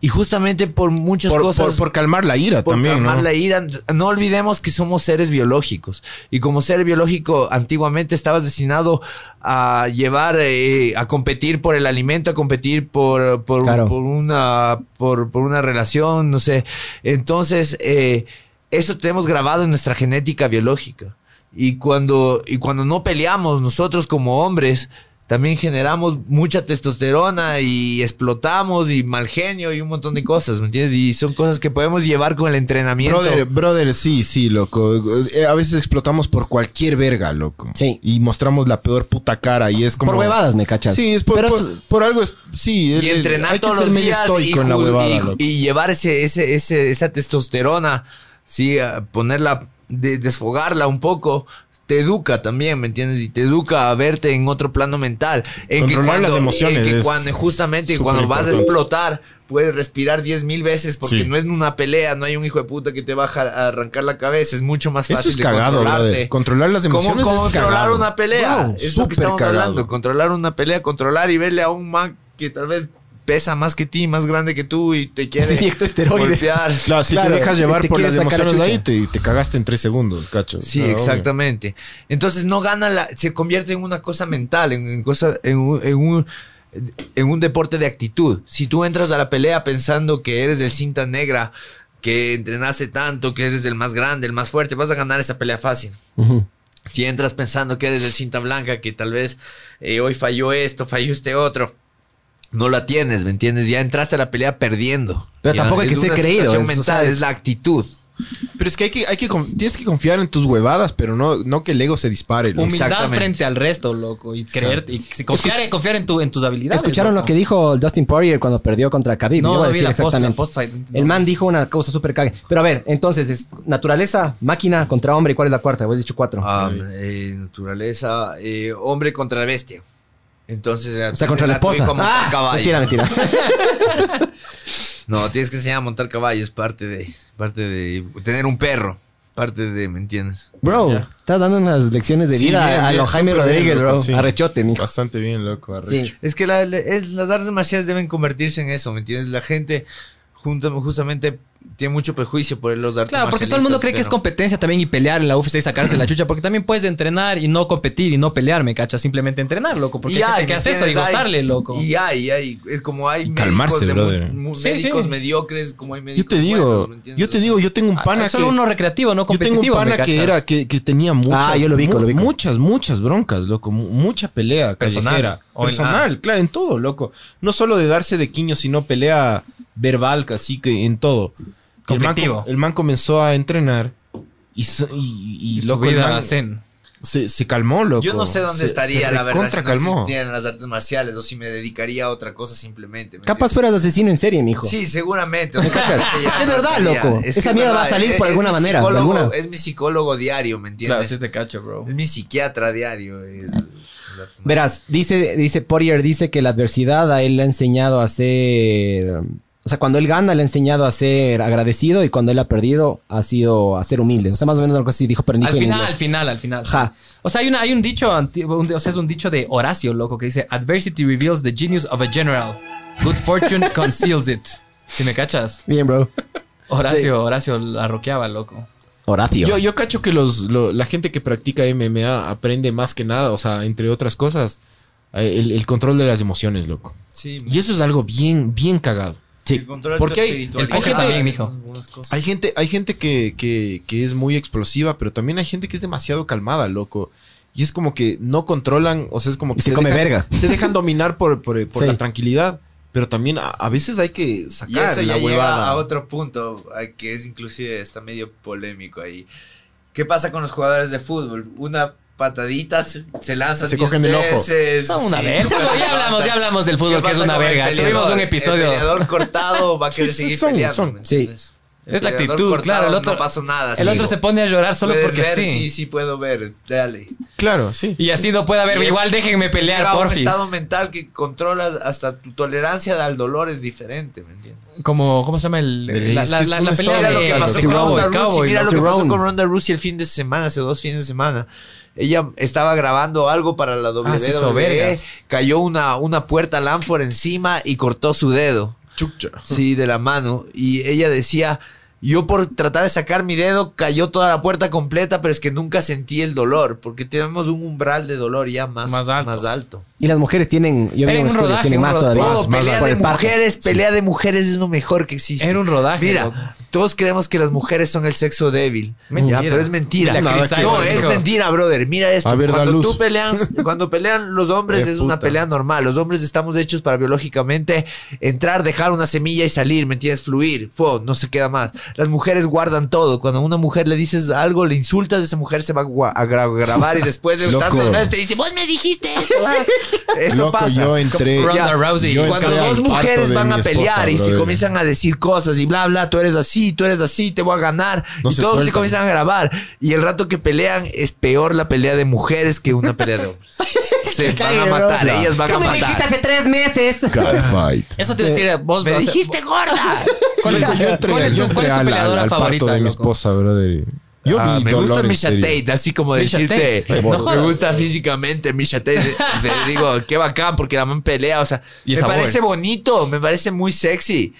S3: y justamente por muchas
S1: Por,
S3: cosas
S1: por- por calmar la ira
S3: por
S1: también,
S3: calmar
S1: ¿no?
S3: la ira. No olvidemos que somos seres biológicos. Y como ser biológico, antiguamente estabas destinado a llevar, eh, a competir por el alimento, a competir por, por,
S2: Claro.
S3: por una, por, por una relación, no sé. Entonces, eh, eso tenemos grabado en nuestra genética biológica. Y cuando, y cuando no peleamos, nosotros como hombres, también generamos mucha testosterona y explotamos y mal genio y un montón de cosas, ¿me entiendes? Y son cosas que podemos llevar con el entrenamiento.
S1: Brother, brother, sí, sí, loco. Eh, A veces explotamos por cualquier verga, loco.
S2: Sí.
S1: Y mostramos la peor puta cara y es como...
S2: Por huevadas, ¿me cachas?
S1: Sí, es por,
S2: Pero
S1: por- por algo... es- sí, el-
S3: y
S1: el-
S3: entrenar
S1: hay que
S3: todos
S1: ser
S3: los
S1: medio
S3: días
S1: estoico
S3: y,
S1: en la
S3: ju-
S1: huevada,
S3: y-
S1: loco.
S3: y llevar ese, ese, ese, esa testosterona, sí, a ponerla, de- desfogarla un poco. Te educa también, ¿me entiendes? Y te educa a verte en otro plano mental. En que
S1: Controlar
S3: cuando,
S1: las emociones
S3: en que
S1: es
S3: cuando- justamente
S1: súper
S3: cuando vas a
S1: importante.
S3: explotar, puedes respirar 10 mil veces porque
S6: Sí.
S3: no es una pelea, no hay un hijo de puta que te va a ja- a arrancar la cabeza. Es mucho más fácil
S1: Eso es
S3: de
S1: cagado,
S3: controlarte.
S1: brother. Controlar las
S3: ¿Cómo
S1: emociones es
S3: controlar
S1: cagado.
S3: una pelea?
S1: Wow,
S3: es lo que
S1: súper
S3: estamos
S1: cagado.
S3: hablando. Controlar una pelea, controlar y verle a un man que tal vez pesa más que ti, más grande que tú y te quiere
S2: Sí, inyecto esteroides.
S3: golpear.
S1: Claro, si
S2: Claro,
S1: te dejas llevar
S2: te
S1: por
S2: quieres
S1: las
S2: sacar la
S1: emociones
S2: chucha.
S1: ahí, te, te cagaste en tres segundos, cacho.
S3: Sí,
S1: Ah, obvio.
S3: exactamente. Entonces no gana la, se convierte en una cosa mental, en, en cosa, en un, en un en un deporte de actitud. Si tú entras a la pelea pensando que eres del cinta negra, que entrenaste tanto, que eres el más grande, el más fuerte, vas a ganar esa pelea fácil.
S2: Ujú.
S3: Si entras pensando que eres el cinta blanca, que tal vez eh, hoy falló esto, falló este otro, no la tienes, ¿me entiendes? Ya entraste a la pelea perdiendo.
S2: Pero
S3: Ya,
S2: tampoco hay
S3: es
S2: que ser
S3: una
S2: creído,
S3: situación
S2: es, o sea,
S3: mental,
S2: es-
S3: es la actitud.
S1: Pero es que hay que, hay que con- tienes que confiar en tus huevadas, pero no, no que el ego se dispare. loco.
S4: Humildad
S3: Exactamente.
S4: frente al resto, loco. Y creerte. Y si confiar, confiar en, tu, en tus habilidades.
S2: ¿Escucharon lo
S4: loco.
S2: que dijo Dustin Poirier cuando perdió contra Khabib?
S4: No,
S2: Yo voy a
S4: vi
S2: decir
S4: la post,
S2: exactamente.
S4: la post-fight.
S2: El man dijo una cosa súper cague. Pero a ver, entonces, es naturaleza, máquina contra hombre. ¿Y cuál es la cuarta? Vos has dicho cuatro.
S3: Ah, eh, naturaleza, eh, hombre contra bestia. Entonces,
S2: o sea, contra la esposa.
S3: Como
S2: Ah,
S3: caballo.
S2: mentira, mentira.
S3: No, tienes que enseñar a montar caballo, es parte de, parte de tener un perro, parte de, ¿me entiendes?
S2: Bro,
S4: Ya.
S2: estás dando unas lecciones de
S6: Sí,
S2: vida
S6: bien,
S2: a
S6: bien,
S2: lo Jaime
S6: súper bien,
S2: Rodríguez,
S6: loco,
S2: bro.
S6: sí.
S2: Arrechote, mijo.
S6: Bastante bien, loco. arrecho.
S2: Sí.
S3: Es que la- la- es- las artes marciales deben convertirse en eso, ¿me entiendes? La gente junta- justamente tiene mucho prejuicio por los artes
S4: Claro, porque todo el mundo cree que es
S3: marcialistas,
S4: competencia también y pelear en la UFC y sacarse la chucha, porque también puedes entrenar y no competir y no pelear, me cacha, simplemente entrenar, loco,
S3: pero-
S4: porque hay gente que
S3: ¿me
S4: hace eso y
S3: entiendes? Hay-
S4: gozarle, loco.
S3: Y hay, hay, es como hay
S1: calmarse,
S3: médicos, de mu-
S1: brother.
S3: mu-
S4: Sí,
S3: médicos
S4: sí.
S3: mediocres, como hay
S1: Yo
S3: médicos
S1: te digo,
S3: buenos, ¿me entiendes?
S1: yo te digo, yo tengo un pana
S4: Ah, es solo
S1: que-
S4: uno recreativo, no
S1: Yo tengo
S4: competitivo.
S1: un pana
S4: ¿me
S1: que
S4: cachas?
S1: era, que, que tenía muchas.
S2: Ah, yo lo ubico,
S1: mu-
S2: lo ubico.
S1: Muchas, muchas broncas, loco. mu- Mucha pelea
S4: Personal.
S1: callejera.
S4: O en- ah.
S1: Personal, claro, en todo, loco. No solo de darse de quiño, sino pelea verbal, casi que en todo. El man,
S4: Conflictivo.
S1: com- el man comenzó a entrenar y, so- y- y,
S4: Y su
S1: loco, el
S4: vida
S1: man
S4: zen.
S1: se, se calmó, loco.
S3: Yo no sé dónde
S1: Se-
S3: estaría,
S1: se
S3: la verdad, si
S1: recontra
S3: no
S1: calmó.
S3: existieran las artes marciales o si me dedicaría a otra cosa simplemente. ¿me
S2: Capaz
S3: entiendes?
S2: fueras asesino en serie, mijo.
S3: Sí, seguramente.
S2: cachas? Es que es verdad, loco. Esa mierda va a salir por alguna
S3: mi
S2: manera, de
S3: psicólogo-
S2: alguna.
S3: Es mi psicólogo diario, ¿me entiendes?
S4: Claro, sí te cacho, bro.
S3: Es mi psiquiatra diario. es-
S2: Verás, dice, dice Poirier, dice que la adversidad a él le ha enseñado a ser... O sea, cuando él gana le ha enseñado a ser agradecido y cuando él ha perdido ha sido a ser humilde. O sea, más o menos algo así dijo, pero dijo
S4: Al
S2: en
S4: final, al
S2: inglés.
S4: final, al final.
S2: Ja.
S4: O sea, hay, una, hay un dicho, anti- un- o sea, es un dicho de Horacio, loco, que dice, Adversity reveals the genius of a general. Good fortune conceals it. Si me cachas.
S2: Bien, bro.
S4: Horacio, Horacio la roqueaba, loco.
S2: Horacio.
S1: Yo, yo cacho que los, lo- la gente que practica MMA aprende más que nada, o sea, entre otras cosas, eh, el, el control de las emociones, loco.
S3: Sí,
S1: Y eso es algo bien, bien cagado.
S3: el control de tu
S1: porque hay-
S3: espiritualidad,
S4: el poker también, mijo.
S3: algunas cosas.
S1: Hay gente, hay gente que, que- que es muy explosiva, pero también hay gente que es demasiado calmada, loco. Y es como que no controlan, o sea, es como que
S2: se come
S1: dejan,
S2: verga.
S1: se dejan dominar por, por- por
S2: Sí.
S1: la tranquilidad. Pero también a, a veces hay que
S4: Ah,
S3: Y
S1: sacar
S3: eso
S1: la
S3: ya llega
S1: huevada.
S3: a otro punto a que es inclusive está medio polémico ahí. ¿Qué pasa con los jugadores de fútbol? Una patadita se, se lanzan
S1: Se
S3: diez
S1: cogen el ojo.
S3: veces,
S4: Son una
S3: sí,
S4: verga.
S3: nunca se
S4: Ya hablamos,
S3: levantan.
S4: ya hablamos del fútbol,
S3: ¿Qué
S4: que es
S3: pasa
S4: una
S3: con el
S4: verga.
S3: peleador?
S4: Tuvimos un episodio.
S3: El peleador cortado va a querer
S1: Sí, sí,
S3: seguir
S1: son-
S3: peleando.
S1: son.
S3: ¿me entiendes? El
S4: Es la
S3: peleador
S4: actitud, claro, el
S3: cortado
S4: otro-
S3: no pasó nada.
S4: El otro se pone a llorar solo porque
S3: ver,
S4: sí.
S3: Sí, sí puedo ver. Dale.
S1: Claro, sí.
S4: Y así no puede haber.
S3: Y es-
S4: Igual déjenme pelear,
S3: Llega a un
S4: porfis.
S3: estado mental que controlas hasta tu tolerancia al dolor es diferente, ¿me entiendes?
S4: Como, ¿cómo se llama el,
S1: Del-
S4: la,
S1: es
S4: la-
S1: que es
S4: la-
S1: una
S4: la pelea
S1: historia
S3: Mira
S4: de
S3: lo que
S1: local.
S3: pasó
S4: del
S3: con
S4: Cowboy,
S3: Ronda Rousey,
S4: Cowboy,
S3: mira
S4: ¿no?
S3: lo que pasó
S2: Round.
S3: con Ronda Rousey el fin de semana, hace dos fines de semana. Ella estaba grabando algo para la WWE,
S4: se Ah, hizo verga.
S3: cayó una, una puerta Lanford encima y cortó su dedo,
S1: Chucha.
S3: sí, de la mano. Y ella decía, yo por tratar de sacar mi dedo cayó toda la puerta completa, pero es que nunca sentí el dolor, porque tenemos un umbral de dolor ya más,
S4: Más
S3: más
S4: alto.
S3: alto.
S2: Y las mujeres tienen... Yo vi
S4: Era
S2: un
S4: un
S2: estudio,
S4: rodaje,
S2: tienen
S4: un
S2: más
S4: ro-
S2: todavía.
S3: Oh,
S2: Más- más
S3: pelea
S2: por
S3: de
S2: el parto.
S3: mujeres, pelea de mujeres es lo mejor que existe.
S4: Era un rodaje,
S3: Mira,
S4: loco.
S3: todos creemos que las mujeres son el sexo débil.
S4: Mentira.
S3: Ya, pero es mentira.
S4: Mira, Chris Tyler
S3: no, es
S4: dijo.
S3: mentira, brother. Mira esto.
S1: A ver, da
S3: cuando
S1: luz.
S3: tú peleas, cuando pelean los hombres
S1: Eh,
S3: es una
S1: puta.
S3: pelea normal. Los hombres estamos hechos para biológicamente entrar, dejar una semilla y salir, ¿me entiendes? Fluir, fue, no se queda más. Las mujeres guardan todo. Cuando a una mujer le dices algo, le insultas, esa mujer se va a gua- a gra- grabar y después de
S1: Loco.
S3: tantas veces te dice, vos me dijiste esto. ah". Eso
S1: Loco,
S3: pasa.
S1: yo entré-
S4: Ronda Rousey.
S1: yo
S3: Cuando
S1: entré
S3: dos
S1: al parto
S3: mujeres
S1: de
S3: van a
S1: mi esposa,
S3: pelear y se
S1: brother.
S3: comienzan a decir cosas y bla, bla, tú eres así, tú eres así, te voy a ganar.
S1: No
S3: y
S1: se
S3: todos se
S1: sueltan.
S3: comienzan a grabar. Y el rato que pelean es peor la pelea de mujeres que una pelea de hombres. se van a matar, ellas van a matar.
S2: hace tres meses?
S1: Catfight.
S4: Eso te iba a decir, vos
S3: Me
S4: o sea,
S3: dijiste gorda.
S4: ¿Cuál es,
S1: Yo entré,
S4: cuál es tu-
S1: yo
S4: cuál
S1: entré
S4: es tu
S1: al, al-
S4: peleadora
S1: al parto
S4: favorita,
S1: de mi
S4: loco?
S1: esposa, brother. Yo
S3: Ah,
S1: vi
S3: me
S1: dolor
S3: gusta
S1: en
S3: Misha
S1: serio.
S3: Tate, así como
S4: Misha
S3: decirte.
S4: Tate. No
S3: me
S4: jodas.
S3: gusta físicamente Misha Tate. Te digo, qué bacán, porque la man pelea. O sea,
S4: Y
S3: me
S4: esa
S3: parece bonito, me parece muy sexy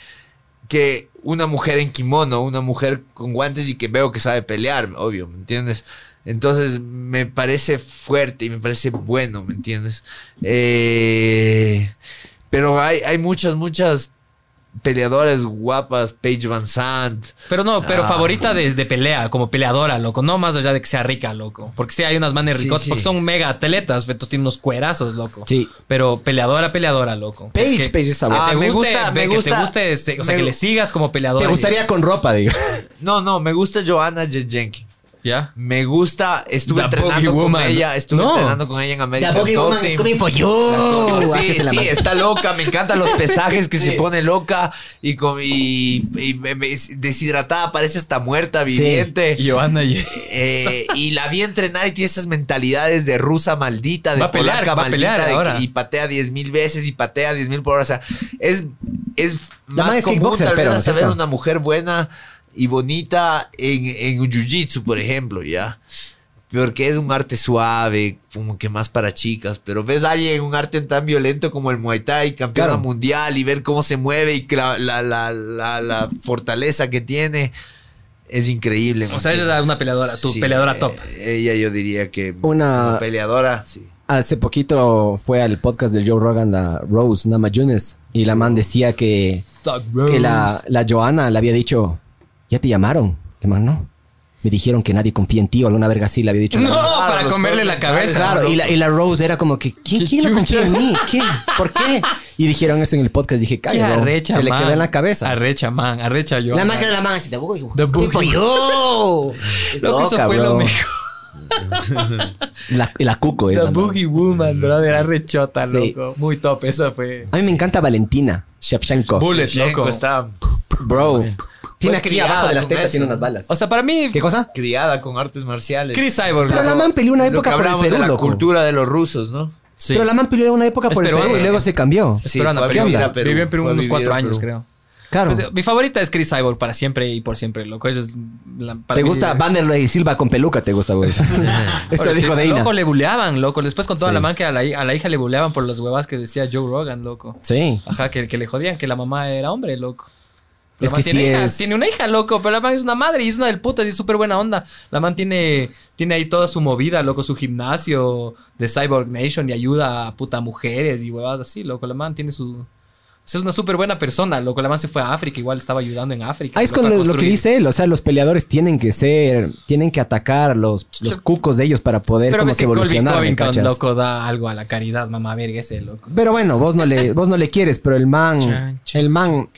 S3: que una mujer en kimono, una mujer con guantes y que veo que sabe pelear, obvio, ¿me entiendes? Entonces me parece fuerte y me parece bueno, ¿me entiendes? Eh, pero hay, hay muchas, muchas peleadoras guapas, Paige Van Sant.
S4: Pero no, pero
S3: Ah.
S4: favorita de, de pelea, como peleadora, loco. No más allá de que sea rica, loco. Porque sí hay unas manes
S3: Sí,
S4: ricotas,
S3: sí.
S4: porque son mega atletas, entonces tienen unos cuerazos, loco.
S2: Sí.
S4: Pero peleadora, peleadora, loco.
S2: Paige,
S4: Que-
S2: Paige está
S4: que
S2: buena.
S3: Ah,
S4: te
S3: me
S4: guste,
S3: gusta,
S4: ve,
S3: me
S4: que
S3: gusta.
S4: te guste, se- o sea,
S3: Me
S4: que
S3: gu-
S4: le sigas como peleadora.
S2: Te gustaría con ropa, digo.
S3: No, no, me gusta Joanna J. Jenkins.
S4: ¿Ya?
S3: Me gusta, estuve
S4: The Boogie
S3: entrenando con
S4: Woman.
S3: ella, estuve
S4: No.
S3: entrenando con ella en América.
S2: for
S3: sí, sí, está loca, me encantan los pesajes que se pone loca y, con- y- y me- me- deshidratada, parece hasta muerta, viviente.
S4: Joana y-
S3: Eh, y la vi entrenar y tiene esas mentalidades de rusa maldita, de
S4: Va a pelear,
S3: polaca
S4: va a
S3: maldita,
S4: pelear
S3: de que-
S4: ahora.
S3: y patea 10 mil veces y patea 10 mil por hora. O sea, es, es
S2: La man
S3: más
S2: es
S3: común
S2: kickboxer,
S3: tal vez
S2: pero, ¿no es
S3: hasta ver
S2: cierto?
S3: una mujer buena y bonita en, en jiu-jitsu, por ejemplo, ¿ya? Porque es un arte suave, como que más para chicas. Pero ves a alguien en un arte tan violento como el Muay Thai, campeona
S2: Claro.
S3: mundial, y ver cómo se mueve y la, la- la- la- la fortaleza que tiene. Es increíble.
S4: O sea, ella era una peleadora, tu peleadora top.
S3: eh, Ella yo diría que
S2: Una-
S3: peleadora, sí.
S2: Hace poquito fue al podcast de Joe Rogan, la Rose Namajunas, y la man decía que,
S4: Doug
S2: que
S4: Rose.
S2: la, la Joana le había dicho, ya te llamaron. La man, no. Me dijeron que nadie confía en ti o alguna verga así, le había dicho.
S4: No,
S2: la-
S4: para
S3: Ah, los
S4: comerle la cabeza.
S2: Claro, y la, y la Rose era como que, ¿quién,
S4: Qué
S2: quién no confía en
S4: chucha.
S2: mí? ¿Quién? ¿Por qué? Y dijeron eso en el podcast. Dije,
S4: Qué
S2: calla, bro".
S4: arrecha,
S2: Se le quedó
S4: man.
S2: en la cabeza.
S4: Arrecha, man. Arrecha, yo.
S2: La máquina de la mano así, "The boogie,
S4: The
S2: boogie for
S4: boogie".
S2: you". Es
S4: Loco, eso
S2: loca,
S4: fue
S2: bro.
S4: lo mejor.
S2: La, la cuco es
S4: The
S2: la man.
S4: Boogie Woman, brother. Arrechota,
S2: Mm. Sí.
S4: loco. Muy top. Esa fue.
S2: A mí me encanta Valentina Shevchenko.
S4: Bullet, loco.
S3: Shevchenko está
S2: Bro. Tiene
S3: Fue
S2: aquí
S3: criada
S2: abajo de las
S3: con
S2: tetas
S3: eso.
S2: tiene unas balas.
S4: O sea, para mí,
S2: ¿Qué cosa?
S3: criada con artes marciales.
S4: Chris Cyborg,
S2: Pero la man peleó una
S3: Lo que
S2: época por el
S3: hablamos
S2: Perú,
S3: de la
S2: loco.
S3: cultura de los rusos, ¿no?
S4: sí. Este,
S2: Pero la man peleó una época
S4: Es
S2: por el
S4: peruana.
S2: Perú y luego se cambió.
S3: Sí,
S4: Pero anda,
S3: fue a
S4: ¿qué
S3: vivir
S2: onda?
S3: a Perú,
S4: viví en Perú
S3: fue a
S4: unos
S3: vivir
S4: cuatro
S3: a Perú.
S4: años, creo.
S2: Claro.
S4: Pues, mi favorita es Chris Cyborg para siempre y por siempre, loco. Ella es la- para
S2: ¿Te
S4: mí- eh,
S2: gusta Vanderlei Silva con peluca? ¿Te gusta, güey? Eso
S4: Porque
S2: dijo
S4: sí,
S2: Deina.
S4: Loco, le buleaban, loco. Después con toda
S2: Sí.
S4: la man que a la, hi- a la hija le buleaban por las huevas que decía Joe Rogan, loco.
S2: Sí.
S4: Ajá, que, que le jodían que la mamá era hombre, loco. La
S2: Es
S4: man
S2: que
S4: tiene,
S2: sí
S4: hija-
S2: es-
S4: tiene una hija, loco, pero la man es una madre y es una del puta, así súper buena onda. La man tiene, tiene ahí toda su movida, loco, su gimnasio de Cyborg Nation y ayuda a puta mujeres y huevadas así, loco. La man tiene su... o sea, Es una súper buena persona, loco. La man se fue a África, igual estaba ayudando en África.
S2: Ah, es
S4: loco,
S2: con
S4: a
S2: lo, lo que
S4: construir.
S2: dice él. O sea, los peleadores tienen que ser... Tienen que atacar los, los cucos de ellos para poder
S4: Pero
S2: como
S4: ves
S2: que
S4: que Colby
S2: evolucionar. ¿me
S4: Covington,
S2: cachas?
S4: loco, da algo a la caridad, mamá verga ese, loco.
S2: Pero bueno, vos no le, vos no le quieres, pero el man... El man...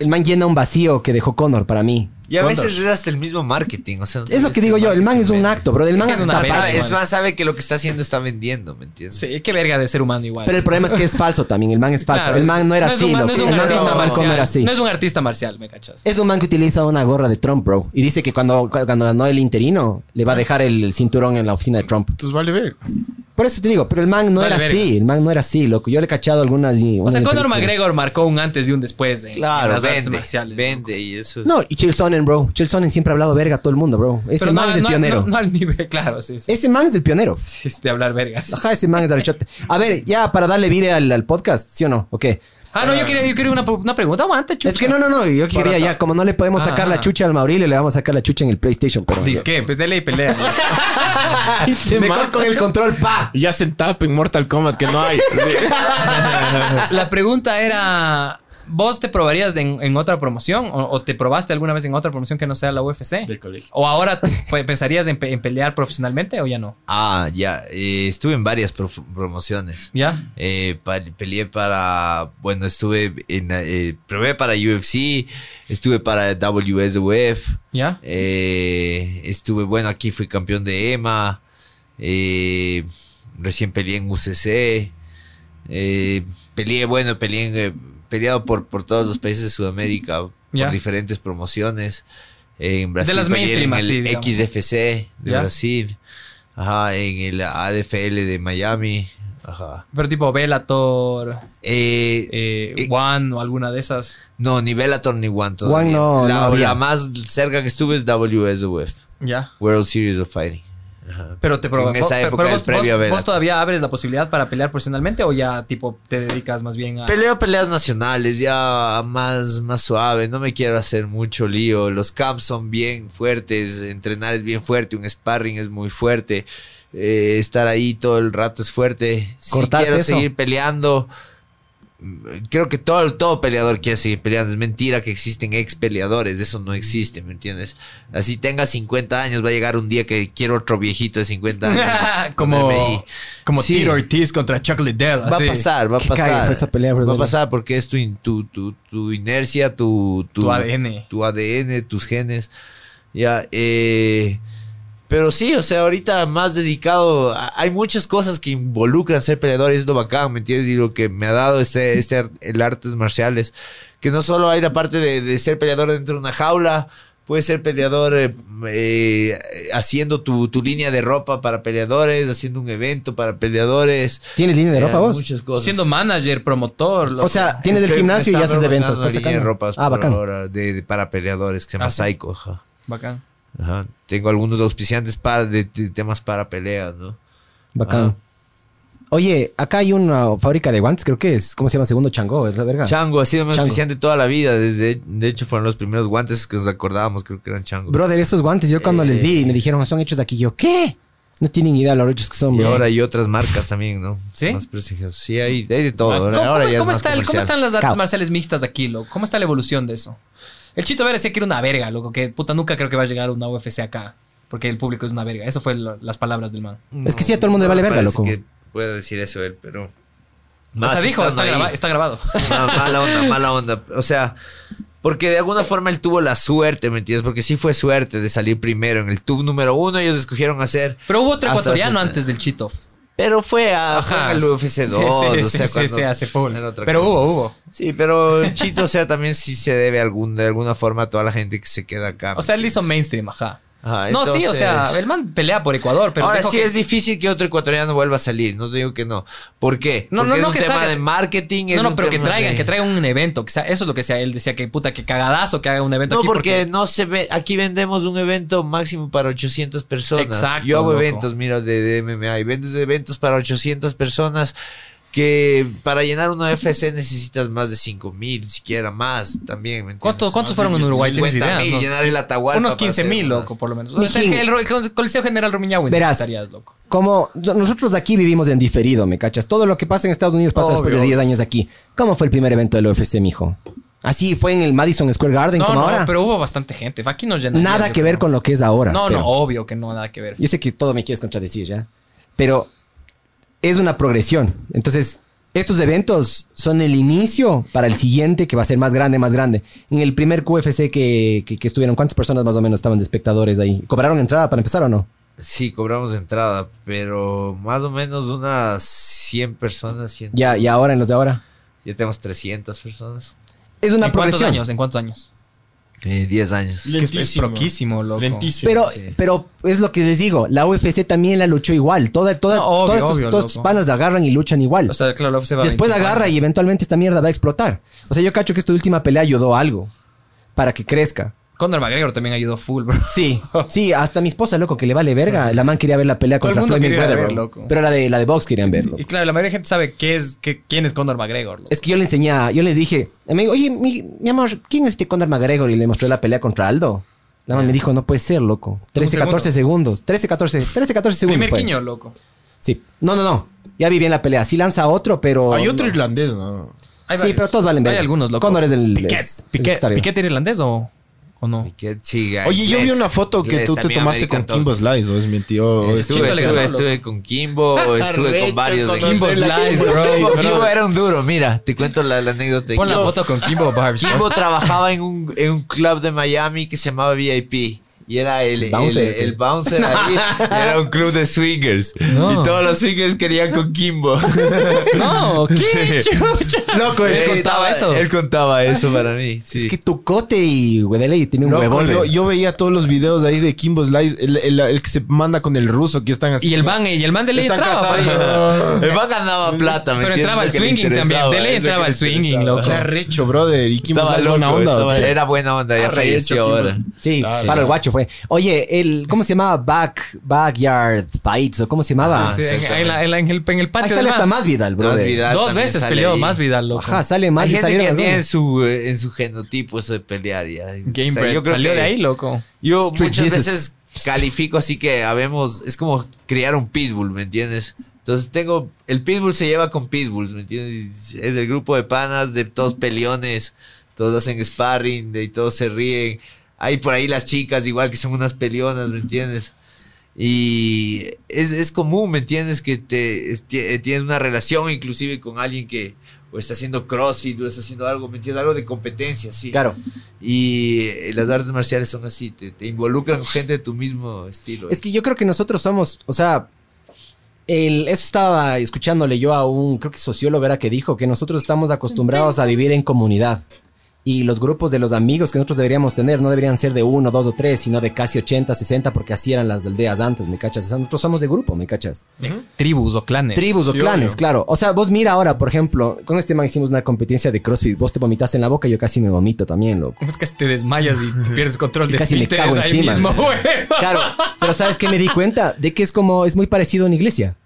S2: El man llena un vacío que dejó Connor para mí.
S3: Y a
S2: Connor.
S3: veces es hasta el mismo marketing. O sea, no
S2: Es lo
S3: sabes
S2: que digo yo, el man es un
S3: marketing
S2: acto, bro. El man
S4: que
S2: es
S4: es una
S2: está
S3: vende.
S4: verga,
S2: falso.
S3: Sabe-
S4: igual.
S3: Es más, sabe que lo que está haciendo está vendiendo, ¿me entiendes?
S4: Sí, qué verga de ser humano igual.
S2: Pero el problema es que es falso también. El man es falso.
S4: Claro,
S2: el man no era
S4: es
S2: así.
S4: un-
S2: loco.
S4: no es un
S2: el man
S4: artista
S2: no, Malcolm
S4: marcial.
S2: era así.
S4: No es un artista marcial, me cachas.
S2: Es un man que utiliza una gorra de Trump, bro. Y dice que cuando, cuando ganó el interino, le va a dejar el cinturón en la oficina de Trump.
S6: Entonces vale ver.
S2: Por eso te digo, pero el man no
S4: Vale,
S2: era
S4: verga.
S2: así. El man no era así, loco. Yo le he cachado algunas. y-
S4: O sea,
S2: unas
S4: Conor
S2: entrevistas.
S4: McGregor marcó un antes y un después en, en
S3: Claro,
S4: las artes
S3: vende.
S4: marciales.
S3: Vende y eso es-
S2: No, y Chael Sonnen, bro. Chael Sonnen siempre ha hablado verga a todo el mundo, bro. Ese
S4: Pero
S2: man
S4: no,
S2: es el
S4: no-
S2: pionero.
S4: No, no al nivel, claro, sí, sí.
S2: Ese man es el pionero.
S4: Sí, es de hablar vergas.
S2: Ajá, ese man es arrechote. A ver, ya para darle vida al, al podcast, ¿sí o no? ¿O qué?
S4: Ah, no, yo quería, yo quería una, una pregunta. Aguanta, chucha.
S2: Es que no, no, no. Yo quería ya, como no le podemos sacar
S4: Ah.
S2: la chucha al Maurilio, le vamos a sacar la chucha en el PlayStation, pero.
S4: Disque, pues dele y pelea.
S2: Me corto con el control, pa.
S6: Ya se tapa en Mortal Kombat que no hay.
S4: La pregunta era... ¿Vos te probarías de- en, en otra promoción? O, o te probaste alguna vez en otra promoción que no sea la UFC?
S6: Del colegio.
S4: ¿O ahora pues, pensarías en, pe- en pelear profesionalmente o ya no?
S3: Ah, ya. eh, estuve en varias prof- promociones.
S4: ¿Ya?
S3: Eh, pa- peleé para, bueno, estuve en, eh, probé para UFC, estuve para WSOF,
S4: ¿Ya?
S3: eh, estuve, bueno, aquí fui campeón de EMA, eh, recién peleé en UCC, eh, peleé, bueno, peleé en, eh, peleado por, por todos los países de Sudamérica,
S4: Ya.
S3: por diferentes promociones. Eh, En Brasil,
S4: las
S3: peleé
S4: mainstream,
S3: en el
S4: así, digamos.
S3: XFC de
S4: Ya.
S3: Brasil, ajá, en el ADFL de Miami, ajá.
S4: Pero tipo Velator,
S3: Eh,
S4: eh,
S3: Eh,
S4: One o alguna de esas.
S3: no, ni Bellator ni One todavía.
S2: One no,
S3: la,
S2: no había.
S3: la más cerca que estuve es WSOF,
S4: Ya.
S3: World Series of Fighting. Ajá.
S4: Pero te
S3: Que en
S4: provoca.
S3: esa época
S4: pero
S3: es
S4: vos,
S3: previo a
S4: vos-
S3: Bellator.
S4: vos todavía abres la posibilidad para pelear profesionalmente o ya tipo te dedicas más bien a.
S3: Peleo peleas nacionales, ya más, más suave, no me quiero hacer mucho lío. Los camps son bien fuertes, entrenar es bien fuerte, un sparring es muy fuerte, eh, estar ahí todo el rato es fuerte.
S2: Cortarte
S3: si quiero
S2: eso.
S3: seguir peleando, Creo que todo, todo peleador quiere seguir peleando. Es mentira que existen ex peleadores. Eso no existe, ¿me entiendes? Así tenga 50 años, va a llegar un día que quiero otro viejito de 50 años.
S4: como
S3: ponerme ahí.
S4: como
S3: Sí.
S4: Tito Ortiz contra Chocolate Dell.
S3: Va
S4: así.
S3: a pasar, va a
S2: Qué cague
S3: pasar.
S2: fue esa pelea,
S3: va
S2: brother.
S3: a pasar porque es tu, in- tu, tu, tu inercia, tu,
S4: Tu ADN.
S3: Tu ADN, tus genes. Ya, eh, pero sí, o sea, ahorita más dedicado. a- Hay muchas cosas que involucran ser peleador y es lo bacán, ¿me entiendes? Y lo que me ha dado este, este ar- el artes marciales. Que no solo hay la parte de, de ser peleador dentro de una jaula. Puedes ser peleador eh, eh, haciendo tu, tu línea de ropa para peleadores, haciendo un evento para peleadores.
S2: ¿Tienes línea
S4: Eh,
S2: de
S3: Ya,
S2: ropa vos?
S3: Muchas cosas.
S4: Siendo manager, promotor. loco.
S2: O sea, tienes el
S3: Estoy-
S2: gimnasio y
S3: estaba
S2: haces eventos.
S3: organizando
S2: Estás
S3: línea de
S2: sacando.
S3: ropas
S2: Ah,
S3: por
S2: bacán.
S3: ahora de- de- para peleadores que se llama
S4: Ah, sí.
S3: Psycho. ajá.
S4: bacán.
S3: Ajá. Tengo algunos auspiciantes para, de, de temas para peleas, ¿no?
S4: Ah.
S2: Bacán. Oye, acá hay una fábrica de guantes, creo que es. ¿Cómo se llama? Segundo Changó, es la verga.
S3: Chango ha sido mi
S2: Ah. Chango.
S3: auspiciante toda la vida. Desde, de hecho, fueron los primeros guantes que nos acordábamos, creo que eran Chango.
S2: Brother, esos guantes, yo cuando les
S4: Eh.
S2: vi y me dijeron, son hechos de aquí, yo, ¿qué? No tienen idea lo hechos que son,
S3: y
S2: bro.
S3: ahora hay otras marcas también, ¿no?
S4: ¿Sí?
S3: Más prestigiosas. Sí, hay, hay de todo.
S4: Más-
S3: Ahora,
S4: ¿Cómo,
S3: ahora
S4: cómo-
S3: ya es
S4: cómo
S3: más
S4: está el- cómo
S3: comercial.
S4: están las artes
S2: Cabo.
S4: marciales mixtas de aquí, loco? ¿Cómo está la evolución de eso? El Chito Vera decía que era una verga, loco, que puta nunca creo que va a llegar una UFC acá, porque el público es una verga. Eso fue lo- las palabras del man.
S2: Es que sí, a todo el mundo le vale
S3: me
S2: verga,
S3: parece
S2: loco.
S3: que puede decir eso él, pero.
S4: o sea,
S3: Más
S4: dijo,
S3: estando
S4: está,
S3: ahí.
S4: graba- está grabado.
S3: Ma- mala onda, mala onda. O sea, porque de alguna forma él tuvo la suerte, ¿me entiendes? Porque sí fue suerte de salir primero en el tub número uno. Ellos escogieron hacer.
S4: Pero hubo otro
S3: Hasta
S4: ecuatoriano
S3: hace-
S4: antes del Chito.
S3: Pero fue, a, fue en
S4: Ajá.
S3: Ah, el UFC 2.
S4: Sí, sí,
S3: o sea,
S4: sí,
S3: cuando
S4: sí, hace full.
S3: era otra
S4: Pero
S3: cosa.
S4: hubo, hubo.
S3: Sí, pero Chito, o sea, también sí se debe algún, de alguna forma a toda la gente que se queda acá.
S4: O sea, él hizo mainstream, ajá.
S3: Ajá,
S4: no, sí, o
S3: Ah, entonces-
S4: sea, el man pelea por Ecuador, pero
S3: Ahora
S4: dijo
S3: sí
S4: que-
S3: es difícil que otro ecuatoriano vuelva a salir, no te digo que no. ¿Por qué?
S4: No,
S3: Porque
S4: no,
S3: es
S4: no
S3: un
S4: que
S3: tema
S4: salgas.
S3: de marketing. es
S4: No, no,
S3: un
S4: pero que
S3: tema
S4: traigan,
S3: de-
S4: que traigan un evento. que sea- eso es lo que decía. Él decía que puta, que cagadazo que haga un evento
S3: No,
S4: aquí.
S3: porque, no se ve. Aquí vendemos un evento máximo para 800 personas.
S4: Exacto,
S3: Yo hago
S4: loco.
S3: eventos, mira, de, de MMA. Y vendes eventos para 800 personas. Que para llenar una FC necesitas más de 5 mil, siquiera más también. ¿me entiendes?
S4: ¿Cuántos- cuántos
S3: Más
S4: fueron
S3: de
S4: en Uruguay? ¿Tienes
S3: 50
S4: idea?
S3: mil,
S4: No.
S3: llenar el Atahualpa
S4: unos
S3: para
S4: 15
S3: hacer
S4: mil,
S3: una-
S4: loco, por lo menos. O sea,
S2: Mijín.
S4: el, el- el Coliseo General Rumiñahui
S2: Verás.
S4: necesitarías, loco.
S2: Como nosotros aquí vivimos en diferido, ¿me cachas? Todo lo que pasa en Estados Unidos pasa después de
S3: Obvio.
S2: 10 años aquí. ¿Cómo fue el primer evento del UFC, mijo? Así fue en el Madison Square Garden,
S4: No,
S2: como
S4: no,
S2: ahora.
S4: pero hubo bastante gente. Aquí no llenaría,
S2: Nada
S4: yo
S2: que ver
S4: creo.
S2: con lo que es ahora.
S4: No,
S2: pero-
S4: no, obvio que no, nada que ver.
S2: Yo sé que todo me quieres contradecir ya, pero es una progresión. Entonces, estos eventos son el inicio para el siguiente que va a ser más grande, más grande. En el primer QFC que, que- que estuvieron, ¿cuántas personas más o menos estaban de espectadores ahí? ¿Cobraron entrada para empezar o no?
S3: Sí, cobramos entrada, pero más o menos unas 100 personas. 100,
S2: Ya, y ahora en los de ahora.
S3: ya tenemos 300 personas.
S2: Es una
S4: ¿En cuántos
S2: progresión.
S4: años? ¿En cuántos años?
S3: Eh, 10 años.
S4: que es- es proquísimo, loco.
S1: Lentísimo.
S2: Pero,
S3: Sí.
S2: pero es lo que les digo, la UFC también la luchó igual. Toda, toda,
S4: No, obvio,
S2: todas estos-
S4: obvio,
S2: todos estos
S4: loco.
S2: panas la agarran y luchan igual.
S4: O sea, claro, la UFC va a
S2: Después
S4: 25
S2: agarra
S4: años.
S2: y eventualmente esta mierda va a explotar. O sea, yo cacho que esta última pelea ayudó a algo para que crezca.
S4: Conor McGregor también ayudó full, bro.
S2: Sí, sí, hasta mi esposa, loco, que le vale verga. La man quería ver la pelea
S4: Todo el
S2: contra
S4: mundo
S2: Floyd
S4: quería
S2: Mayweather,
S4: ver,
S2: bro.
S4: loco.
S2: Pero la de la de box querían verlo.
S4: Y claro, la mayoría de gente sabe qué es, qué, quién es Conor McGregor. loco.
S2: Es que yo le enseñé, a- yo le dije, me dijo, oye, mi, mi amor, ¿quién es este Conor McGregor? Y le mostré la pelea contra Aldo. La man me dijo, no puede ser, loco. 13,
S4: segundo.
S2: 14 segundos. 13, 14, 13, 14 segundos.
S4: Primer
S2: fue.
S4: quiño, loco.
S2: Sí. No, no, no. Ya vi bien la pelea. Sí lanza otro, pero.
S1: Hay otro
S2: no.
S1: irlandés, ¿no?
S4: Hay
S2: Sí,
S4: varios.
S2: pero todos valen verga.
S4: Hay algunos, loco.
S2: Conor es el-
S4: Piquet.
S2: es- es
S4: Piquet,
S2: exterior.
S4: Piquet era irlandés o, o no?
S3: Que siga,
S1: Oye, yo vi
S3: Ah, inglés,
S1: una foto que
S3: inglés,
S1: tú te
S3: también
S1: tomaste con
S3: americano.
S1: Kimbo Slice, o es mentira.
S3: Estuve,
S4: Chito le ganó,
S3: estuve,
S4: loco.
S3: estuve con Kimbo, estuve
S1: Arrecho
S3: con varios de
S1: conocer
S4: Kimbo
S1: la-
S4: Slice, bro.
S3: Kimbo, Kimbo era un duro, mira, te cuento la, la anécdota. de
S4: Pon la
S3: Kimbo.
S4: foto con Kimbo Barbs. bro.
S3: Kimbo trabajaba en un, en un club de Miami que se llamaba VIP. Y era el, el,
S2: Bouncer,
S3: el, bouncer ahí. Era un club de swingers.
S4: No.
S3: Y todos los swingers querían con Kimbo.
S4: No, qué chucha.
S2: Loco,
S4: Él
S3: Eh,
S4: contaba eso.
S3: Él contaba eso para mí. Sí.
S2: Es que tu cote y Wedele tiene un
S1: Loco,
S2: huevón.
S1: yo,
S2: de-
S1: yo veía todos los videos ahí de Kimbo Slice, el, el- el que se manda con el ruso que están así.
S4: Y el man, y el man de ley
S1: Están
S4: entraba.
S1: casados.
S4: bro.
S3: El man ganaba plata, ¿me
S4: Pero
S3: entiendes?
S4: entraba
S3: Lo
S4: al
S3: que le
S4: swinging también.
S3: interesaba,
S4: De ley
S3: es lo que
S4: entraba
S3: le
S4: al swinging,
S3: interesaba.
S4: loco.
S1: Qué arrecho, brother. Y Kimbo
S3: Estaba
S1: Slice
S3: loco,
S1: buena onda.
S3: estaba-
S1: ¿o qué?
S3: era buena onda, ya
S1: Arrecho,
S3: falleció
S1: Kimbo.
S3: ahora.
S2: Sí, para el guacho fue. Oye, el, ¿cómo se llamaba? Back, backyard Fights, o cómo se llamaba?
S3: Ah,
S4: Sí, en, en la- en la- en el, en el patio
S2: Ahí
S4: del
S2: sale hasta
S4: man.
S2: más Vidal, brother.
S3: Más Vidal.
S4: Dos
S3: también
S4: veces
S3: sale
S4: peleó
S3: ahí.
S4: más Vidal, loco.
S2: Ajá, sale más
S3: Hay
S2: y
S3: gente
S2: salieron
S3: que tiene en
S2: algunos.
S3: su, eh, en su genotipo eso de pelear ya.
S4: Game
S3: O sea,
S4: Bread.
S3: yo creo
S4: Salió
S3: que
S4: de ahí, loco.
S3: Yo
S2: Street
S3: muchas
S2: Jesus.
S3: veces califico así que habemos, es como criar un pitbull, ¿me entiendes? Entonces tengo, el Pitbull se lleva con Pitbulls, ¿me entiendes? Es el grupo de panas, de todos peleones, todos hacen sparring, de, y todos se ríen. Hay por ahí las chicas igual que son unas peleonas, ¿me entiendes? Y es, es común, ¿me entiendes? Que te, es- tie- eh, tienes una relación inclusive con alguien que o está haciendo crossfit o está haciendo algo, ¿me entiendes? Algo de competencia, sí.
S2: Claro.
S3: Y eh, las artes marciales son así, te, te involucran con gente de tu mismo estilo.
S2: Es que yo creo que nosotros somos, o sea, el, eso estaba escuchándole yo a un, creo que sociólogo era que dijo que nosotros estamos acostumbrados a vivir en comunidad. Y los grupos de los amigos que nosotros deberíamos tener no deberían ser de uno, dos o tres, sino de casi 80, 60, porque así eran las aldeas antes, ¿me cachas? O sea, nosotros somos de grupo, ¿me cachas?
S4: Tribus o clanes.
S2: Tribus o
S1: Sí,
S2: clanes,
S1: obvio.
S2: claro. O sea, vos mira ahora, por ejemplo, con este man hicimos una competencia de CrossFit. Vos te vomitaste en la boca, yo casi me vomito también, loco.
S4: Casi te desmayas y te pierdes control de
S2: Casi me
S4: esfínteres
S2: cago
S4: ahí
S2: encima.
S4: mismo, güey.
S2: Claro, pero ¿sabes qué me di cuenta? De que es como, es muy parecido a una iglesia.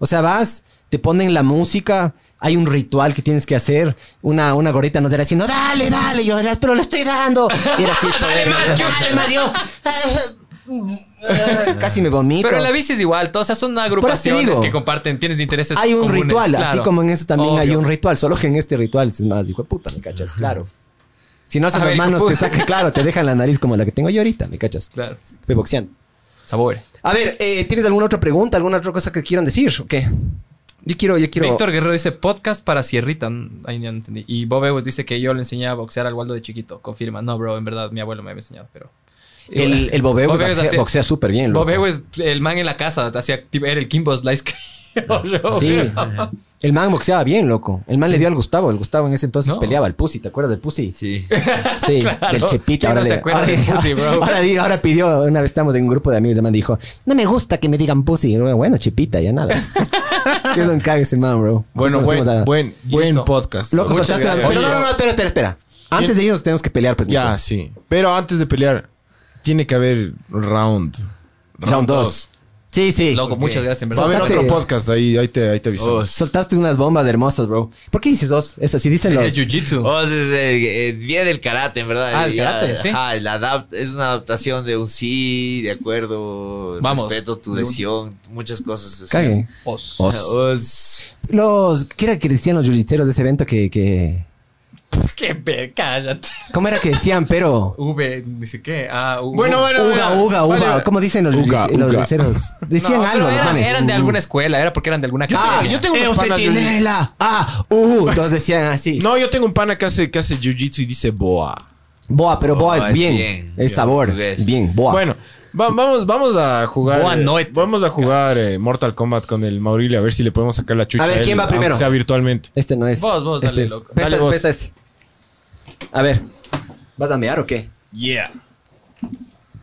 S2: O sea, vas, te ponen la música, hay un ritual que tienes que hacer. Una, una gorrita nos era diciendo, dale, dale, y yo, "Verás, pero lo estoy dando. Y era así, dale, más, dale, más, yo. ah, Casi me vomito.
S4: Pero en la bici es igual, todo, o sea, son agrupaciones
S2: digo,
S4: que comparten, tienes intereses
S2: hay un
S4: comunes,
S2: ritual, así
S4: claro.
S2: como en eso también hay
S4: Obvio.
S2: un ritual, solo que en este ritual es más, hijo de puta, ¿me cachas? Claro. Si no haces
S4: A
S2: las
S4: ver, hijo de
S2: manos, te
S4: puta.
S2: saca, claro, te dejan la nariz como la que tengo yo ahorita, ¿me cachas?
S4: Claro.
S2: Fui boxeando.
S4: Sabor.
S2: A ver, eh, ¿tienes alguna otra pregunta, alguna otra cosa que quieran decir o qué? Yo quiero, yo quiero.
S4: Víctor Guerrero dice podcast para Sierrita. Mm, Ahí ya no entendí. Y Bob Ewes dice que yo le enseñé a boxear al Waldo de chiquito. Confirma. No, bro, en verdad, mi abuelo me había enseñado, pero.
S2: el, el Bobeo
S4: Bob Ewes
S2: boxea,
S4: hacía-
S2: boxea súper bien. loco.
S4: Bob Ewes, el man en la casa, hacía, tipo, era el Kimbo Slice que.
S2: Sí. El man boxeaba bien, loco. El man le dio al Gustavo. El Gustavo en ese entonces
S4: No.
S2: peleaba al Pussy. ¿Te acuerdas del Pussy?
S3: sí.
S2: Sí,
S4: Claro.
S2: del Chepita.
S4: ¿Quién no
S2: le-
S4: se acuerda del Pussy, bro?
S2: ahora di- ahora pidió, una vez estamos en un grupo de amigos, el man dijo, no me gusta que me digan Pussy. Y yo, Bueno, Chepita, ya nada. Yo no cague ese man, bro.
S1: Bueno,
S2: Nosotros
S1: buen,
S2: somos a-
S1: buen, buen
S4: Listo.
S1: podcast.
S2: Loco,
S1: Muchas
S2: soltaste las-
S1: gracias.
S2: Pero no, no, no, espera, espera, espera. Antes de irnos tenemos que pelear, pues.
S1: Ya,
S2: mijo.
S1: sí. Pero antes de pelear, tiene que haber round.
S2: Round 2. Sí, sí.
S4: Loco, muchas gracias, en
S1: Va a
S4: verdad.
S1: haber
S2: Soltate.
S1: otro podcast ahí, ahí te, ahí te
S4: Oh,
S1: avisamos.
S2: Soltaste unas bombas hermosas, bro. ¿Por qué dices dos? Es así, dicen los.
S4: Es de Jiu-Jitsu.
S3: O sea, Oh, es el, eh, viene del karate, en verdad.
S4: Ah, el
S3: Y ya,
S4: karate, sí.
S3: ajá, el adapt- es una adaptación de un sí, de acuerdo,
S4: Vamos.
S3: respeto tu
S4: De un-
S3: decisión, muchas cosas así.
S2: Cague.
S4: Os.
S3: O sea, os-
S2: Los. ¿Qué era que decían los yuricheros de ese evento que. que-
S4: Qué pe, cállate.
S2: ¿Cómo era que decían, pero.
S4: V, dice qué. Ah, U-
S1: Bueno, bueno.
S2: Uga, uga, uga.
S1: Vale.
S2: ¿Cómo dicen los,
S1: Uga,
S2: yurice- los
S1: uga.
S2: yuricheros? Decían
S4: No,
S2: algo,
S4: pero
S2: los
S4: eran,
S2: manes.
S4: eran de alguna escuela, era porque eran de alguna
S1: Ah,
S4: academia.
S1: yo tengo
S2: ¡Eh,
S1: unos panas de-
S2: centinela! ¡Ah! ¡Uh! Todos decían así.
S1: No, yo tengo un pana que hace, que hace jiu-jitsu y dice boa.
S2: Boa, pero boa,
S3: Boa
S2: es
S3: es
S2: bien.
S3: bien,
S2: es
S3: bien
S2: sabor.
S3: portugués.
S2: Bien, boa.
S1: Bueno, va- vamos, vamos a jugar.
S4: Boa
S1: eh,
S4: Noite.
S1: vamos a jugar eh, Mortal Kombat con el Maurilio, a ver si le podemos sacar la chucha.
S2: A ver,
S1: él,
S2: ¿quién va
S1: aunque
S2: primero?
S1: Sea virtualmente.
S2: Este no es.
S4: Vos, vos,
S2: este
S4: dale,
S2: es.
S4: loco.
S2: Pesta,
S1: Dale vos.
S2: pesta este. A ver. ¿Vas a mear o qué?
S1: Yeah.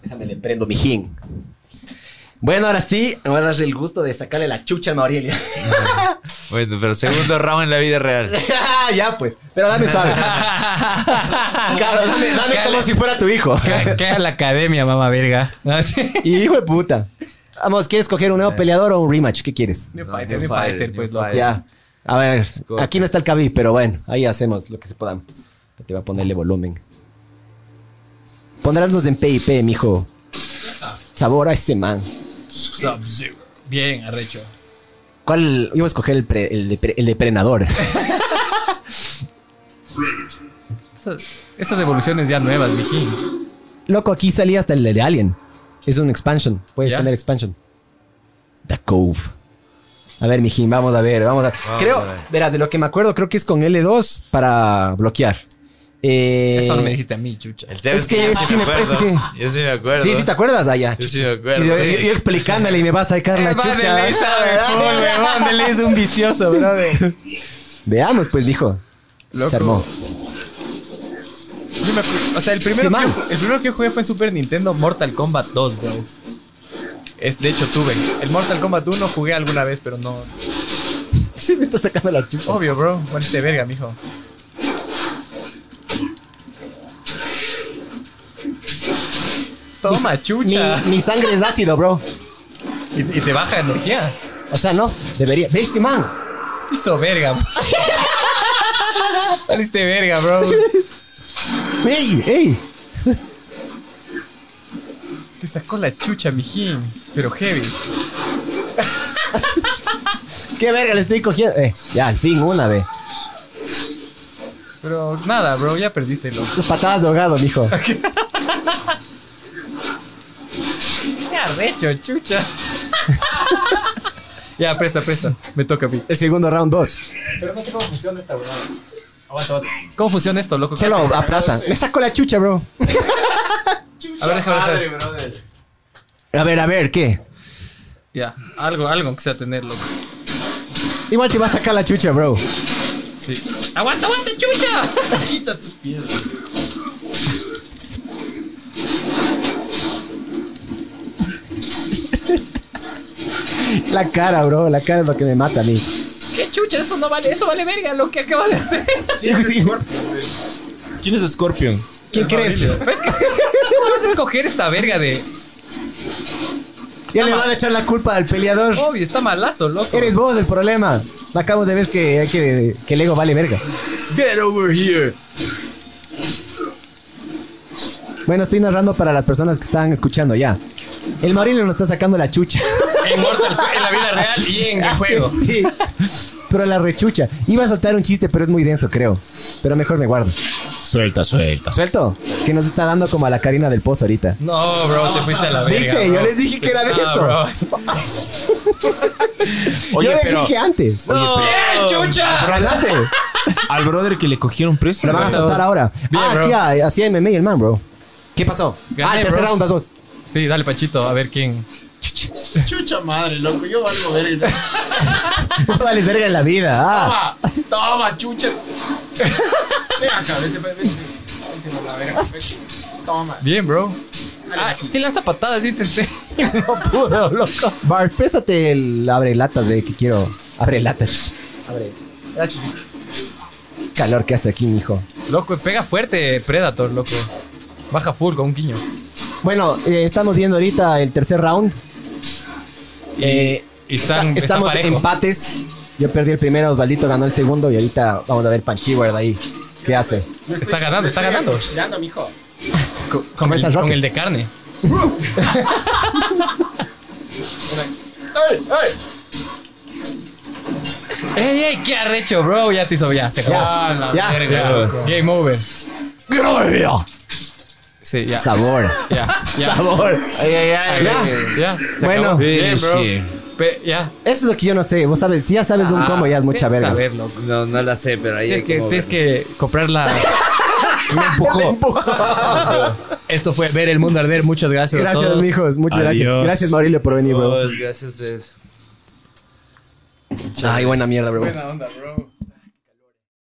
S2: Déjame le prendo mi gin. Bueno, ahora sí, me va a dar el gusto de sacarle la chucha al Maurielio.
S3: Bueno, pero segundo round en la vida real.
S2: ya, pues. Pero dame suave. Claro, dame, dame como si fuera tu hijo.
S4: Ca- cae a la academia, mamá verga. Ah, sí.
S2: hijo de puta. Eh. Vamos, ¿quieres coger un nuevo peleador o un rematch? ¿Qué quieres?
S4: New
S3: No,
S4: Fighter,
S3: New
S4: New Fighter,
S3: Fighter,
S4: pues
S3: New
S4: loco.
S3: Fighter.
S2: Ya. A ver, aquí no está el cabi, pero bueno, ahí hacemos lo que se pueda. Te voy a ponerle volumen. Pondrándonos en PIP, mijo. Sabor a ese man.
S4: Bien, arrecho.
S2: ¿Cuál iba a escoger el, pre- el de, pre- el de Prenador?
S4: Esas, esas evoluciones ya nuevas, mijín.
S2: Loco, aquí salía hasta el de Alien. Es un expansion. Puedes
S4: ¿Ya?
S2: tener expansion. The Cove. A ver, mijín, vamos a ver, vamos a Creo,
S3: a ver.
S2: verás, de lo que me acuerdo, creo que es con L2 para bloquear. Eh,
S4: Eso no me dijiste a mí, chucha.
S3: El tema
S2: Es
S3: es,
S2: que
S3: que, yo
S2: sí
S3: sí
S2: me
S3: me acuerdo.
S2: parece, sí.
S3: Yo sí me acuerdo.
S2: Sí, sí, ¿te acuerdas? Allá.
S3: Yo sí me acuerdo,
S2: Yo,
S3: sí.
S2: yo- yo explicándole y me va a sacar la
S4: El man
S2: chucha.
S4: de ley sabe full, weón, de ley es un vicioso, brother.
S2: Veamos, pues, dijo. Se armó.
S4: Yo me acu- O sea, el primero,
S2: Sí,
S4: que,
S2: man.
S4: yo- el primero que yo jugué fue en Super Nintendo Mortal Kombat 2, bro. Es, de hecho, tuve. El Mortal Kombat 1 jugué alguna vez, pero no.
S2: Sí, me está sacando la chucha.
S4: Obvio, bro. Ponete verga, mijo. Toma,
S2: Mi,
S4: chucha.
S2: mi sangre es ácido, bro.
S4: Y, y te baja energía.
S2: O sea, no, debería. ¿Ves, este man?
S4: Te hizo verga. Saliste verga, bro.
S2: ¡Ey, ey!
S4: Te sacó la chucha, mijín. Pero heavy.
S2: ¿Qué verga le estoy cogiendo? Eh, ya, al fin, una vez.
S4: Pero nada, bro, ya perdiste, loco.
S2: Patadas de ahogado, mijo.
S4: Qué arrecho, chucha. ya, presta, presta. Me toca a mí.
S2: El segundo round, dos.
S4: Pero no sé cómo funciona esta, weón. Aguanta, aguanta. ¿Cómo funciona esto, loco?
S2: Solo aplastan. Me saco la chucha, bro.
S4: A ver, déjame ver.
S1: Madre, brother.
S2: A ver, a ver, ¿qué?
S4: Ya, algo, algo que sea tener, loco.
S2: Igual te va a sacar la chucha, bro.
S4: Sí. ¡Aguanta, aguanta, chucha!
S1: Quita tus pies.
S2: La cara, bro. La cara es lo que me mata a mí.
S4: ¡Qué chucha! Eso no vale, eso vale verga lo que acabas de hacer.
S1: ¿Quién es Scorpion? güey? ¿Quién es Scorpion?
S2: ¿Quién crees?
S4: ¿Ves que vas a escoger esta verga de.
S2: Ya le van a echar la culpa al peleador.
S4: Obvio, está malazo, loco.
S2: Eres vos el problema. Acabamos de ver que, hay que, que el ego vale verga.
S4: Get over here.
S2: Bueno, estoy narrando para las personas que están escuchando ya. El Maurilio nos está sacando la chucha. Ah,
S4: En Mortal en la vida real y en el juego.
S2: Sí. Pero la rechucha. Iba a soltar un chiste, pero es muy denso, creo. Pero mejor me guardo.
S1: Suelta, suelta.
S2: ¿Suelto? Que nos está dando como a la Karina del Pozo ahorita.
S4: No, bro, te fuiste a la verga.
S2: ¿Viste?
S4: bro.
S2: Yo les dije que era de
S4: No,
S2: eso.
S4: bro.
S1: Oye,
S2: Yo les
S1: pero-
S2: dije antes.
S4: ¡Bien, chucha!
S2: Hablaste.
S1: Al brother que le cogieron preso.
S2: Lo van a
S1: güey.
S2: soltar ahora.
S4: Bien,
S2: ah,
S4: bro.
S2: hacía, hacía MMA el man, bro. ¿Qué pasó?
S4: Gané,
S2: ah, el tercer
S4: bro.
S2: round, vas vos.
S4: Sí, dale, Pachito, a ver quién.
S1: Chucha madre, loco. Yo valgo verga.
S2: No dale verga en la vida. Ah.
S1: Toma, toma, chucha. Ven acá, vete, vete. vete. Vete por la verga, vete. Toma.
S4: Bien, bro. Ah, sí lanza patadas, yo intenté. No pudo, loco.
S2: Bart, préstate el abre latas, ve, que quiero. Abre latas.
S4: Gracias.
S2: Qué calor que hace aquí, mijo.
S4: Loco, pega fuerte Predator, loco. Baja full con un guiño.
S2: Bueno, eh, estamos viendo ahorita el tercer round.
S4: Y,
S2: Eh,
S4: y están, están
S2: estamos
S4: parejo.
S2: empates. Yo perdí el primero, Osvaldito ganó el segundo y ahorita vamos a ver Panchiward ahí. ¿Qué hace?
S1: Me estoy-
S4: Está ganando,
S1: me
S4: está
S1: estoy
S4: ganando.
S1: acuchillando, mijo.
S2: Con,
S4: Con
S2: esa
S4: el,
S2: roca.
S4: con el de carne.
S1: ¡Ey, ey!
S4: ¡Ey, ey! ¡Qué arrecho, bro! Ya te hizo, ya. Se acabó.
S2: Ya,
S4: Ah, la
S2: ya.
S4: verga, loco. Game over.
S2: ¡Gloria!
S4: Sí, ya.
S2: Sabor.
S4: Ya, ya.
S2: Sabor.
S4: Ya, ya. Se
S2: Bueno.
S4: acabó. Bien,
S6: Sí,
S4: bro.
S6: sí.
S4: Pe- ya. Ah,
S2: Eso es lo que yo no sé. Vos sabes, si ya sabes de un combo, ya es mucha
S4: Tienes
S2: verga.
S4: que saber, loco.
S3: No, no la sé, pero ahí hay
S4: Tienes que,
S3: como
S4: tienes
S3: ver.
S4: que comprar la. Me empujó. Esto fue Ver el Mundo Arder. Muchas gracias, a
S2: Gracias,
S4: todos.
S2: mijos. Muchas gracias.
S1: Adiós.
S2: Gracias, Maurilio, por venir, bro.
S3: Dios, gracias a ustedes.
S2: Ay, buena mierda, bro.
S4: Buena onda, bro.